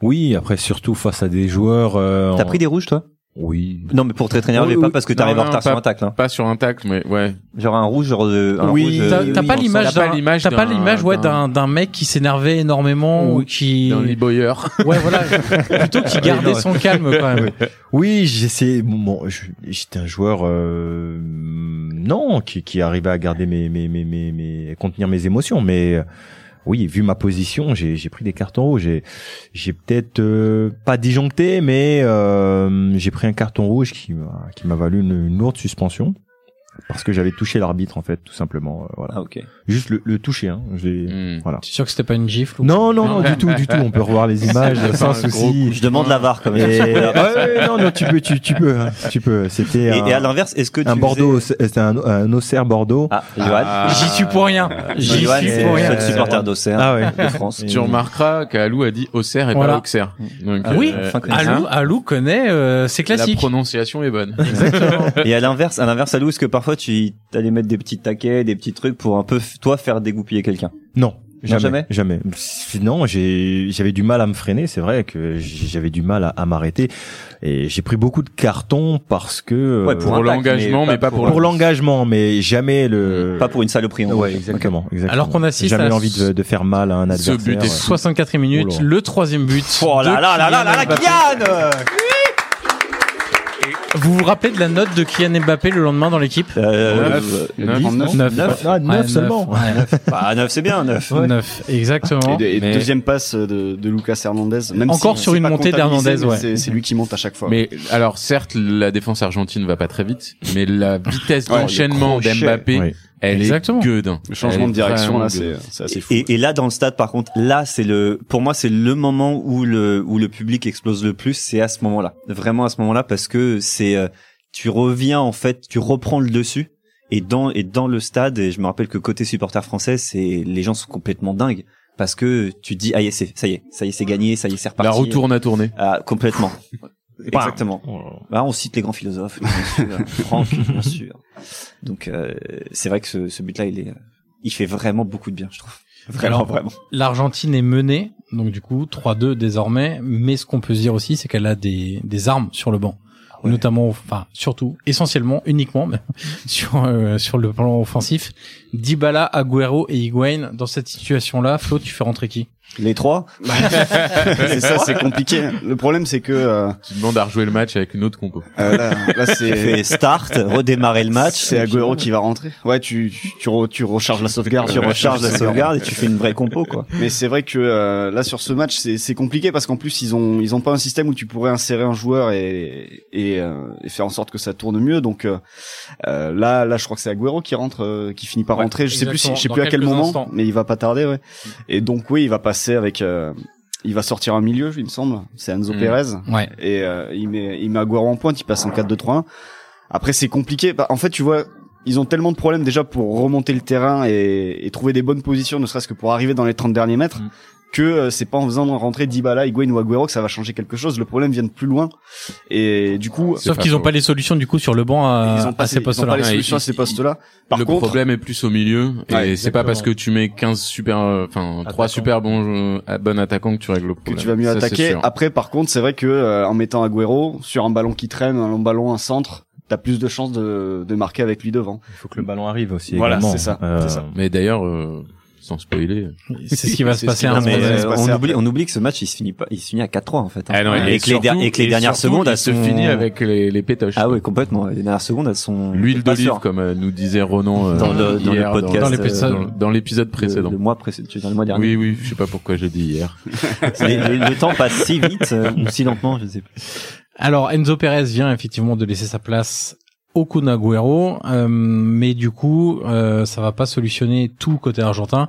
H: Oui, après surtout face à des joueurs. euh,
F: T'as
H: en-
F: pris des rouges, toi
H: Oui.
F: Non, mais pour très très
A: Oui,
F: énervé, pas
A: oui.
F: parce que
A: Non,
F: t'arrives en
A: non,
F: retard sur
A: pas-
F: un tacle. hein.
A: Pas sur un tacle, mais ouais.
F: Genre un rouge, genre de, un
G: Oui,
F: rouge.
G: t'as-
F: euh,
D: t'as pas
F: dans le
D: l'image
F: sens-
D: d'un-
A: T'as pas l'image.
D: T'as pas
A: d'un-
D: l'image ouais d'un d'un mec qui s'énervait énormément ou
A: Ou
D: qui
A: d'un Lee Boyer.
D: (laughs) ouais voilà plutôt qu'il gardait son calme quand même.
H: Oui, j'essayais. Bon, bon, je- j'étais un joueur euh, non qui, qui arrivait à garder mes mes mes mes, mes- contenir mes émotions, mais euh, oui, vu ma position, j'ai j'ai pris des cartons rouges. J'ai j'ai peut-être euh, pas disjoncté, mais euh, j'ai pris un carton rouge qui m'a- qui m'a valu une, une lourde suspension parce que j'avais touché l'arbitre en fait, tout simplement. euh, voilà,
F: Ah, ok.
H: juste le, le toucher. Hein, j'ai-
A: Hmm.
H: Voilà.
D: Je suis sûr que c'était pas une gifle. ou-
H: Non, non, non, du tout, du tout. On peut
A: (laughs)
H: revoir les images
A: C'est
H: sans
A: pas un gros
H: souci.
F: Je demande la VAR quand
H: Et...
F: même.
H: (laughs) ouais, ouais, non, non, tu peux, tu, tu peux, hein, tu peux. C'était
F: Et,
H: un,
F: et à l'inverse, est-ce que tu
H: un
F: faisais-
H: Bordeaux, c'était un, un Auxerre Bordeaux.
F: Ah, Johan.
D: J'y suis pour rien. J'y
F: Johan,
D: suis
F: c'est
D: pour rien.
F: le seul supporter d'Auxerre
H: Ah ouais.
F: de France.
H: Et-
A: Tu remarqueras qu'Alou a dit Auxerre et
D: Voilà. Hmm.
A: pas Auxerre. Donc,
F: Ah
D: oui,
F: enfin,
A: hein,
D: Alou, Alou connaît, euh, c'est
A: la
D: classique.
A: prononciation est bonne.
F: (laughs) Et à l'inverse, à l'inverse, Alou, est-ce que parfois tu allais mettre des petits taquets, des petits trucs pour un peu, f- toi, faire dégoupiller quelqu'un
H: Non.
F: Non,
H: Jamais, jamais. Sinon, j'ai, j'avais du mal à me freiner. C'est vrai que j'avais du mal à, à m'arrêter. Et j'ai pris beaucoup de cartons parce que
F: Ouais, un
H: euh,
A: Pour
F: tacle,
A: l'engagement, mais pas pour
H: pour
A: le-
H: l'engagement, mais jamais le.
F: Pas pour une saloperie. en
H: Ouais,
F: fait.
H: exactement, exactement.
D: Alors qu'on assiste
H: jamais
D: à
H: envie de, de faire mal à un
A: Ce
H: adversaire.
A: but est
H: ouais.
D: 64 e minute,
H: Oh là.
D: le troisième but.
F: Oh là
D: de
F: là là là là là,
D: Kylian Mbappé.
F: Kylian
D: Vous vous rappelez de la note de Kylian Mbappé le lendemain dans l'équipe
F: Euh,
A: Neuf.
F: euh,
A: Neuf.
G: En neuf.
D: Neuf.
H: Neuf. Ah, neuf
D: Ouais, neuf,
H: seulement.
D: ouais, neuf.
F: Bah, 9, c'est bien, 9.
D: Ouais. Neuf, exactement.
G: Et, de- et
A: Mais-
G: deuxième passe de, de Lucas Hernandez. Même
D: Encore
G: si
D: sur
G: c'est
D: une
G: pas
D: montée
G: comptabilisé,
D: d'Hernandez,
G: mais
D: ouais.
G: c'est- C'est lui qui monte à chaque fois.
A: Mais alors, certes, la défense argentine va pas très vite, mais la vitesse
G: (laughs) Ouais,
A: d'enchaînement
G: le crochet.
A: d'Mbappé,
H: Oui.
A: elle
D: Exactement.
A: est gueudin.
G: Le changement
A: Elle
G: de
A: est
G: direction,
A: vraiment
G: là,
A: gueudin.
G: c'est c'est assez fou.
F: Et, et là dans le stade par contre là c'est le pour moi c'est le moment où le où le public explose le plus c'est à ce moment-là vraiment à ce moment-là parce que c'est euh, tu reviens en fait tu reprends le dessus et dans et dans le stade et je me rappelle que côté supporter français c'est les gens sont complètement dingues parce que tu te dis ah y est, c'est ça y est ça y est c'est gagné ça y est c'est reparti
A: La roue tourne à tourner.
F: Ah, complètement exactement bah, on cite les grands philosophes bien
E: (laughs)
F: sûr, Franck bien sûr donc euh, c'est vrai que ce, ce but là il est euh, il fait vraiment beaucoup de bien je trouve vraiment
D: Alors,
F: vraiment
D: L'Argentine est menée, donc du coup 3-2 désormais. Mais ce qu'on peut se dire aussi, c'est qu'elle a des, des armes sur le banc,
G: Ah
F: ouais.
D: notamment, enfin surtout, essentiellement, uniquement mais (laughs) sur euh, sur le plan offensif. Dybala, Agüero et Higuain. Dans cette situation-là, Flo, tu fais rentrer qui
F: Les trois
G: (laughs) c'est ça, c'est compliqué. Le problème, c'est que euh,
A: Tu demandes à rejouer le match avec une autre compo.
G: euh, là, là,
F: (laughs) J'ai
G: c'est
E: (laughs)
F: fait euh, start, redémarrer le match.
G: c'est Agüero qui va rentrer. Ouais, tu tu tu, re- tu recharges la sauvegarde,
F: Tu recharges la sauvegarde et tu fais une vraie compo, quoi.
G: Mais c'est vrai que euh, là sur ce match, c'est c'est compliqué parce qu'en plus ils ont ils ont pas un système où tu pourrais insérer un joueur et et, euh, et faire en sorte que ça tourne mieux. Donc euh, euh, là là, je crois que c'est Agüero qui rentre, euh, qui finit par
D: Ouais,
G: rentrer. Je sais plus si-
D: exactement,
G: je sais
D: dans
G: plus à quel
D: quelques
G: moment,
D: instants. Mm.
G: mais il va pas tarder. Ouais. Et donc oui, il va passer avec. euh, il va sortir un milieu, il me semble. C'est Enzo
A: Mm.
G: Pérez
D: Ouais.
G: et euh, il met il met Aguero en pointe, il passe en 4-2-3-1. Après c'est compliqué. Bah, en fait, tu vois, ils ont tellement de problèmes déjà pour remonter le terrain et, et trouver des bonnes positions ne serait-ce que pour arriver dans les 30 derniers mètres
A: Mm.
G: que euh, c'est pas en faisant rentrer Dybala, Higuain ou Agüero que ça va changer quelque chose. Le problème vient de plus loin. Et du coup,
D: Sauf
E: pas
D: qu'ils ont
E: faux.
D: pas les solutions du coup sur le banc
E: Euh,
D: à,
G: ils ont
E: ah,
G: pas,
D: à
G: ces-
D: ces
G: ils ont
D: postes-là.
G: pas les
E: Ouais,
G: solutions à
E: ils-
G: ces postes-là. Par
E: le
G: contre,
E: problème est plus au milieu et
G: Ouais,
E: c'est pas
H: exactement.
E: parce que tu mets 15 super euh, enfin trois
H: Attaquants.
E: super bons euh, bons attaquants que tu règles le
G: que
E: problème.
G: tu vas mieux
E: Ça, c'est
G: attaquer.
E: sûr.
G: Après, par contre, c'est vrai que euh, en mettant Agüero sur un ballon qui traîne, un long ballon, un centre, t'as plus de chances de, de marquer avec lui devant.
H: Il faut que le ballon arrive aussi.
G: Voilà,
H: également.
G: c'est ça,
H: Euh,
G: c'est ça.
E: Mais d'ailleurs euh, sans spoiler.
D: C'est ce qui
G: (laughs)
D: va se passer
F: Non,
D: un
F: mais,
D: moment
G: va se
F: euh,
G: passer
F: on, oublie,
G: après.
F: on oublie que ce match il se finit pas, il se finit à 4-3 en fait. hein.
E: Ah non,
F: et, que les, der-
E: surtout-
F: et que les
E: et
F: dernières
E: surtout,
F: secondes
E: il
F: elles
E: se
F: sont
E: (laughs) finit avec les, les pétoches.
F: Ah oui complètement. Les dernières secondes elles sont
E: L'huile d'olive,
F: Pas sûr.
E: comme euh, nous disait Ronan euh,
F: Dans le- dans le
E: hier,
F: podcast,
E: dans
D: euh,
E: l'épisode- dans- dans l'épisode
F: Le,
E: précédent.
F: le mois précédent, tu veux dire le mois dernier.
E: Oui, oui, je sais pas pourquoi j'ai dit hier.
F: Les- le, le temps passe si vite euh, ou si lentement, je sais plus.
D: Alors Enzo Perez vient effectivement de laisser sa place au Kun Agüero, euh, mais du coup euh, ça va pas solutionner tout côté argentin,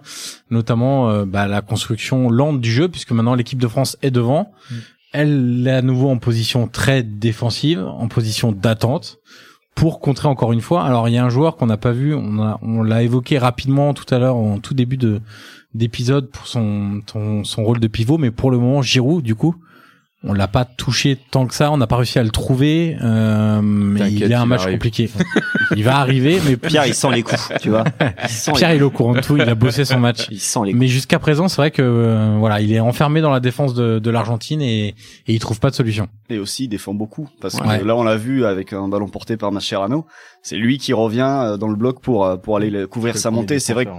D: notamment euh, bah, la construction lente du jeu puisque maintenant l'équipe de France est devant. Elle est à nouveau en position très défensive, en position d'attente pour contrer encore une fois. Alors il y a un joueur qu'on n'a pas vu, on a on l'a évoqué rapidement tout à l'heure en tout début de d'épisode pour son, ton- son rôle de pivot, mais pour le moment Giroud du coup on l'a pas touché tant que ça, on n'a pas réussi à le trouver. Euh, mais
E: T'inquiète,
D: il a un
E: il
D: match
E: arrive.
D: compliqué. il va arriver, mais
F: Pierre il sent les coups, tu vois. (laughs) Il sent
D: Pierre
F: les...
D: il est au courant de tout, il a bossé son match.
F: il sent les coups.
D: Mais jusqu'à présent, c'est vrai que euh, voilà, il est enfermé dans la défense de, de l'Argentine et, et il trouve pas de solution.
G: Et aussi, il défend beaucoup. Parce
D: Ouais.
G: que là, on l'a vu avec un ballon porté par Mascherano. C'est lui qui revient euh, dans le bloc pour, euh, pour aller le- couvrir sa montée. C'est vrai, que-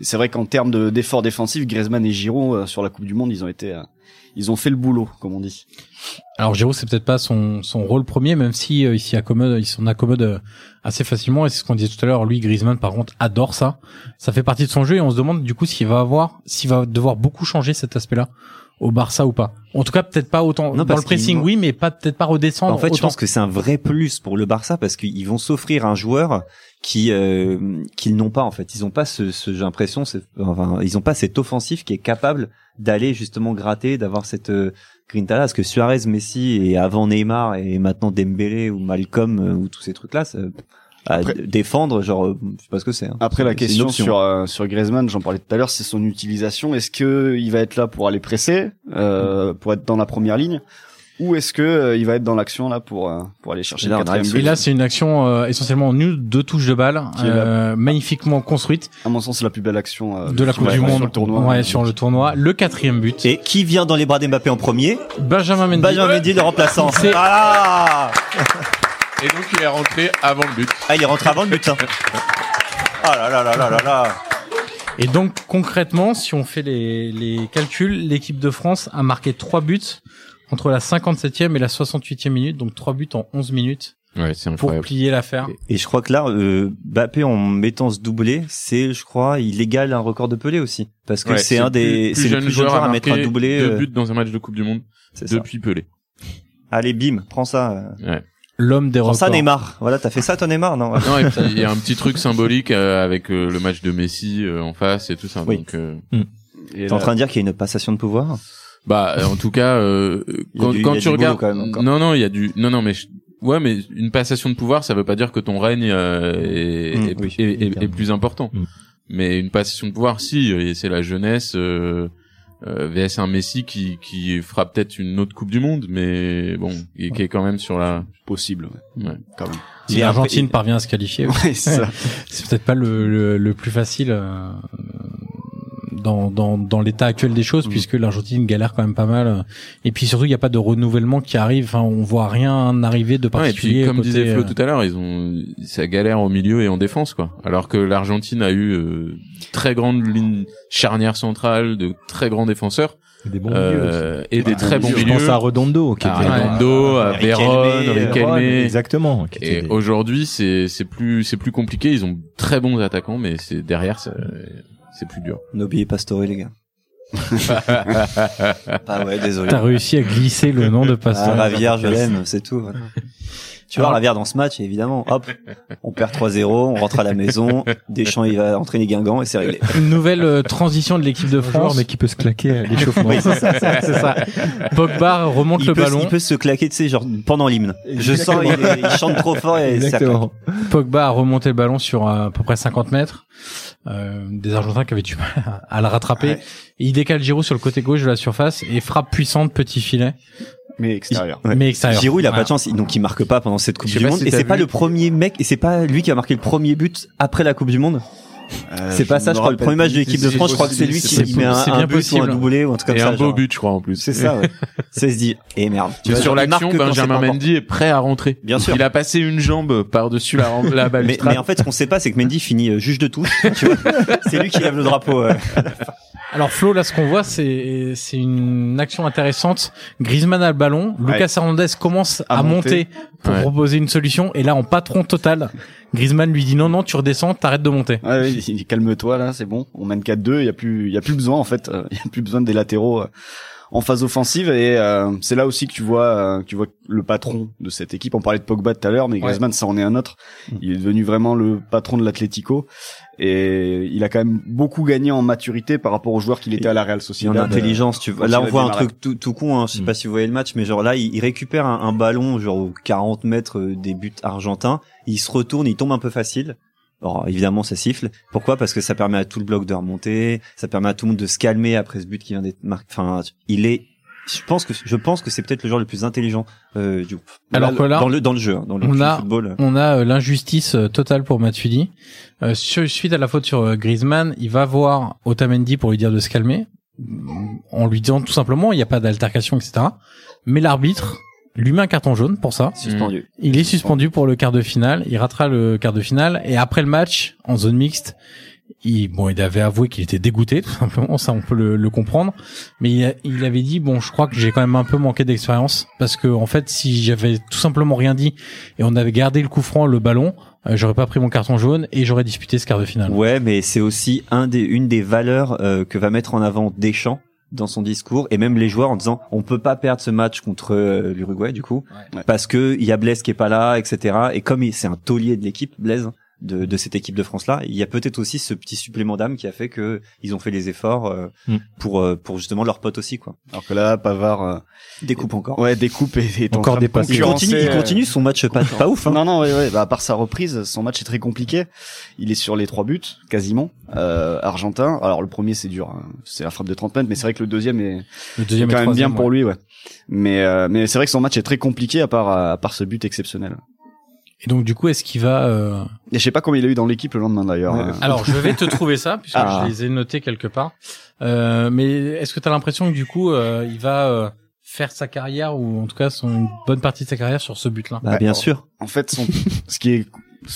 G: c'est vrai qu'en termes de- d'efforts défensifs, Griezmann et Giroud, euh, sur la Coupe du Monde, ils ont été, euh, ils ont fait le boulot, comme on dit.
D: Alors Giroud, c'est peut-être pas son, son rôle premier, même si euh, il s'y accommode, il s'en accommode euh, assez facilement. Et c'est ce qu'on disait tout à l'heure. Lui, Griezmann, par contre, adore ça. Ça fait partie de son jeu et on se demande du coup s'il va avoir, s'il va devoir beaucoup changer cet aspect-là au Barça ou pas. En tout cas, peut-être pas autant
F: Non,
D: dans
F: parce
D: le pressing,
F: qu'il-
D: oui, mais pas peut-être pas redescendre.
F: En fait, je
D: autant.
F: pense que c'est un vrai plus pour le Barça parce qu'ils vont s'offrir un joueur qui euh, qu'ils n'ont pas en fait. Ils n'ont pas ce, ce j'ai l'impression, c'est- enfin, ils n'ont pas cet offensif qui est capable d'aller justement gratter, d'avoir cette euh, grinta là. Parce que Suarez, Messi et avant Neymar et maintenant Dembélé ou Malcolm euh, ou tous ces trucs là,
G: Après-
F: défendre, genre, euh, je sais pas ce que c'est. hein.
G: Après, la
F: C'est une
G: question
F: option.
G: sur, euh, sur Griezmann, j'en parlais tout à l'heure, c'est son utilisation. Est-ce que il va être là pour aller presser, euh, pour être dans la première ligne? Ou est-ce que euh, il va être dans l'action, là, pour, euh, pour aller chercher
F: Là,
G: le
F: on arrive
G: quatrième
F: sur-
D: Et
G: but
D: là, c'est une action euh, essentiellement en une, deux touches de balle,
G: Qui est la-
D: euh, magnifiquement construite.
G: À mon sens, c'est la plus belle action euh,
D: de la Coupe
G: ouais,
D: du
G: ouais,
D: Monde
G: sur le tournoi.
D: Ouais, sur le tournoi. Le quatrième but.
F: Et qui vient dans les bras d'Mbappé en premier
D: Benjamin Mendy.
F: Benjamin Mendy, le remplaçant.
D: C'est-
F: Ah,
E: Et donc il est rentré avant le but.
F: ah, il est rentré avant le but. hein. (laughs) Ah là là là là là là.
D: Et donc concrètement, si on fait les, les calculs, l'équipe de France a marqué trois buts entre la 57e et la 68e minute, donc trois buts en 11 minutes
E: Ouais, c'est
D: pour
E: incroyable.
D: plier l'affaire.
F: Et je crois que là, euh, Mbappé en mettant ce doublé, c'est, je crois, il égale un record de Pelé aussi, parce que
E: Ouais,
F: c'est un
E: le
F: des, c'est le plus jeune joueur à mettre un
E: marquer
F: doublé.
E: deux
F: euh,
E: buts dans un match de Coupe du Monde
F: c'est ça.
E: depuis Pelé.
F: Allez, bim, prends ça. euh.
D: L'homme des
F: Prends
D: records.
F: ça, Neymar. Voilà, t'as fait ça, toi, Neymar, non
E: Non, et puis il y a un petit truc symbolique euh, avec euh, le match de Messi euh, en face et tout ça.
F: Oui.
E: Donc, euh,
G: Et
F: T'es
G: là-
F: en train de dire qu'il y a une passation de pouvoir
E: bah, euh, en tout cas, euh,
F: Il y a
E: quand,
F: du- il y
E: quand
F: a
E: tu
F: du boulot
E: regardes,
F: quand même encore.
E: non, non, il y a du, non, non, mais je- ouais, mais une passation de pouvoir, ça veut pas dire que ton règne euh, est,
F: Mm,
E: est- est-
F: oui. Mmh.
E: est-
H: Évidemment.
E: est plus important.
H: Mm.
E: Mais une passation de pouvoir, si, et c'est la jeunesse. euh, euh, VS un Messi qui qui fera peut-être une autre Coupe du Monde, mais bon, et qui est quand même sur la.
G: possible. ouais.
E: Ouais.
G: Quand même.
D: Si l'Argentine parvient à se qualifier,
G: Ouais, c'est ça.
D: (laughs) c'est peut-être pas le, le, le plus facile euh, dans, dans, dans l'état actuel des choses, puisque l'Argentine galère quand même pas mal. Et puis surtout, il n'y a pas de renouvellement qui arrive. Enfin, on voit rien arriver de
E: Ouais, et
D: particulier.
E: puis comme
D: côté,
E: disait Flo
D: euh,
E: tout à l'heure, ils ont ça galère au milieu et en défense quoi. Alors que l'Argentine a eu euh, très grande ligne charnière centrale, de très grands défenseurs
H: Des bons Ah,
E: euh, et des
G: Ouais,
E: très
G: un
E: bons
G: milieu.
H: Je
E: milieux.
H: pense à Redondo, qui
E: À
H: était dans-
E: Redondo, à
F: Riquelme,
E: Vérone,
F: euh,
H: Vérone,
E: Riquelme.
H: Exactement. qui était
E: Et
H: des-
E: aujourd'hui, c'est c'est plus c'est plus compliqué. Ils ont très bons attaquants, mais c'est derrière ça- c'est plus dur.
F: N'oubliez pas Story, les gars. ah ouais, désolé.
D: T'as réussi à glisser le nom de Pasteur.
F: Ah, Ravière, je l'aime, c'est tout. voilà. Tu vois, Ravière dans ce match, évidemment, hop, on perd 3-0, on rentre à la maison, Deschamps, il va entraîner Guingamp et c'est réglé.
D: Une nouvelle euh, transition de l'équipe de
H: Un joueur,
D: France.
H: mais qui peut se claquer à (laughs) l'échauffement.
F: Oui, c'est ça, c'est ça.
D: C'est ça. Pogba remonte
F: Il
D: le
F: peut,
D: ballon.
F: il peut se claquer, tu sais, genre pendant l'hymne. Je sens, il, est- il chante trop fort et ça
H: Exactement.
D: Pogba a remonté le ballon sur euh, à peu près 50 mètres. Euh, des Argentins qui avaient du mal à- à le rattraper. Et Il décale Giroud sur le côté gauche de la surface et frappe puissante petit filet.
G: Mais extérieur.
F: Ouais.
D: Mais extérieur.
F: claque. Giroud, il a
D: Voilà.
F: pas de chance, donc il marque pas pendant cette Coupe
A: Je sais
F: du
A: pas
F: Monde.
A: si
F: et
A: t'as
F: c'est pas
A: vu.
F: le premier mec, et c'est pas lui qui a marqué le premier but après la Coupe du Monde.
G: Euh,
F: C'est pas ça,
G: me
F: je crois. Le premier
G: rappelle
F: match de
G: plus.
F: l'équipe de
G: C'est
F: France, je crois que c'est lui
G: possible,
F: qui met un,
D: c'est
F: un
D: bien
F: but ou un
D: possible.
F: doublé ou un truc comme
A: Et
F: ça.
A: un beau
F: genre.
A: but, je crois, en plus. (laughs)
E: (laughs)
F: C'est ça, ouais. ça il se dit, et merde. Tu
A: Mais
F: vois,
A: sur
F: genre, il
A: l'action,
F: marque quand c'est pas
A: Benjamin
F: important.
A: Mendy est prêt à rentrer.
F: Bien sûr.
A: Il a passé une jambe par-dessus la, ram- la
F: Mais,
A: balustrade.
F: mais en fait, ce qu'on sait pas, c'est que Mendy finit euh, juge de touche. tu vois. (laughs) C'est lui qui lève le drapeau. euh.
D: Alors Flo, là, ce qu'on voit, c'est c'est une action intéressante. Griezmann a le ballon. Lucas Hernandez commence à,
G: À
D: monter.
G: monter.
D: pour
A: Ouais.
D: proposer une solution. Et là, en patron total, Griezmann lui dit non, non, tu redescends, t'arrêtes de monter.
G: Ouais, ouais, il dit, calme-toi là, c'est bon. On mène 4-2, il y a plus il y a plus besoin en fait, euh, il y a plus besoin des latéraux euh, en phase offensive et euh, c'est là aussi que tu vois euh, que tu vois le patron de cette équipe. On parlait de Pogba tout à l'heure, mais Griezmann ça en est un autre.
F: Hum.
G: Il est devenu vraiment le patron de l'Atlético et il a quand même beaucoup gagné en maturité par rapport aux joueurs qu'il était à la Real
F: Et en
G: Sociedad. euh,
F: intelligence, tu vois.
G: quand
F: Là,
G: il
F: on
G: a
F: voit un
G: démarré.
F: truc tout, tout con, hein. je sais
H: Mm.
F: pas si vous voyez le match, mais genre là, il, il récupère un, un ballon, genre aux 40 mètres euh, des buts argentins, il se retourne, il tombe un peu facile. Alors, évidemment, ça siffle. Pourquoi Parce que ça permet à tout le bloc de remonter, ça permet à tout le monde de se calmer après ce but qui vient d'être marqué. Enfin, il est, je pense que, je pense que c'est peut-être le joueur le plus intelligent euh, du groupe.
D: Alors que là,
F: dans le dans le jeu, hein, dans le
D: on
F: jeu
D: a-
F: football.
D: On a euh, l'injustice euh, totale pour Matuidi. Euh, sur- suite à la faute sur euh, Griezmann, il va voir Otamendi pour lui dire de se calmer, Mm, en lui disant tout simplement, il n'y a pas d'altercation, etc. Mais l'arbitre lui met un carton jaune pour ça.
F: Suspendu.
D: Il est suspendu pour le quart de finale. Il ratera le quart de finale. Et après le match, en zone mixte, il, bon, il avait avoué qu'il était dégoûté, (laughs) tout simplement. Ça, on peut le, le comprendre. Mais il, a- il avait dit, bon, je crois que j'ai quand même un peu manqué d'expérience. Parce que, en fait, si j'avais tout simplement rien dit et on avait gardé le coup franc, le ballon, euh, j'aurais pas pris mon carton jaune et j'aurais disputé ce quart de finale.
F: Ouais, mais c'est aussi un des, une des valeurs euh, que va mettre en avant Deschamps dans son discours et même les joueurs en disant on peut pas perdre ce match contre euh, l'Uruguay du coup
G: Ouais.
F: parce que il y a Blaise qui est pas là etc et comme il- c'est un taulier de l'équipe Blaise de, de cette équipe de France là il y a peut-être aussi ce petit supplément d'âme qui a fait que ils ont fait les efforts euh,
H: Mm.
F: pour euh, pour justement leurs potes aussi quoi
G: Alors que là Pavard euh,
F: découpe encore
G: ouais découpe et, et est en
H: Encore
G: train de
H: des passes.
F: il continue
G: concurrencer,
F: il
G: euh,
F: continue son match pas, pas ouf hein.
G: Non, non, ouais, ouais. Bah, à part sa reprise, son match est très compliqué. Il est sur les trois buts, quasiment, euh, argentin. Alors, le premier, c'est dur. hein. C'est la frappe de 30 mètres, mais c'est vrai que le deuxième est,
D: Le
G: est
D: deuxième
G: quand
D: et
G: même bien
D: troisième,
G: pour
D: ouais.
G: lui, ouais. Mais, euh, mais c'est vrai que son match est très compliqué à part, à part ce but exceptionnel.
D: Et donc, du coup, est-ce qu'il va, euh,
G: Et je sais pas combien il a eu dans l'équipe le lendemain, d'ailleurs.
F: Ouais,
G: Euh,
D: Alors, je vais te trouver ça puisque
G: Ah.
D: je les ai notés quelque part. Euh, mais est-ce que tu as l'impression que du coup, euh, il va euh, faire sa carrière ou en tout cas son une bonne partie de sa carrière sur ce but-là
F: bah, bien sûr
G: En fait, son, (laughs) ce qui est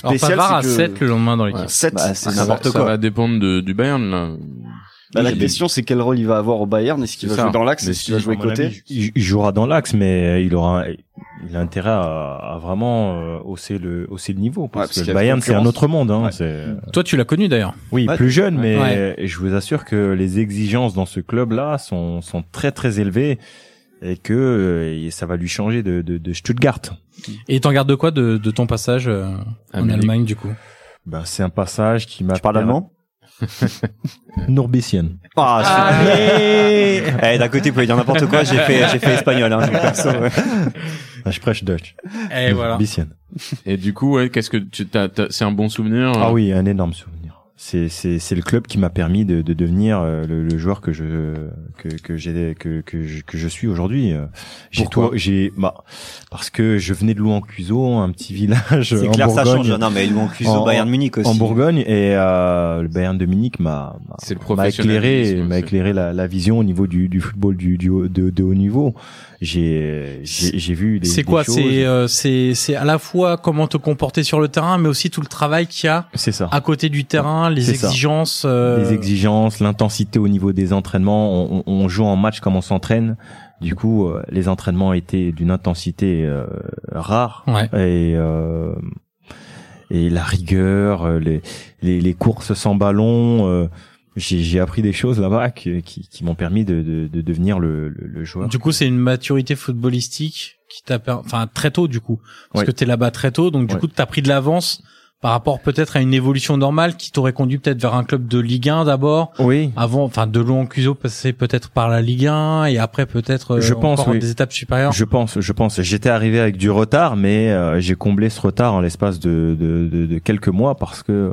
D: Alors
G: spécial,
D: Pavard à
G: c'est que...
D: 7 le lendemain dans l'équipe.
G: Ouais, sept.
F: Bah, c'est
G: Ah,
F: n'importe
A: ça,
F: quoi.
A: Ça va dépendre de, du Bayern, là.
G: Bah, la
F: Oui,
G: question, c'est quel rôle il va avoir au Bayern. Est-ce qu'il
A: C'est ça.
G: va jouer dans l'axe
A: Mais
G: Est-ce qu'il va jouer
H: À mon
G: côté
H: avis, il, il jouera dans l'axe, mais il aura, il a intérêt à, à vraiment euh, hausser le, hausser le niveau, parce,
G: Ouais, parce
H: que
G: qu'il y
H: le
G: a
H: Bayern
G: la
H: c'est un
G: concurrence.
H: autre monde. Hein,
G: Ouais.
H: c'est-
D: Toi, tu l'as connu d'ailleurs.
H: Oui,
F: Ouais.
H: plus jeune, mais
D: Ouais.
H: je vous assure que les exigences dans ce club-là sont, sont très très élevées et que euh, ça va lui changer de, de, de Stuttgart.
D: Et t'en gardes quoi de, de ton passage euh,
A: Ah,
D: en
A: mais-
D: Allemagne du coup
H: Ben, c'est un passage qui m'a.
F: tu parles allemand
H: Norbessian.
F: ah,
D: Allez
F: Eh, d'un côté, vous pouvez dire n'importe quoi, j'ai fait, j'ai fait espagnol, hein, donc perso, ouais.
H: Ah, Je prêche Dutch.
D: Et voilà.
H: Norbessian.
A: Et du coup, ouais, qu'est-ce que tu t'as, t'as- c'est un bon souvenir.
H: Ah oui, un énorme souvenir. C'est c'est c'est le club qui m'a permis de, de devenir euh, le, le joueur que je que que j'ai que que je, que je suis aujourd'hui. Euh, J'ai
F: Pourquoi
H: toi j'ai bah parce que je venais de Louan-Cuiseau, un petit village
F: C'est
H: en
F: clair, ça change. hein.
H: Bourgogne.
F: Non, mais ils l'ont accusé
H: En-
F: au Bayern Munich aussi.
H: en Bourgogne et euh, le Bayern de Munich m'a m'a-
A: euh, C'est le
H: m'a éclairé
A: professionnalisme,
H: m'a
A: c'est-
H: éclairé la, la vision au niveau du, du football du, du haut- de, de haut niveau j'ai j'ai j'ai vu des
D: C'est
H: des
D: quoi
H: choses.
D: C'est euh, c'est c'est à la fois comment te comporter sur le terrain, mais aussi tout le travail qu'il y a
H: c'est ça
D: à côté du terrain, les
H: C'est ça.
D: exigences. euh,
H: les exigences, l'intensité au niveau des entraînements. On, on- on joue en match comme on s'entraîne. Du coup, euh, les entraînements étaient d'une intensité euh, rare
D: Ouais.
H: et euh, et la rigueur, euh, les les, les courses sans ballon. euh, j'ai j'ai appris des choses là-bas qui, qui, qui m'ont permis de, de, de devenir le, le, le joueur.
D: Du coup, c'est une maturité footballistique qui t'a per- enfin très tôt du coup parce
H: Ouais.
D: que t'es là-bas très tôt donc du
H: Ouais.
D: coup t'as pris de l'avance par rapport peut-être à une évolution normale qui t'aurait conduit peut-être vers un club de Ligue 1 d'abord
H: Oui.
D: avant enfin de long en cuso passer peut-être par la Ligue 1 et après peut-être euh,
H: Je pense,
D: encore
H: oui.
D: des étapes supérieures.
H: Je pense, je pense. J'étais arrivé avec du retard, mais euh, j'ai comblé ce retard en l'espace de, de, de, de quelques mois parce que euh,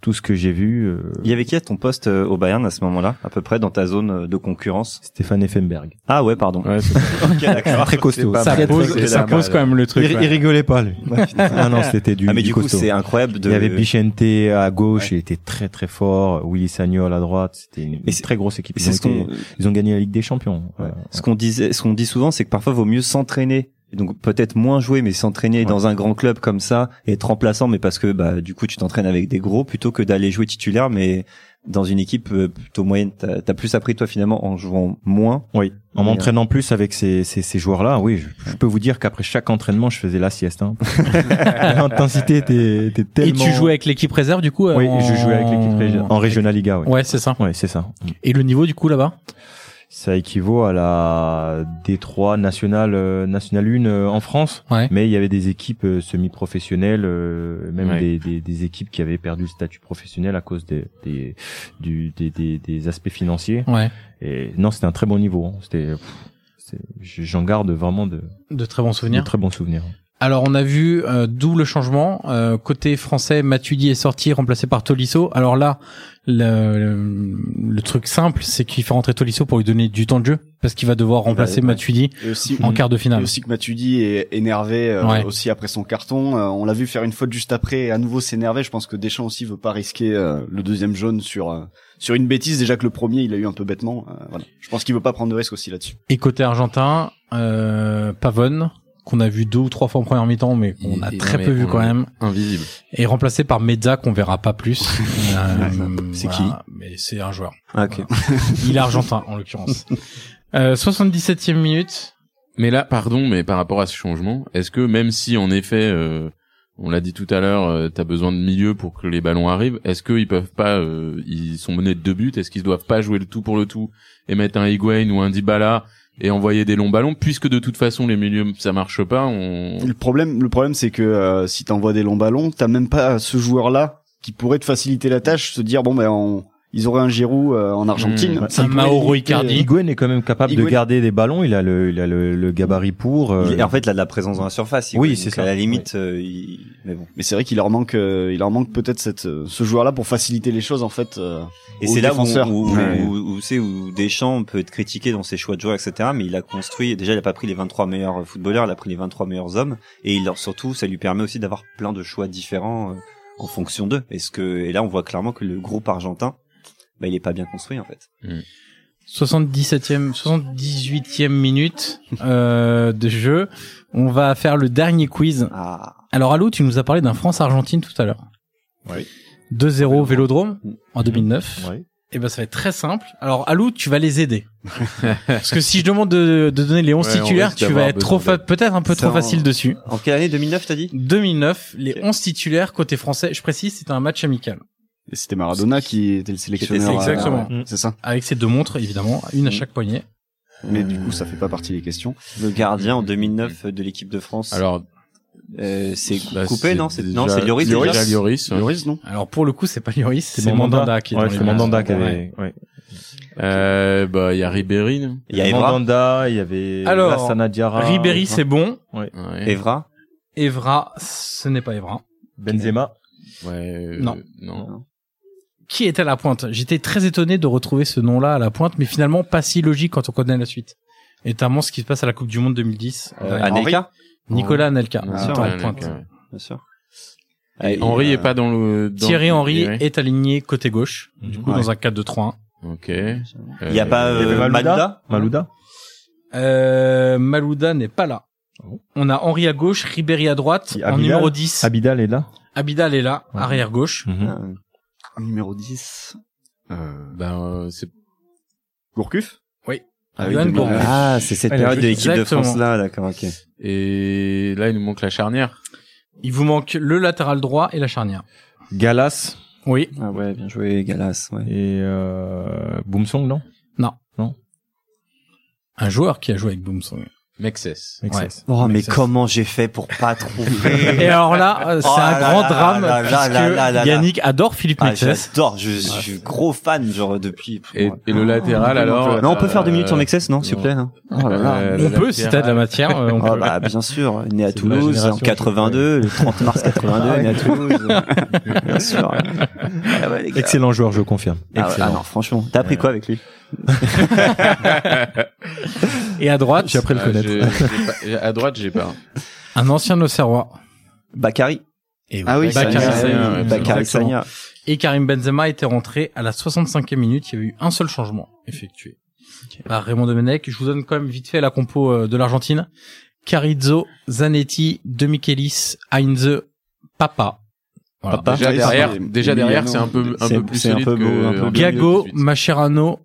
H: tout ce que j'ai vu, euh,
F: Il y avait qui à ton poste euh, au Bayern à ce moment-là, à peu près dans ta zone euh, de concurrence
H: Stéphane Effenberg.
F: Ah ouais, pardon.
H: Ouais, c'est
F: (laughs) Ok, d'accord.
H: très costaud.
F: pas
H: Ça
F: vrai.
H: pose-
F: Ok,
H: ça
F: d'accord.
H: pose quand même
E: le
H: il, il rigolait pas lui. ah non, c'était du,
F: Ah mais du coup,
H: costaud.
F: c'est incroyable de
H: Il y avait Bichente à gauche, il était très très fort. Willy Sagnol à droite, c'était une, une
F: c'est-
H: très grosse équipe.
F: Mais
H: Ils ont,
F: C'est ce
H: été-
F: qu'on
H: ils ont gagné la Ligue des Champions.
F: ouais.
H: Euh,
F: ce qu'on disait, ce qu'on dit souvent, c'est que parfois vaut mieux s'entraîner. Donc peut-être moins jouer, mais s'entraîner
H: Ouais.
F: dans un grand club comme ça, et être remplaçant, mais parce que bah du coup tu t'entraînes avec des gros plutôt que d'aller jouer titulaire, mais dans une équipe euh, plutôt moyenne, t'as as plus appris toi finalement en jouant moins.
H: Oui, en
F: Mais,
H: m'entraînant plus avec ces, ces, ces joueurs-là, oui, je, je peux vous dire qu'après chaque entraînement, je faisais la sieste. Hein. (laughs) L'intensité était, était
D: Et
H: tellement...
D: tu jouais avec l'équipe réserve du coup euh,
H: Oui,
D: en-
H: je jouais avec l'équipe régi- en Regional Liga, oui.
D: Ouais, c'est ça.
H: Ouais, c'est ça.
D: Et le niveau du coup là-bas
H: Ça équivaut à la D3 nationale euh, nationale 1 euh, en France,
D: Ouais.
H: mais il y avait des équipes euh, semi-professionnelles, euh, même
A: Ouais.
H: des, des, des équipes qui avaient perdu le statut professionnel à cause des des, du, des, des, des aspects financiers.
D: Ouais.
H: Et non, c'était un très bon niveau. hein. C'était, pff, c'est- j'en garde vraiment de,
D: De très bons
H: de
D: souvenirs.
H: très bons souvenirs.
D: Alors on a vu euh, d'où le changement Euh, côté français Matuidi est sorti remplacé par Tolisso. Alors là le, le- le truc simple c'est qu'il fait rentrer Tolisso pour lui donner du temps de jeu parce qu'il va devoir remplacer
G: ouais. Mmh.
D: Matuidi
G: Et aussi,
D: en quart de
G: et
D: finale.
G: aussi que Matuidi est énervé euh,
D: Ouais.
G: aussi après son carton. Euh, on l'a vu faire une faute juste après et à nouveau s'énerver. Je pense que Deschamps aussi veut pas risquer euh, le deuxième jaune sur euh, sur une bêtise déjà que le premier il a eu un peu bêtement. Euh, voilà. Je pense qu'il veut pas prendre de risque aussi là-dessus.
D: Et côté argentin euh, Pavone qu'on a vu deux ou trois fois en première mi-temps mais qu'on
A: Il-
D: a
A: il-
D: très
A: mais
D: peu vu
A: on-
D: quand même
A: Invisible.
D: est remplacé par Mezza qu'on verra pas plus. Euh,
F: C'est
D: voilà, Mais c'est un joueur.
F: Ah, ok.
D: Il est argentin en l'occurrence. Euh, 77e minute.
A: Mais là, pardon, mais par rapport à ce changement, est-ce que même si en effet, euh, on l'a dit tout à l'heure, euh, t'as besoin de milieu pour que les ballons arrivent, est-ce qu'ils peuvent pas, euh, ils sont menés de deux buts, est-ce qu'ils doivent pas jouer le tout pour le tout et mettre un Higuain ou un Dybala et envoyer des longs ballons, puisque de toute façon les milieux ça marche pas, on
G: Le problème, le problème, c'est que euh, si t'envoies des longs ballons, t'as même pas ce joueur-là qui pourrait te faciliter la tâche, se dire bon ben on- ils auraient un Giroud euh, en Argentine,
A: Mmh,
G: Ça
D: Hmm. un
G: pourrait
D: Mauro
G: limiter,
D: Icardi.
G: euh,
H: Higuain est quand même capable de
G: Higuain-
H: garder des ballons. Il a le, il a le, le gabarit pour. euh,
F: Il- en fait, il a de la présence dans la surface. il-
H: Oui,
F: donc
H: c'est ça.
F: À la limite, euh, il- mais bon.
G: Mais c'est vrai qu'il leur manque, euh, il leur manque peut-être cette euh, ce joueur-là pour faciliter les choses en fait. euh,
F: Et
G: aux
F: c'est là où,
G: défenseurs.
F: où,
G: Ouais.
F: où, où c'est où Deschamps peut être critiqué dans ses choix de joueurs, etc. Mais il a construit. Déjà, il a pas pris les 23 meilleurs footballeurs, il a pris les 23 meilleurs hommes, et il leur- surtout, ça lui permet aussi d'avoir plein de choix différents euh, en fonction d'eux. Est-ce que et là, on voit clairement que le groupe argentin, bah, il est pas bien construit en fait.
D: 77e, 78e minute euh, de jeu. On va faire le dernier quiz.
F: Ah,
D: Alors Alou, tu nous as parlé d'un France-Argentine tout à l'heure.
H: Oui.
D: 2-0 Vélodrome en 2009.
H: ouais.
D: Et ben ça va être très simple. Alors Alou, tu vas les aider. Parce que si je demande de, de donner les 11
A: Ouais, on
D: titulaires,
A: risque
D: tu vas
A: d'avoir
D: être trop
A: besoin
D: fa- peut-être un peu
F: Ça,
D: trop
F: on-
D: facile dessus.
F: en quelle année 2009 t'as dit
D: 2009, les 11 titulaires côté français, je précise, c'était un match amical.
G: et C'était Maradona qui était le sélectionneur.
F: c'est
D: exactement.
G: euh, c'est ça.
D: Avec ces deux montres, évidemment, une à
F: Mm.
D: chaque poignet.
G: Mais du coup, ça fait pas partie des questions.
F: Le gardien en 2009 de l'équipe de France.
A: alors
F: Euh, c'est
A: bah,
F: coupé, non C'est
A: déjà-
F: non, c'est Lloris.
A: déjà
F: déjà
A: Lloris, ouais.
G: Lloris, non
D: Alors pour le coup, c'est pas Lloris, c'est
H: mon
D: Mandanda qui est
H: Ouais,
D: dans les
H: c'est
D: bons.
H: Mandanda qui
D: Ouais.
H: avait. ouais.
A: Euh, bah il y a Ribéry. non
F: Il y a Evra.
H: Mandanda, il y avait
D: Alors,
H: Lassana Diarra,
D: Ribéry, c'est bon.
A: Ouais.
F: Evra.
D: Evra, ce n'est pas Evra.
H: Benzema.
A: Ouais, euh,
D: Non.
A: non.
D: Qui était à la pointe J'étais très étonné de retrouver ce nom-là à la pointe, mais finalement pas si logique quand on connaît la suite. Et notamment ce qui se passe à la Coupe du Monde 2010.
F: Euh,
D: avec
F: Anelka, Ah,
D: Nicolas
E: Ah,
D: Anelka.
A: Non,
F: Bien
D: était
F: sûr,
D: à la
A: ouais,
D: pointe.
A: ouais.
F: bien sûr.
A: Et Henry
G: euh,
A: est pas dans le. dans-
D: Thierry Henry
A: Ribéry.
D: est aligné côté gauche, du coup
G: Ouais.
D: dans un 4-2-3-1.
A: Ok. Il
F: Il y a pas
H: Il y avait
F: euh, Malouda
H: Malouda.
D: Euh, Malouda n'est pas là.
H: Oh.
D: On a Henri à gauche, Ribéry à droite,
H: Et
D: en
H: Abidal
D: numéro 10.
H: Abidal est là.
D: Abidal est là,
H: Ouais.
D: arrière gauche.
F: Euh,
G: Numéro 10. Euh,
A: Ben, euh, c'est
G: Gourcuff
D: Oui.
G: Ah oui,
D: Johan
G: demain.
D: Gourcuff.
F: Ah, c'est cette
D: Elle est
F: période de l'équipe de
D: exactement.
F: France là, d'accord, ok.
A: Et là, il nous manque la charnière.
D: Il vous manque le latéral droit et la charnière.
H: Galas.
D: Oui.
I: Ah ouais, bien joué, Galas. Ouais.
H: Et euh, Boomsong, non
D: Un joueur qui a joué avec Boomsong.
E: Mexes.
H: Excess.
F: Oh, mais
D: Mais ça,
F: comment j'ai fait pour
D: (laughs)
F: pas
D: Et
F: trouver
D: alors là, euh, c'est
F: Oh
D: un
F: là
D: grand
F: là
D: drame
F: là là là
D: puisque
F: là là là.
D: Yannick adore Philippe
F: ah,
D: Mexès.
F: J'adore, je, je suis gros fan, genre depuis.
E: Et, ah
F: Ouais.
E: et le latéral, alors
F: Ah,
E: euh,
F: non, on peut faire deux minutes sur
E: Mexes
F: Mexès, non, s'il
E: non.
F: vous plaît. hein
I: Oh là là.
E: Euh,
D: on
E: le
D: peut, si t'as de la matière, euh, on
F: Ah
D: peut.
F: bah bien sûr, né à
H: C'est de la
F: Toulouse en
H: génération qui
F: 82, le 30 mars 82, né à Toulouse. Bien sûr. Ah ouais, les gars.
H: Excellent joueur, je confirme.
F: Ah, ouais, ah
H: Excellent.
F: non, franchement, t'as appris quoi avec lui
D: Et à droite, j'ai appris
E: Ah, j'ai- j'ai pas- j'ai- à droite, j'ai pas.
D: un ancien Auxerrois.
F: Bakary.
D: Et,
G: Ah oui,
D: Bakary
G: Sagna,
D: Sagna,
E: ouais,
D: oui.
F: Bakary
D: Exactement.
F: Sagna.
D: Et Karim Benzema était rentré à la 65e minute. Il y avait eu un seul changement effectué par Raymond Domenech. Je vous donne quand même vite fait la compo euh, de l'Argentine. Carizzo, Zanetti, De Michelis, Heinze, Papa. Voilà.
F: Papa.
E: Déjà
G: oui,
E: derrière,
G: c'est-
E: déjà derrière, c'est un peu un
F: C'est-
E: peu plus
F: c'est un
E: solide
F: peu beau,
E: que
F: un peu
E: en
D: Gago,
E: 2018.
D: Macherano,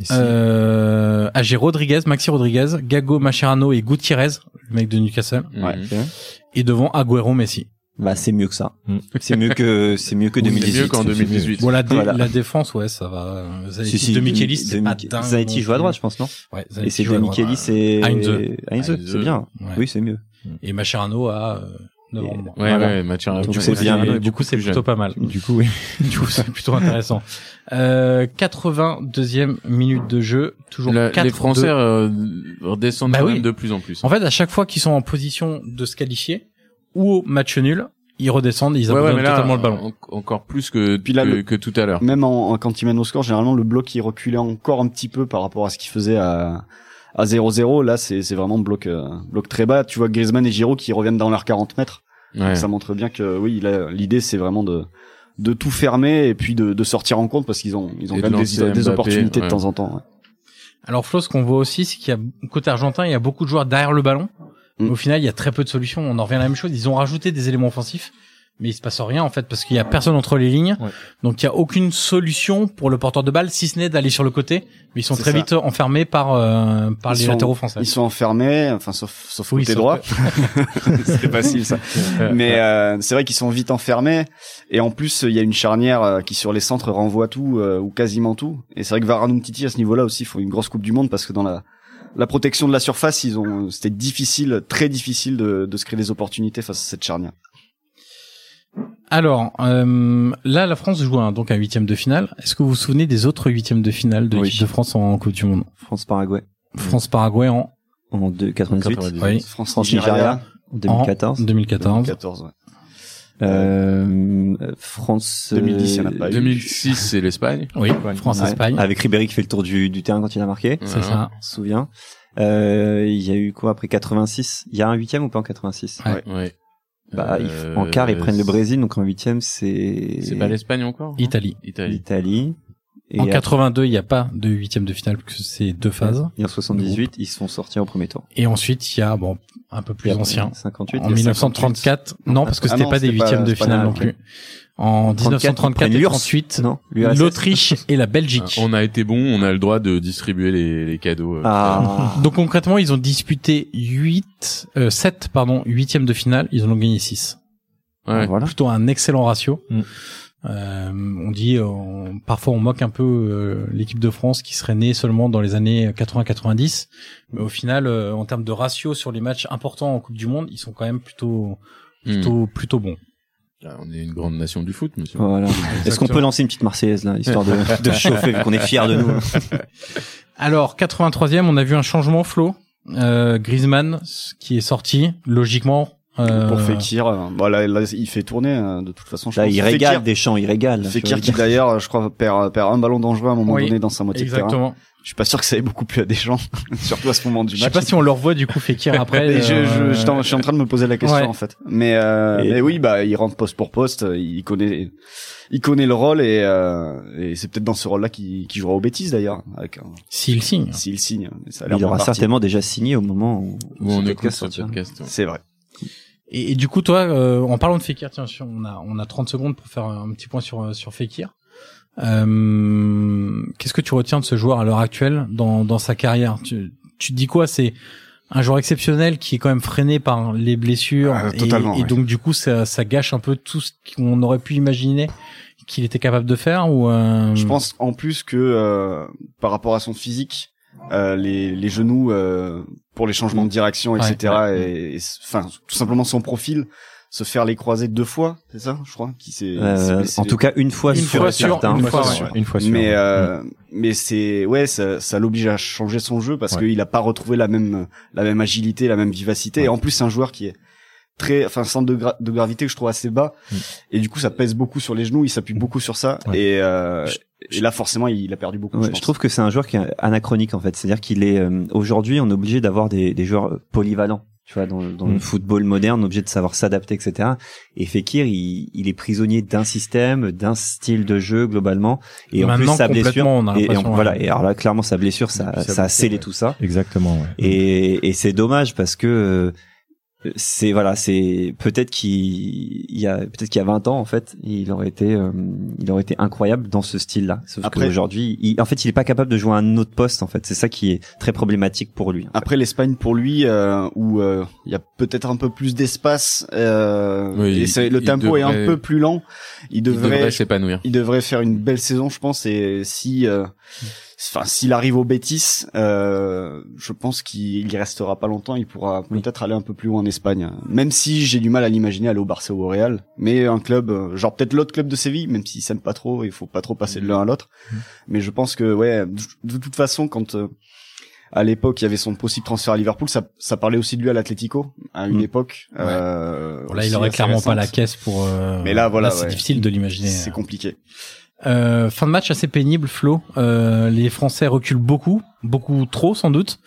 H: Ici.
D: euh, ah, j'ai Rodriguez, Maxi Rodriguez, Gago, Macherano et Gutiérrez, le mec de Newcastle.
E: Mhm.
F: Ouais.
D: Et devant Agüero, Messi.
F: Bah c'est mieux que ça.
H: Mm.
F: C'est mieux que c'est mieux que
E: C'est
F: 2018.
E: mieux qu'en 2018.
D: Bon, la, dé-
F: Voilà.
D: la défense, ouais, ça va. euh, Zanetti,
F: Si, si,
D: de Michelis, c'est
F: De
D: pas
F: Mich-
D: dingue
F: Zanetti
D: non
F: joue à
D: plus.
F: droite, je pense, non
D: Ouais,
F: Et
D: Zanetti
F: c'est
D: joue
F: de
D: à droite.
F: Michelis et
D: Heinze.
F: Heinze, c'est bien.
D: Ouais.
F: Oui, c'est mieux.
D: Et Macherano à euh, novembre.
E: Ouais,
F: Voilà.
E: ouais, match un-
F: Donc,
E: du
F: c'est
E: coup,
F: bien.
E: du
D: du
E: coup,
D: coup, c'est
E: plus jeune.
D: plutôt pas mal.
H: Du coup, oui.
D: (laughs) Du coup, c'est plutôt intéressant. Euh, 82e minute de jeu, toujours
E: La-
D: 4
E: les Français euh, redescendent
D: Bah
E: quand
D: oui.
E: même de plus en plus. hein.
D: En fait, à chaque fois qu'ils sont en position de se qualifier ou au match nul, ils redescendent, ils
E: Ouais, ouais,
D: abandonnent
E: mais là,
D: totalement le
G: euh,
D: ballon.
E: en- encore plus que,
G: Puis là,
E: que,
G: le-
E: que tout à l'heure.
G: Même en, en- quand ils mènent au score, généralement le bloc il reculait encore un petit peu par rapport à ce qu'il faisait à à 0-0. Là, c'est c'est vraiment bloc euh, bloc très bas. Tu vois Griezmann et Giroud qui reviennent dans leurs 40 mètres.
E: Ouais.
G: Ça montre bien que oui, là, l'idée c'est vraiment de de tout fermer et puis de, de sortir en compte parce qu'ils ont ils ont
E: Et
G: quand
E: de
G: même des,
E: lancer
G: des
E: Mbappé,
G: opportunités
E: ouais.
G: de temps en temps. ouais.
D: Alors, Flo, ce qu'on voit aussi, c'est qu'il y a, côté argentin, il y a beaucoup de joueurs derrière le ballon. Mais
G: Mm.
D: au final, il y a très peu de solutions. On en revient à la même chose. Ils ont rajouté des éléments offensifs, mais il se passe rien, en fait, parce qu'il y a personne entre les lignes.
H: Ouais.
D: Donc, il y a aucune solution pour le porteur de balle, si ce n'est d'aller sur le côté. Mais ils sont
G: C'est
D: très
G: ça.
D: vite enfermés par, euh, par
G: Ils
D: les
G: sont-
D: latéraux français.
G: Ils sont enfermés, enfin sauf sauf
D: Oui,
G: côté
D: sauf-
G: droit. (laughs) c'est facile ça. Mais euh, c'est vrai qu'ils sont vite enfermés et en plus il y a une charnière euh, qui sur les centres renvoie tout euh, ou quasiment tout. Et c'est vrai que Varane ou Titi à ce niveau-là aussi font une grosse coupe du monde parce que dans la la protection de la surface, ils ont c'était difficile, très difficile de, de se créer des opportunités face à cette charnière.
D: Alors, euh, là, la France joue un, donc un huitième de finale. Est-ce que vous vous souvenez des autres huitièmes de finale de
F: Oui.
D: l'équipe de France en Coupe du Monde
F: France-Paraguay
D: France-Paraguay en
F: en deux- 98,
D: Oui.
G: France,
F: France, Nigeria. en 2014,
D: En 2014.
G: 2014, ouais.
F: Euh, euh, France euh,
G: 2010, il y en a pas eu.
E: 2006, c'est l'Espagne.
D: Oui,
F: Ouais.
D: France-Espagne.
F: Avec Ribéry qui fait le tour du, du terrain quand il a marqué,
D: C'est ça.
F: on se souvient. Euh, il y a eu quoi après 86 Il y a un huitième ou pas en 86
D: Ouais.
E: Ouais.
F: Bah, ils-
E: Euh,
F: en quart, ils prennent le
E: c'est-
F: Brésil, donc en huitième, c'est
E: C'est pas l'Espagne encore hein
D: Italie.
E: Italie.
F: l'Italie. Et
D: en
F: après-
D: 82, il n'y a pas de huitième de finale parce que c'est deux phases.
F: Et en 78, ils sont sortis au premier tour.
D: Et ensuite, il y a bon un peu plus
F: Et après,
D: ancien.
F: 58.
D: en
F: il y a
D: 1934, non parce que
G: Ah
D: c'était
G: non,
D: pas des
G: c'était pas-
D: huitièmes de
G: c'est pas
D: finale non
G: grave,
D: plus. En 1934 et 38,
F: 1938, non, l'URSS.
D: l'Autriche et la Belgique.
E: Ah, On a été bon, on a le droit de distribuer les, les cadeaux. euh,
D: (laughs)
F: Ah,
D: Donc concrètement, ils ont disputé 8 euh, 7 pardon, huitièmes de finale, ils en ont gagné 6.
E: putain. Ouais.
F: voilà.
D: Plutôt un excellent ratio.
H: Mm.
D: Euh, on dit euh, on- parfois on moque un peu euh, l'équipe de France qui serait née seulement dans les années 80-90, mais au final euh, en termes de ratio sur les matchs importants en Coupe du Monde, ils sont quand même plutôt
E: Mm.
D: plutôt plutôt bons.
E: Hmm. Ah, On est une grande nation du foot, monsieur.
F: Voilà. Est-ce qu'on peut lancer une petite Marseillaise là, histoire de, de chauffer vu qu'on est fiers de
G: (laughs)
F: nous
D: Alors 83e, on a vu un changement Flo, euh, Griezmann ce qui est sorti logiquement. euh,
G: Pour Fekir, euh, bon, là, là, il fait tourner euh, de toute façon. Je
F: Là,
G: pense.
F: il
G: Fekir-
F: régale des champs, il régale.
G: Fekir qui d'ailleurs, je crois, perd, perd un ballon dangereux à un moment
D: Oui,
G: donné dans sa moitié de terrain.
D: Exactement.
G: Je suis pas sûr que ça ait beaucoup plu à des gens, (laughs) surtout à ce moment du
D: Je sais
G: match.
D: pas si on le revoit du coup
G: (laughs)
D: Fekir après.
G: Mais je, je,
D: euh,
G: je t'en- je suis en train de me poser la question
D: Ouais.
G: en fait. Mais, euh,
F: Et-
G: mais oui, bah il rentre poste pour poste, euh, il connaît, il connaît le rôle et, euh, et c'est peut-être dans ce rôle-là qu'il qu'il jouera aux bêtises d'ailleurs, avec un-
D: S'il signe.
G: s'il signe. mais ça a l'air
F: Il
G: bien
F: aura
G: parti.
F: certainement déjà signé au moment où,
E: Où on
F: ce
E: écoute
F: podcast hein.
E: ce
F: sortira.
E: podcast. ouais.
G: C'est vrai.
D: Et, et du coup, toi, euh, en parlant de Fekir, tiens, si on a, on a 30 secondes pour faire un petit point sur, euh, sur Fekir. Euh, Qu'est-ce que tu retiens de ce joueur à l'heure actuelle dans, dans sa carrière tu, tu te dis quoi C'est un joueur exceptionnel qui est quand même freiné par les blessures.
G: Ah,
D: et,
G: totalement,
D: et
G: oui.
D: donc, du coup, ça, ça gâche un peu tout ce qu'on aurait pu imaginer qu'il était capable de faire ou euh,
G: Je pense en plus que euh, par rapport à son physique, euh, les, les genoux euh, pour les changements de direction,
D: Ouais,
G: etc. et- et s- enfin tout simplement son profil, se faire les croiser deux fois, c'est ça, je crois, qui s'est
F: Euh,
G: s'est blessé
F: en
G: les-
F: tout cas, une fois
D: Une
F: sur hein.
D: fois
F: et
D: sur,
F: certain.
D: une fois
G: fois
D: sûr.
H: Une fois sûr.
G: Mais euh, mais c'est ouais ça, ça l'oblige à changer son jeu parce
H: Ouais.
G: qu'il a pas retrouvé la même la même agilité, la même vivacité et en plus c'est un joueur qui est très enfin centre de, gra- de gravité que je trouve assez bas
H: Mm.
G: et du coup ça pèse beaucoup sur les genoux, il s'appuie beaucoup sur ça
H: Ouais.
G: et euh,
F: Je-
G: et là forcément il a perdu beaucoup
F: Ouais,
G: je,
F: je,
G: pense.
F: trouve que c'est un joueur qui est anachronique en fait. C'est-à-dire qu'il est, euh, aujourd'hui, on est obligé d'avoir des, des joueurs polyvalents. Tu vois, dans, dans
H: Mm.
F: le football moderne, on est obligé de savoir s'adapter, etc. Et Fekir, il, il est prisonnier d'un système, d'un style de jeu globalement. Et en plus,
D: Maintenant,
F: sa blessure.
D: complètement, on a
F: et- et en-
D: l'impression,
F: voilà.
D: ouais.
F: Et alors là, clairement, sa blessure,
H: Et
F: ça,
H: puis sa
F: ça a
H: blessure,
F: scellé
H: ouais.
F: tout ça.
H: Exactement, ouais.
F: Et, et c'est dommage parce que euh, c'est voilà, c'est peut-être qu'il il y a peut-être qu'il y a 20 ans en fait, il aurait été euh, il aurait été incroyable dans ce style-là. Sauf
G: Après-
F: qu'aujourd'hui, il- en fait, il est pas capable de jouer à un autre poste en fait. C'est ça qui est très problématique pour lui.
G: Après l'Espagne pour lui euh, où euh, il y a peut-être un peu plus d'espace euh,
A: Oui,
G: et c'est-
A: il-
G: le
A: il
G: tempo est un
A: devrait-
G: peu plus lent, il
A: Il
G: devrait,
A: devrait s'épanouir.
G: il devrait faire une belle saison, je pense. Et si, euh, enfin, s'il arrive au Betis, euh, je pense qu'il y restera pas longtemps. Il pourra
F: Oui.
G: peut-être aller un peu plus loin en Espagne. Même si j'ai du mal à l'imaginer aller au Barça ou au Real, mais un club, euh, genre peut-être l'autre club de Séville, même s'ils s'aiment pas trop, il faut pas trop passer de l'un à l'autre.
D: Mmh.
G: Mais je pense que, ouais, de de toute façon, quand euh, à l'époque, il y avait son possible transfert à Liverpool. Ça, ça parlait aussi de lui à l'Atlético à une
F: Mm.
G: époque. euh,
D: Mmh. Bon, là, il
G: aussi
D: aurait
G: assez
D: clairement pas
G: récente.
D: la euh, caisse pour. euh,
G: Mais là, voilà,
D: c'est
G: ouais.
D: difficile de l'imaginer.
G: C'est compliqué.
D: Euh, fin de match assez pénible, Flo. Euh, les Français reculent beaucoup, beaucoup trop sans doute.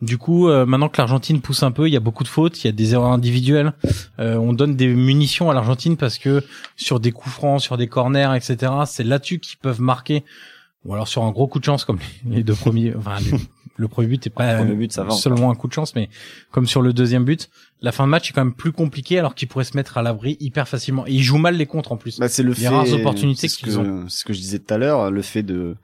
D: Du coup, euh, maintenant que l'Argentine pousse un peu, il y a beaucoup de fautes, il y a des erreurs individuelles. Euh, on donne des munitions à l'Argentine parce que sur des coups francs, sur des corners, etc. C'est là-dessus qu'ils peuvent marquer. Ou alors sur un gros coup de chance comme les deux premiers. Enfin, les- le premier but est pas
F: Le but, ça va.
D: seulement un coup de chance, mais comme sur le deuxième but, la fin de match est quand même plus compliquée alors qu'ils pourraient se mettre à l'abri hyper facilement. Et ils jouent mal les contres en plus.
G: Bah, c'est le
D: Les
G: fait,
D: rares opportunités
G: c'est ce
D: qu'ils
G: que- C'est ce que je disais tout à l'heure, le fait de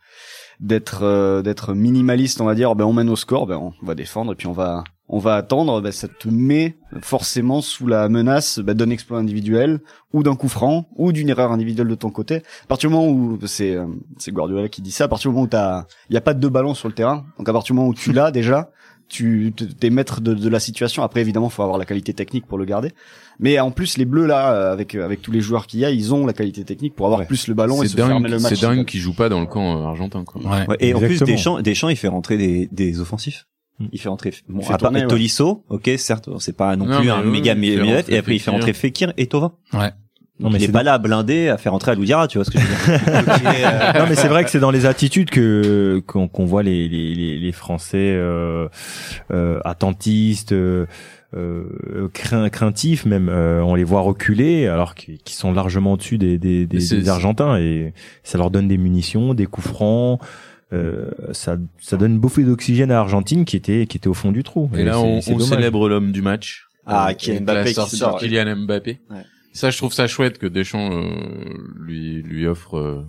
G: d'être euh, d'être minimaliste, on va dire, ben on mène au score, ben on va défendre et puis on va on va attendre, ben ça te met forcément sous la menace ben, d'un exploit individuel ou d'un coup franc ou d'une erreur individuelle de ton côté. À partir du moment où c'est euh, c'est Guardiola qui dit ça, à partir du moment où t'as il y a pas de deux ballons sur le terrain, donc à partir du moment où tu l'as (laughs) déjà, tu t'es maître de, de la situation. Après évidemment, faut avoir la qualité technique pour le garder. Mais en plus, les Bleus là, euh, avec euh, avec tous les joueurs qu'il y a, ils ont la qualité technique pour avoir
F: Ouais.
G: plus le ballon et se
A: C'est dingue,
G: fermer le match.
A: c'est dingue qu'il joue pas dans le camp euh, argentin, quoi.
D: Ouais.
F: Ouais, et en plus,
H: Exactement.
F: Deschamps, Deschamps, il fait rentrer des, des offensifs.
H: Mm.
F: Il fait rentrer bon,
G: Il fait
F: à part
G: tourner, ouais.
F: Tolisso, ok, certes, c'est pas non
A: Non,
F: plus
A: mais
F: un
A: oui,
F: méga
A: il fait
F: milieu
A: rentrer
F: et après il fait
A: Fekir.
F: rentrer Fekir et Tova.
D: Ouais.
F: Non, mais il
H: c'est
F: est pas là à blinder, à faire rentrer à Loudiara, tu vois ce que je veux dire. euh,
H: non mais c'est vrai que c'est dans les attitudes que qu'on qu'on voit les les les, les Français euh, euh, attentistes. Euh, euh, craint- craintifs même euh, on les voit reculer alors qu'ils qu'ils sont largement au-dessus des des, des,
A: Mais c'est-
H: des Argentins et ça leur donne des munitions des coups francs euh, ça ça donne une bouffée d'oxygène à Argentine qui était qui était au fond du trou
A: Et là,
H: c'est-
A: on,
H: c'est
A: on
H: dommage.
A: célèbre l'homme du match.
F: Ah,
A: Euh,
F: Kylian
A: avec
F: Mbappé
A: la
F: qui
A: sortie de
F: sort.
A: Kylian Mbappé.
F: Ouais.
A: Ça, je trouve ça chouette que Deschamps euh, lui lui offre. euh,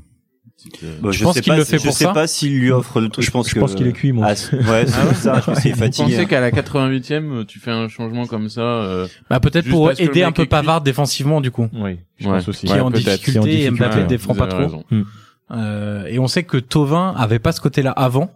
F: Bon,
D: Je pense
F: sais
D: qu'il
F: pas
D: le
F: si-
D: fait
F: Bah, je
D: pour
F: sais
D: ça.
F: pas s'il lui offre le truc. Je pense
H: je
F: que-
H: pense qu'il est cuit moi
F: Ah, c- ouais, c'est ça. Je pense qu'il est
A: Vous pensez
E: hein.
F: fatigué.
A: qu'à la
E: euh,
A: 88e, tu fais un changement comme ça euh,
D: Bah peut-être
A: Juste
D: pour
A: parce que le
D: aider un
A: mec
D: peu
A: est cuit.
D: Pavard défensivement du coup,
H: oui je
A: Ouais.
H: pense aussi
D: qui est en
A: peut-être.
D: difficulté,
H: Qui est en
D: et
H: difficulté,
D: Mbappé
H: ouais.
D: défend
A: vous
D: pas
A: avez
D: trop.
A: raison.
D: Euh, et on sait que Tovin avait pas ce côté-là avant,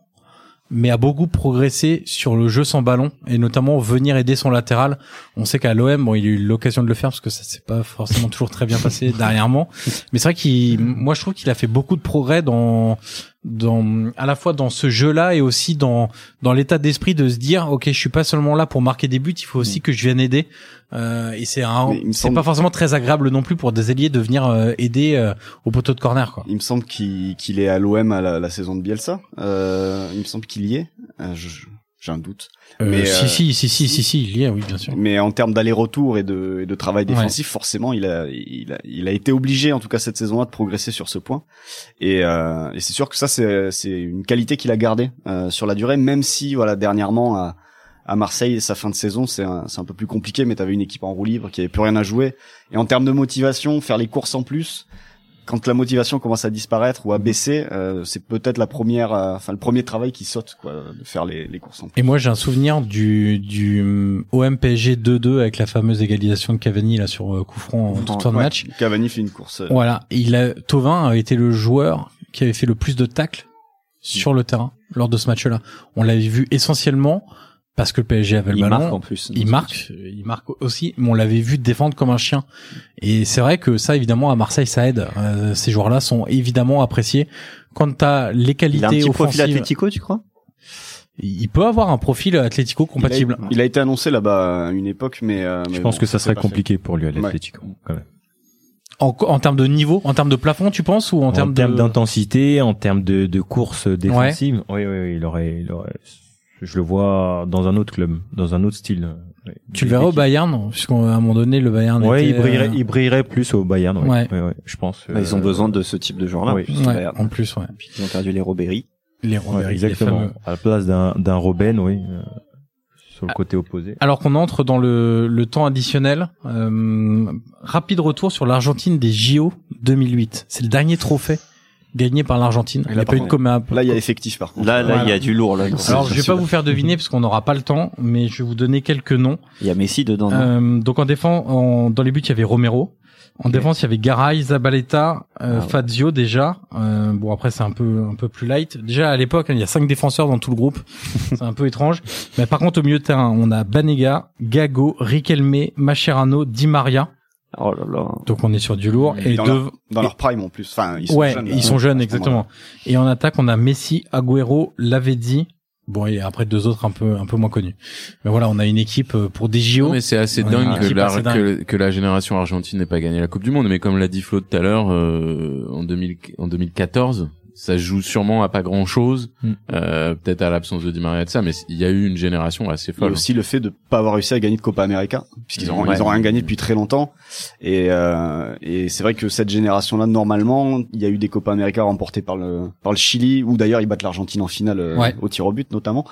D: mais a beaucoup progressé sur le jeu sans ballon et notamment venir aider son latéral. On sait qu'à l'OM, bon, il a eu l'occasion de le faire parce que ça s'est pas forcément toujours très bien
G: (laughs)
D: passé dernièrement. Mais c'est vrai qu'il, moi, je trouve qu'il a fait beaucoup de progrès dans, dans, à la fois dans ce jeu-là et aussi dans, dans l'état d'esprit de se dire, ok, je suis pas seulement là pour marquer des buts, il faut aussi que je vienne aider. Euh, et c'est un,
G: Mm. Mais il me
D: c'est
G: semble-
D: pas forcément très agréable non plus pour des ailiers de venir euh, aider euh, au poteau de corner, quoi.
G: Il me semble qu'il qu'il est à l'OM à la, la saison de Bielsa. Euh, il me semble qu'il y est. Euh, je- J'ai un doute.
D: Euh,
G: Mais,
D: si,
G: euh,
D: si, si, si, si, si, il y a, oui, bien sûr.
G: Mais en termes d'aller-retour et de, et de travail
D: Ouais.
G: défensif, forcément, il a, il, a, il a été obligé, en tout cas cette saison-là, de progresser sur ce point. Et, euh, et c'est sûr que ça, c'est c'est une qualité qu'il a gardée euh, sur la durée, même si, voilà, dernièrement, à, à Marseille, sa fin de saison, c'est un, c'est un peu plus compliqué, mais t'avais une équipe en roue libre qui avait plus rien à jouer. Et en termes de motivation, faire les courses en plus, quand la motivation commence à disparaître ou à baisser, euh, c'est peut-être la première, euh, enfin le premier travail qui saute, quoi, de faire les, les courses. en plus.
D: Et moi, j'ai un souvenir du, du hum, OM-PSG 2-2 avec la fameuse égalisation de Cavani là sur euh, coup franc en toute fin de
G: Ouais.
D: match.
G: Cavani fait une course. euh,
D: Voilà, il a Tovin a été le joueur qui avait fait le plus de tacles sur le terrain lors de ce match-là. On l'avait vu essentiellement parce que le PSG avait le
F: Il
D: ballon.
F: marque en plus.
D: il marque, euh, il marque aussi, mais on l'avait vu défendre comme un chien. Et c'est vrai que ça, évidemment, à Marseille, ça aide. Euh, ces joueurs-là sont évidemment appréciés. Quant à les
J: Il a un
D: qualités
J: petit profil
D: offensives,
J: athlético, tu crois
D: il peut avoir un profil athlético compatible.
G: Il a, il a été annoncé là-bas à une époque, mais. euh,
H: Je
G: mais
H: pense
G: bon,
H: que ça
G: c'est
H: serait
G: pas
H: compliqué pour lui à
G: Ouais.
H: l'Atlético. quand même.
D: En, co- en termes de niveau, en termes de plafond, tu penses, ou en,
H: En
D: termes
H: termes
D: de...
H: d'intensité, en termes de, de course défensive, oui, oui, oui, il aurait, il aurait, je le vois dans un autre club, dans un autre style. Oui.
D: Tu le verras au Bayern, puisqu'à un moment donné, le Bayern
H: Ouais,
D: était,
H: il brillerait,
D: euh,
H: il brillerait plus au Bayern. oui.
D: Ouais.
H: Oui, oui, je pense. euh,
F: Bah, ils ont besoin de ce type de joueur-là.
H: oui.
F: puisque
D: ouais,
F: Bayern,
D: en plus, ouais.
F: Ils ont perdu les Robéry.
D: Les
H: Ouais,
D: Robert, les
H: exactement.
D: fameux.
H: À la place d'un, d'un Robben, oui, euh, sur le côté opposé.
D: Alors qu'on entre dans le, le temps additionnel, euh, rapide retour sur l'Argentine des JO 2008. C'est le dernier trophée gagné par l'Argentine. Il n'y a
G: par
D: pas eu de
G: contre,
D: commun.
G: Là, il y a effectif par contre.
F: Là, là, il y
D: Voilà.
F: a du lourd, là. dans ce-
D: Alors je vais pas vous faire
H: Mhm.
D: deviner parce qu'on n'aura pas le temps, mais je vais vous donner quelques noms.
F: Il y a Messi dedans. non
D: Euh, donc en défense, en- dans les buts, il y avait Romero. En défense, il y avait Garay, Zabaleta, euh,
F: Ah ouais.
D: Fazio déjà. Euh, bon après c'est un peu un peu plus light. Déjà à l'époque, hein, il y a cinq défenseurs dans tout le
F: (laughs)
D: groupe. c'est un peu étrange. Mais par contre au milieu de terrain, on a Banega, Gago, Riquelme, Mascherano, Di Maria.
F: Oh là là.
D: Donc on est sur du lourd et
G: Dans
D: de-
G: leur- Dans leur prime en plus. Enfin, ils sont
D: ouais,
G: jeunes. là.
D: ils sont jeunes
G: À ce
D: exactement. Et en attaque, on a Messi, Agüero, Lavezzi. Bon, et après deux autres un peu un peu moins connus. Mais voilà, on a une équipe euh, pour des JO.
E: Non, mais c'est assez
D: Ouais, Ah,
E: dingue,
D: un
E: que
D: type
E: la,
D: assez dingue.
E: Que, que la génération argentine n'ait pas gagné la Coupe du Monde. Mais comme l'a dit Flo tout à l'heure, euh, en, 2000 en 2014, ça se joue sûrement à pas grand chose.
D: Hmm.
H: Mm.
E: Euh, Peut-être à l'absence de Di Maria et de ça, mais il y a eu une génération assez
G: Il y a
E: folle.
G: aussi le fait de pas avoir réussi à gagner de Copa América, puisqu'ils ont,
E: Ouais.
G: ils ont rien gagné depuis très longtemps. Et, euh, et c'est vrai que cette génération-là, normalement, il y a eu des Copa América remportés par le, par le Chili, ou d'ailleurs ils battent l'Argentine en finale euh,
D: Ouais.
G: au tir au but notamment.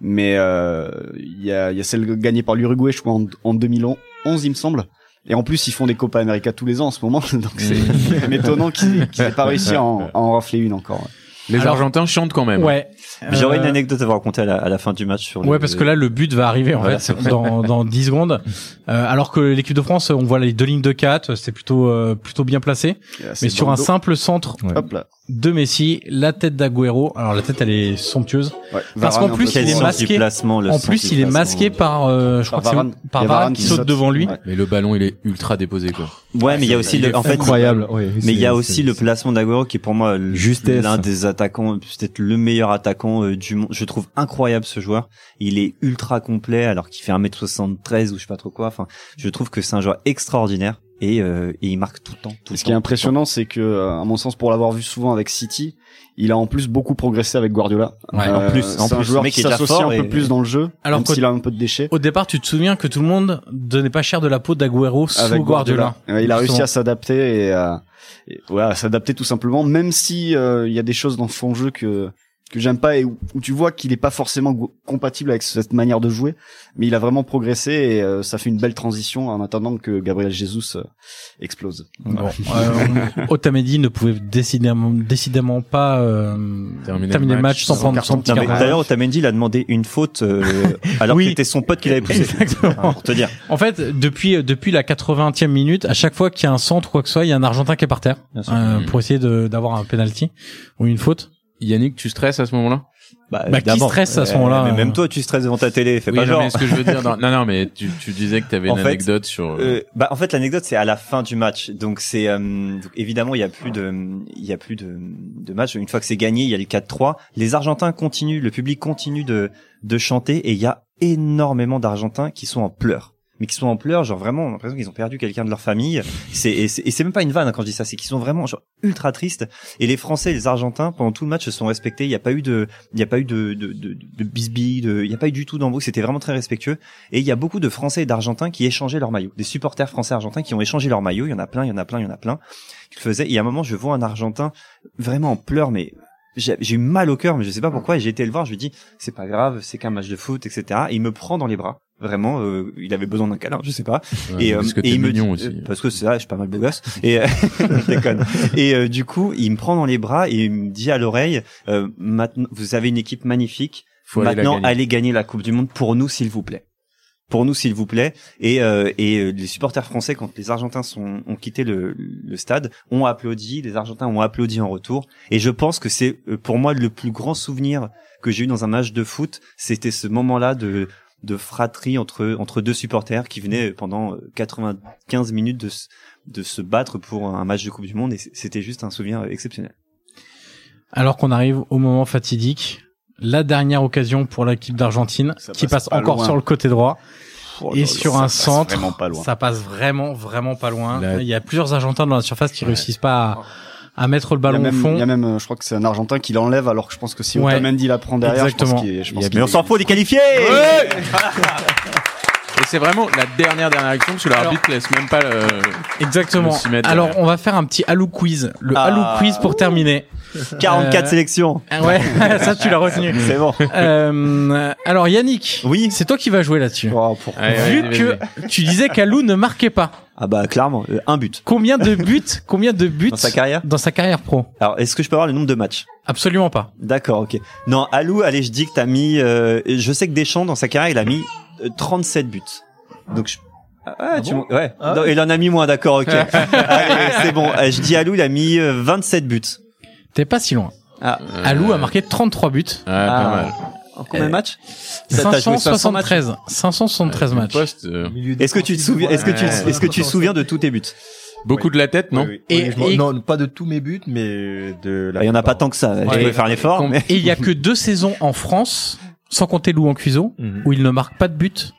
G: Mais euh, il y, a, il y a celle gagnée par l'Uruguay, je crois, en, en 2011, il me semble. Et en plus, ils font des Copa América tous les ans en ce moment, (laughs) donc c'est
D: Mm.
G: même étonnant qu'ils qu'ils aient pas réussi
D: (laughs)
G: à en, à en rafler une encore.
E: Les
D: Alors-
E: Argentins chantent quand même.
D: Ouais.
F: Mais J'aurais
D: Euh,
F: une anecdote à vous raconter à la, à la fin du match sur le-
D: Ouais, parce que là, le but va arriver en
F: Voilà,
D: fait dans, dans 10 secondes. Euh, alors que l'équipe de France, on voit les deux lignes de 4, c'est plutôt euh, plutôt bien placé. Mais sur un
G: simple
D: simple centtre
G: Hop là.
D: de Messi, la tête d'Aguero. Alors la tête, elle est somptueuse.
G: Ouais.
D: Parce
G: Varane
D: qu'en
G: un
D: plus,
G: peu
F: Quel
D: il est
G: trop
F: sens
G: hein. loin.
D: masqué.
F: du placement, le
D: en
F: sens
D: plus,
F: du
D: il est
F: placement.
D: masqué par, euh, je crois
G: Par
D: que c'est
G: Varane.
D: par
G: Il y a
D: Varane
G: Varane
D: qui
G: qui
D: saute
G: saute.
D: devant lui.
G: Ouais.
E: Mais le ballon, il est ultra déposé, quoi.
F: Ouais, mais il y a aussi le, en fait,
H: incroyable. oui,
F: Mais il y
H: c'est-
F: a aussi
H: c'est-
F: le placement d'Aguero qui est pour moi l-
H: Justesse.
F: l'un des attaquants, peut-être le meilleur attaquant euh, du monde. Je trouve incroyable ce joueur. Il est ultra complet alors qu'il fait 1m73 ou je sais pas trop quoi. Enfin, je trouve que c'est un joueur extraordinaire et, euh, et il marque tout le temps. Tout
G: Et
F: le
G: ce qui est
F: temps.
G: impressionnant, c'est que, euh, à mon sens, pour l'avoir vu souvent avec City, il a en plus beaucoup progressé avec Guardiola. Euh,
D: Ouais,
F: en plus, en
G: c'est un
F: plus,
G: joueur
F: le mec
G: qui
F: est déjà
G: s'associe
F: fort
G: un peu
F: et-
G: plus dans le jeu,
D: Alors
G: même
D: qu'au-
G: s'il a un peu de déchets.
D: Au départ, tu te souviens que tout le monde donnait pas cher de la peau d'Aguero sous
G: Avec
D: Guardiola.
G: Ouais, il a réussi
D: Justement.
G: à s'adapter et, à- et, ouais, à s'adapter tout simplement, même si euh, il y a des choses dans son jeu que que j'aime pas et où, où tu vois qu'il est pas forcément go- compatible avec cette manière de jouer, mais il a vraiment progressé et euh, ça fait une belle transition en attendant que Gabriel Jesus euh, explose.
D: Bon, euh, Otamendi ne pouvait décidément, décidément pas euh, terminer,
E: Terminer
D: le
E: le
D: match,
E: match
D: sans
E: sans
D: prendre son petit
F: Non, mais
D: carton.
F: D'ailleurs, Otamendi, il a demandé une faute
H: (laughs)
F: euh, alors
D: Oui.
F: que c'était son pote qui l'avait poussé.
D: Exactement.
F: Pour te dire.
D: En fait, depuis euh, depuis la 80e minute, à chaque fois qu'il y a un centre ou quoi que ce soit, il y a un Argentin qui est par terre
F: Bien sûr.
D: euh,
E: Mmh.
D: pour essayer de- d'avoir un penalty ou une faute.
E: Yannick, tu stresses à ce moment-là
D: Bah, qui
F: évidemment.
D: stresse à ce
F: Euh,
D: moment-là,
F: mais
D: euh.
F: Même toi, tu stresses devant ta télé. Fais
E: Oui,
F: pas
E: non,
F: genre.
E: mais ce que je veux dire, dans- non, non, mais tu, tu disais que t'avais
F: En
E: une
F: fait,
E: anecdote sur.
F: Euh, bah en fait l'anecdote c'est à la fin du match donc c'est euh, donc, évidemment il y a plus de il y a plus de, de match une fois que c'est gagné il y a le 4-3 les Argentins continuent le public continue de de chanter et il y a énormément d'Argentins qui sont en pleurs mais qui sont en pleurs genre vraiment on a l'impression qu'ils ont perdu quelqu'un de leur famille c'est et c'est et c'est même pas une vanne hein, quand je dis ça c'est qu'ils sont vraiment genre ultra tristes et les Français et les Argentins pendant tout le match se sont respectés il n'y a pas eu de il n'y a pas eu de de de, de bisbille de il n'y a pas eu du tout d'embrouille c'était vraiment très respectueux et il y a beaucoup de Français et d'Argentins qui échangeaient leurs maillots. Des supporters français argentins qui ont échangé leurs maillots. Il y en a plein, il y en a plein, il y en a plein. Qui le faisaient. Et à un moment, je vois un Argentin vraiment en pleurs, mais j'ai j'ai eu mal au cœur, mais je sais pas pourquoi. Et j'ai été le voir, je lui dis, c'est pas grave, c'est qu'un match de foot, etc. Et il me prend dans les bras. Vraiment, euh, il avait besoin d'un câlin, je sais pas. et, euh,
E: parce que
F: et
E: t'es
F: il me
E: mignon
F: dit-
E: aussi.
F: euh, parce que c'est vrai, je suis pas mal beau gosse. Et euh, (laughs) je déconne. Et euh, du coup, il me prend dans les bras et il me dit à l'oreille euh, "Maintenant, vous avez une équipe magnifique.
E: Faut aller la
F: Maintenant,
E: gagner.
F: allez gagner la Coupe du Monde pour nous, s'il vous plaît. Pour nous, s'il vous plaît." Et, euh, et euh, les supporters français, quand les Argentins sont, ont quitté le, le stade, ont applaudi. Les Argentins ont applaudi en retour. Et je pense que c'est euh, pour moi le plus grand souvenir que j'ai eu dans un match de foot. C'était ce moment-là de de fratrie entre entre deux supporters qui venaient pendant euh, 95 minutes de se- de se battre pour un match de Coupe du Monde et c- c'était juste un souvenir exceptionnel.
D: Alors qu'on arrive au moment fatidique, la dernière occasion pour l'équipe d'Argentine
G: Ça
D: qui
G: passe
D: passe,
G: pas
D: encore
G: loin.
D: sur le côté droit
G: Oh là
D: et
G: là,
D: sur
G: ça
D: un
G: passe
D: centre.
G: vraiment pas loin.
D: Ça passe vraiment vraiment pas loin.
H: La-
D: Il y a plusieurs Argentins dans la surface qui réussissent pas à, à mettre le
G: Il y a
D: ballon
G: même,
D: au fond.
G: il y a même, euh, je crois que c'est un Argentin qui l'enlève, alors que je pense que si
D: Ouais.
G: Otamendi la prend derrière, je
D: Exactement.
G: pense qu'il est- je pense qu'il
F: Mais on
G: est-
F: s'en fout des qualifiés.
E: Et c'est vraiment la dernière dernière action parce que l'arbitre laisse même pas le.
D: Exactement.
E: Je me suis mis à
D: Alors
E: derrière.
D: on va faire un petit Alou quiz, le
F: Ah.
D: Alou quiz pour terminer.
F: 44
D: Euh,
F: sélections.
D: Ah Ouais, (laughs) ça tu l'as
F: (laughs)
D: retenu.
F: C'est bon.
D: Euh, alors Yannick,
F: Oui.
D: c'est toi qui vas jouer là-dessus.
F: Oh, pour-
D: Vu que tu disais qu'Alou ne marquait pas,
F: Ah bah clairement, euh, un but
D: combien de buts, combien de buts
F: dans sa carrière.
D: dans sa carrière pro
F: Alors, est-ce que je peux avoir le nombre de matchs
D: Absolument pas.
F: D'accord, ok. Non, Alou, allez, je dis que t'as mis. euh, je sais que Deschamps dans sa carrière, il a mis euh, 37 buts. Donc je. Ah, tu
H: bon
F: m'en- ouais.
H: Ah
F: Non, il en a mis moins, d'accord, (laughs) ok. Allez, c'est bon. Euh, Je dis Alou, il a mis euh, 27 buts.
D: T'es pas si loin.
E: Euh,
D: Alou a marqué 33 buts,
E: Ah, pas
F: Ah.
E: mal.
F: En combien de matchs Ça, t'as joué 500 matchs
D: 573, 573 matchs.
E: Poste, euh,
F: Est-ce que tu te souviens Est-ce que tu Est-ce que tu te souviens de tous tes buts
E: beaucoup de la tête, non
D: Et-
H: Et,
D: et-
H: non, pas de tous mes buts, mais de. La
F: Bah, Il y en a pas
H: plupart.
F: tant que ça. Je
D: Ouais.
F: vais faire l'effort. Mais...
D: Et il y a que deux saisons en France, sans compter Lou en cuiseau,
H: Mhm.
D: où il ne marque pas de but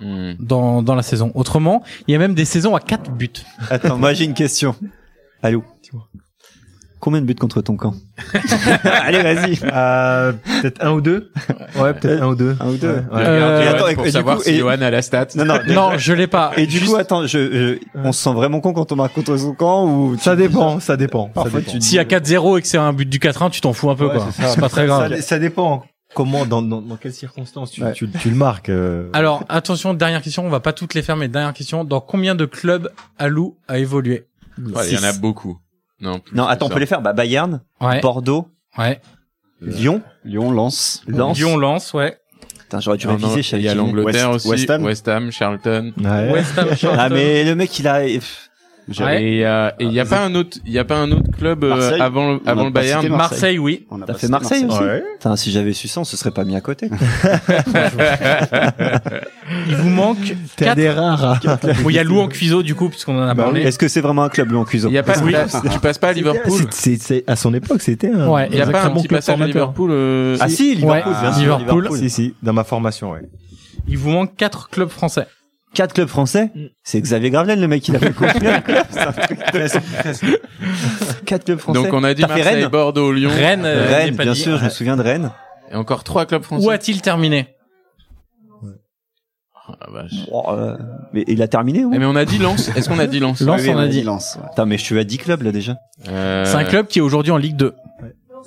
E: Hmm.
D: dans, dans la saison. Autrement, il y a même des saisons à 4 buts.
F: Attends, moi j'ai une question. Alou. Combien de buts contre
E: (laughs)
F: ton camp Allez, vas-y.
H: Euh, peut-être un ou deux. (laughs) Ouais, peut-être un ou deux.
F: Un ou deux.
H: Ouais.
D: Euh,
F: Et attends, et-
E: pour
F: et du
E: savoir
F: coup,
E: si
F: et-
E: Johan a la stat.
F: Non, non,
D: Non, je l'ai pas.
F: Et du coup, attends, je, je- on se sent vraiment con quand on marque contre son camp ou
H: Ça dépend, ça dépend. ça
F: Parfois,
H: dépend.
F: tu dis-
D: S'il y a 4-0 et que c'est un but du 4-1, tu t'en fous un peu,
H: Ouais,
D: quoi.
H: c'est ça.
D: C'est pas très grave.
H: Ça, ça dépend comment, dans, dans, dans quelles circonstances tu,
G: Ouais.
H: tu, tu le marques. euh.
D: Alors, attention, dernière question, on va pas toutes les faire, mais dernière question. Dans combien de clubs Alou a évolué?
E: Ouais, Il y en a beaucoup. Non. plus
F: Non,
E: que
F: attends, on
E: ça. Euh,
F: peut les faire. Bah, Bayern,
D: Ouais.
F: Bordeaux,
D: Ouais.
F: Lyon,
G: Lyon lance.
F: Lens.
D: Lyon lance, ouais.
F: Putain, j'aurais dû
E: Non, non,
F: réviser. je savais
E: Il y a
F: qui-
E: l'Angleterre
G: West-
E: aussi.
G: West Ham.
E: Charlton.
H: Ouais.
D: West Ham,
F: Ah,
E: (laughs)
D: Charlton.
F: mais le mec, il a. eh, pff,
G: J'avais-
E: Et il y a, et il y a pas un autre, il y a pas un autre club euh,
G: Marseille.
E: avant,
G: On
E: avant
G: a
E: le
G: pas
E: Bayern.
G: cité
D: Marseille, oui.
G: On a
E: Bah,
F: T'as
G: pas
F: fait
G: cité
F: Marseille aussi.
H: Ouais.
F: Putain, si j'avais su ça, on se serait pas mis à côté.
E: Ah,
D: Il vous manque
H: T'es un
D: quatre.
H: des rares.
D: Bon, il y a Lou en cuiseau, du coup, puisqu'on en a
H: Bah
D: parlé.
F: Est-ce que c'est vraiment un club, Lyon Cuiseau
E: Il y a pas,
D: Ah Oui.
E: tu passes pas à Liverpool.
H: C'est- c'est- c'est- à son époque, c'était un.
D: Ouais,
E: Il y a pas un
D: Exactement,
E: petit
D: club
E: passage à
D: formateur.
E: Liverpool. euh,
F: Ah si, Liverpool,
D: Ouais,
F: bien sûr.
D: Liverpool.
H: Si, si, dans ma formation, ouais.
D: Il vous manque quatre clubs français.
F: Quatre clubs français. C'est Xavier Gravelin, le mec, il a fait combien de clubs C'est un truc de- Quatre clubs français.
E: Donc on a dit
F: T'as fait
E: Marseille,
F: Rennes
E: Bordeaux, Lyon.
D: Rennes, euh, il est
F: Rennes,
D: pas
F: bien
D: dit.
F: sûr, je me souviens de Rennes.
E: Et encore trois clubs français.
D: Où a-t-il terminé?
E: Ah, vache.
F: Oh, euh, Mais il a terminé,
E: Eh,
F: ouais.
E: mais on a dit Lens. Est-ce qu'on a dit Lens
D: Lens,
G: Oui, oui,
D: on a dit.
G: Lens. ouais.
F: Putain, mais je suis à 10 clubs là déjà.
E: Euh,
D: C'est un club qui est aujourd'hui en Ligue 2.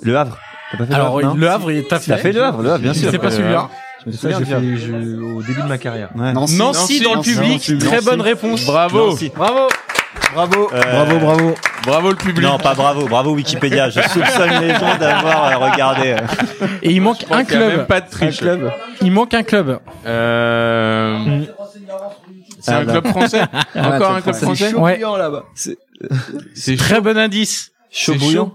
F: Le Havre. T'as pas fait
D: Alors,
F: le Havre, non
D: Le Havre, il t'a
F: T'as fait le Havre, le Havre, bien sûr.
D: C'est pas
E: Euh,
D: celui-là.
F: Je me
H: Ça,
F: souviens
H: j'ai
F: du Havre.
H: fait je- au début de ma carrière.
F: Ouais.
G: Nancy,
D: Nancy dans le
G: Nancy,
D: public.
G: Nancy,
D: Très
G: Nancy.
D: bonne réponse.
E: Bravo.
F: Nancy.
D: Bravo.
H: Bravo,
F: Euh,
H: bravo, bravo.
E: Bravo le public.
F: Non, pas bravo, bravo Wikipédia. Je soupçonne les gens d'avoir euh, regardé. euh.
D: Et il manque
E: Je pense
D: un
E: qu'il y a même
D: club. Mm.
E: pas de triche.
D: Il manque un club.
E: Euh, C'est
F: Ah,
E: un
F: là.
E: club
D: (laughs)
E: français. Encore un club français.
D: Ouais.
F: euh,
E: C'est
D: Très bon indice.
F: Chaud
E: C'est
F: bouillant.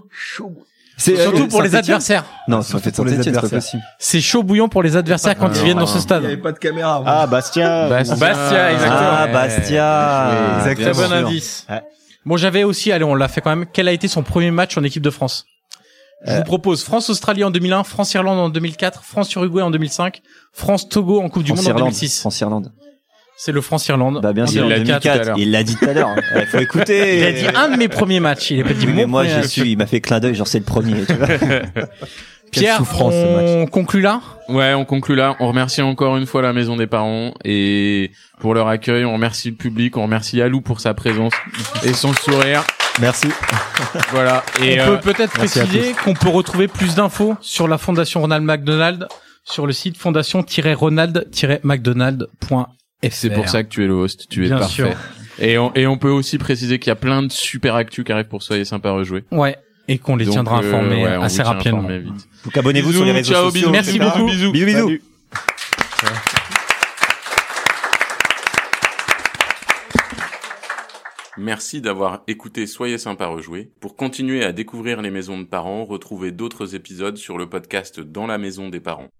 F: C'est euh,
D: Surtout pour les
F: Saint-Étienne
D: adversaires.
F: Non, ça fait
H: Pour les
F: Saint-Etienne, c'est pas
H: adversaires.
F: possible.
D: C'est chaud bouillant pour les adversaires quand ils viennent dans ce stade.
H: pas de caméra.
G: Ah, Bastia.
E: Bastia.
D: Ah, Bastia, exactement. Ah,
F: Ah, Bastia.
E: Oui,
D: Très
F: Exactement.
D: bon
F: Sûr.
D: indice.
H: Ouais.
D: Bon, j'avais aussi, allez, on l'a fait quand même. Quel a été son premier match en équipe de France Je
F: Euh.
D: vous propose France-Australie en 2001, France-Irlande en 2004, France-Uruguay en 2005, France-Togo en Coupe du Monde en
F: France-Irlande.
D: 2006.
F: France-Irlande.
D: C'est le France-Irlande.
F: Bah, bien
D: en
F: sûr, en
D: 2004.
F: 2004. Il l'a dit tout à l'heure. Il faut écouter.
D: Il a dit un de mes premiers matchs. Il est pas dit
F: Oui, mais
D: mon
F: moi,
D: premier
F: j'ai
D: match.
F: su, il m'a fait clin d'œil, genre c'est le premier. tu vois.
D: Pierre,
H: souffrance, ce match.
D: on conclut là
E: Ouais, on conclut là. On remercie encore une fois la Maison des Parents et pour leur accueil. On remercie le public. On remercie Alou pour sa présence et son sourire.
H: Merci.
E: Voilà. Et
D: on
E: euh,
D: peut peut-être
H: merci à
D: préciser qu'on peut retrouver plus d'infos sur la Fondation Ronald McDonald sur le site fondation-ronald-mcdonald.fr.
E: C'est pour ça que tu es le host, tu es
D: Bien
E: parfait.
D: sûr.
E: Et on, et on peut aussi préciser qu'il y a plein de super actus qui arrivent pour Soyez sympa à rejouer.
D: Ouais. Et qu'on les
E: Donc,
D: tiendra
E: euh,
D: informés
E: ouais, on
D: assez
E: vous tient
D: rapidement.
E: informés vite.
F: Donc abonnez-vous sur les
E: Bisous,
F: réseaux
E: ciao,
F: sociaux.
E: bisous,
D: Merci
F: etc.
D: beaucoup.
E: Bisous.
F: Bisous, bisous.
A: Merci d'avoir écouté Soyez sympa rejouer. Pour continuer à découvrir les maisons de parents, retrouvez d'autres épisodes sur le podcast Dans la maison des parents.